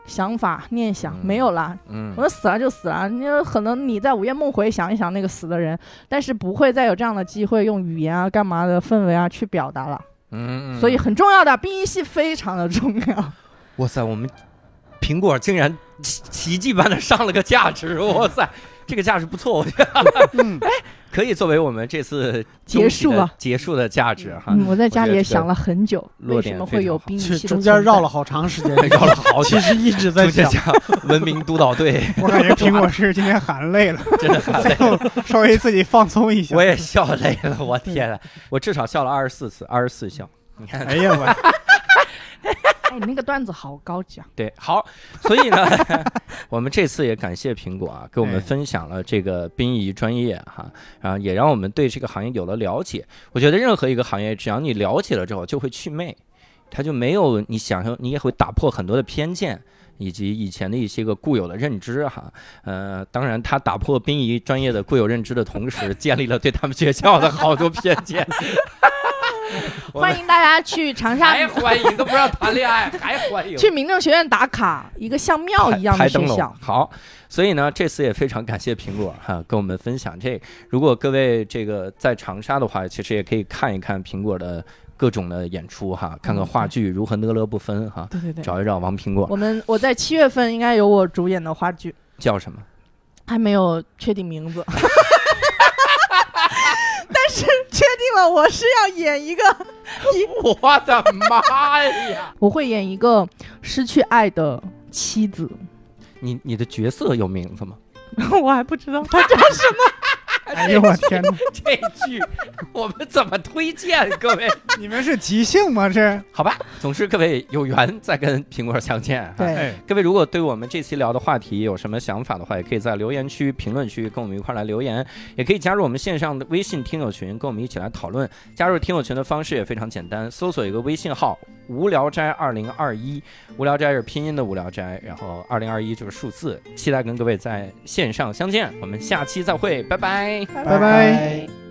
[SPEAKER 4] 想法念想？
[SPEAKER 1] 嗯
[SPEAKER 4] 没有啦，
[SPEAKER 1] 嗯
[SPEAKER 4] 我说死了就死了，你可能你在午夜梦回想一想那个死的人，但是不会再有这样的机会用语言啊、干嘛的氛围啊去表达了。
[SPEAKER 1] 嗯
[SPEAKER 4] 所以很重要的殡仪系非常的重 要。
[SPEAKER 1] 哇塞，我们苹果竟然 奇奇迹般的上了个价值，哇塞，这个价值不错，我觉得哎
[SPEAKER 2] 嗯，
[SPEAKER 1] 可以作为我们这次
[SPEAKER 5] 结束
[SPEAKER 1] 终极的
[SPEAKER 5] 吧
[SPEAKER 1] 结束的价值哈。
[SPEAKER 5] 嗯，我在家里也
[SPEAKER 1] 啊我觉得这个
[SPEAKER 5] 想了很久，
[SPEAKER 1] 落
[SPEAKER 5] 为
[SPEAKER 1] 点
[SPEAKER 5] 什么
[SPEAKER 1] 非
[SPEAKER 5] 会
[SPEAKER 1] 常
[SPEAKER 5] 有
[SPEAKER 1] 好
[SPEAKER 5] 冰
[SPEAKER 3] 去
[SPEAKER 5] 雨嗯系的
[SPEAKER 3] 中间
[SPEAKER 5] 存
[SPEAKER 3] 绕
[SPEAKER 5] 在
[SPEAKER 3] 了好长时间，
[SPEAKER 1] 绕了好久
[SPEAKER 3] 其，实一直在
[SPEAKER 1] 中间
[SPEAKER 3] 讲，
[SPEAKER 1] 讲文明督导队，
[SPEAKER 2] 我感觉苹果是今天喊 累了，
[SPEAKER 1] 真的很累。
[SPEAKER 2] 稍微自己放松一下
[SPEAKER 1] 我。也笑累了，我天呐，我至少笑了二十四次，二十四笑。你看，
[SPEAKER 2] 哎呀我，
[SPEAKER 4] 哎，你那个段子好高级啊！
[SPEAKER 1] 对，好，所以呢， 我们这次也感谢苹果啊，给我们
[SPEAKER 2] 哎
[SPEAKER 1] 分享了这个殡仪专业哈，然后也让我们对这个行业有了了解。我觉得任何一个行业，只要你了解了之后，就会祛魅，它就没有你想象，你也会打破很多的偏见。以及以前的一些个固有的认知哈，呃，当然他打破殡仪专业的固有认知的同时， 建立了对他们学校的好多偏 见。我们
[SPEAKER 5] 欢迎大家去长沙
[SPEAKER 1] 还欢迎都不让谈恋爱，还欢迎
[SPEAKER 5] 去民政学院打卡，一个像庙
[SPEAKER 1] 台
[SPEAKER 5] 一样的
[SPEAKER 1] 台
[SPEAKER 5] 学
[SPEAKER 1] 灯笼
[SPEAKER 5] 校。
[SPEAKER 1] 好，所以呢，这次也非常感谢苹果哈、跟我们分享这。如果各位这个在长沙的话，其实也可以看一看苹果的各种的演出哈，看看话剧如何乐乐不分哈，
[SPEAKER 5] 对对对，
[SPEAKER 1] 找一找王苹果
[SPEAKER 5] 我们我在七月份应该有我主演的话剧，
[SPEAKER 1] 叫什么？
[SPEAKER 5] 还没有确定名字，但 是确定了，我是要演一个，
[SPEAKER 1] 我的妈呀！
[SPEAKER 5] 我会演一个失去爱的妻子，
[SPEAKER 1] 你你的角色有名字吗？
[SPEAKER 5] 我还不知道他
[SPEAKER 2] 哎呦我天哪！
[SPEAKER 1] 这剧我们怎么推荐各位？
[SPEAKER 2] 你们是即兴吗？这
[SPEAKER 1] 好吧，总之各位有缘再跟苹果相见哈。
[SPEAKER 5] 对
[SPEAKER 2] 哎，
[SPEAKER 1] 各位如果对我们这期聊的话题有什么想法的话，也可以在留言区、评论区跟我们一块儿来留言，也可以加入我们线上的微信听友群，跟我们一起来讨论。加入听友群的方式也非常简单，搜索一个微信号“无聊斋二零二一”，无聊斋是拼音的无聊斋，然后二零二一就是数字。期待跟各位在线上相见，我们下期再会，拜拜。
[SPEAKER 2] 拜拜。
[SPEAKER 3] 拜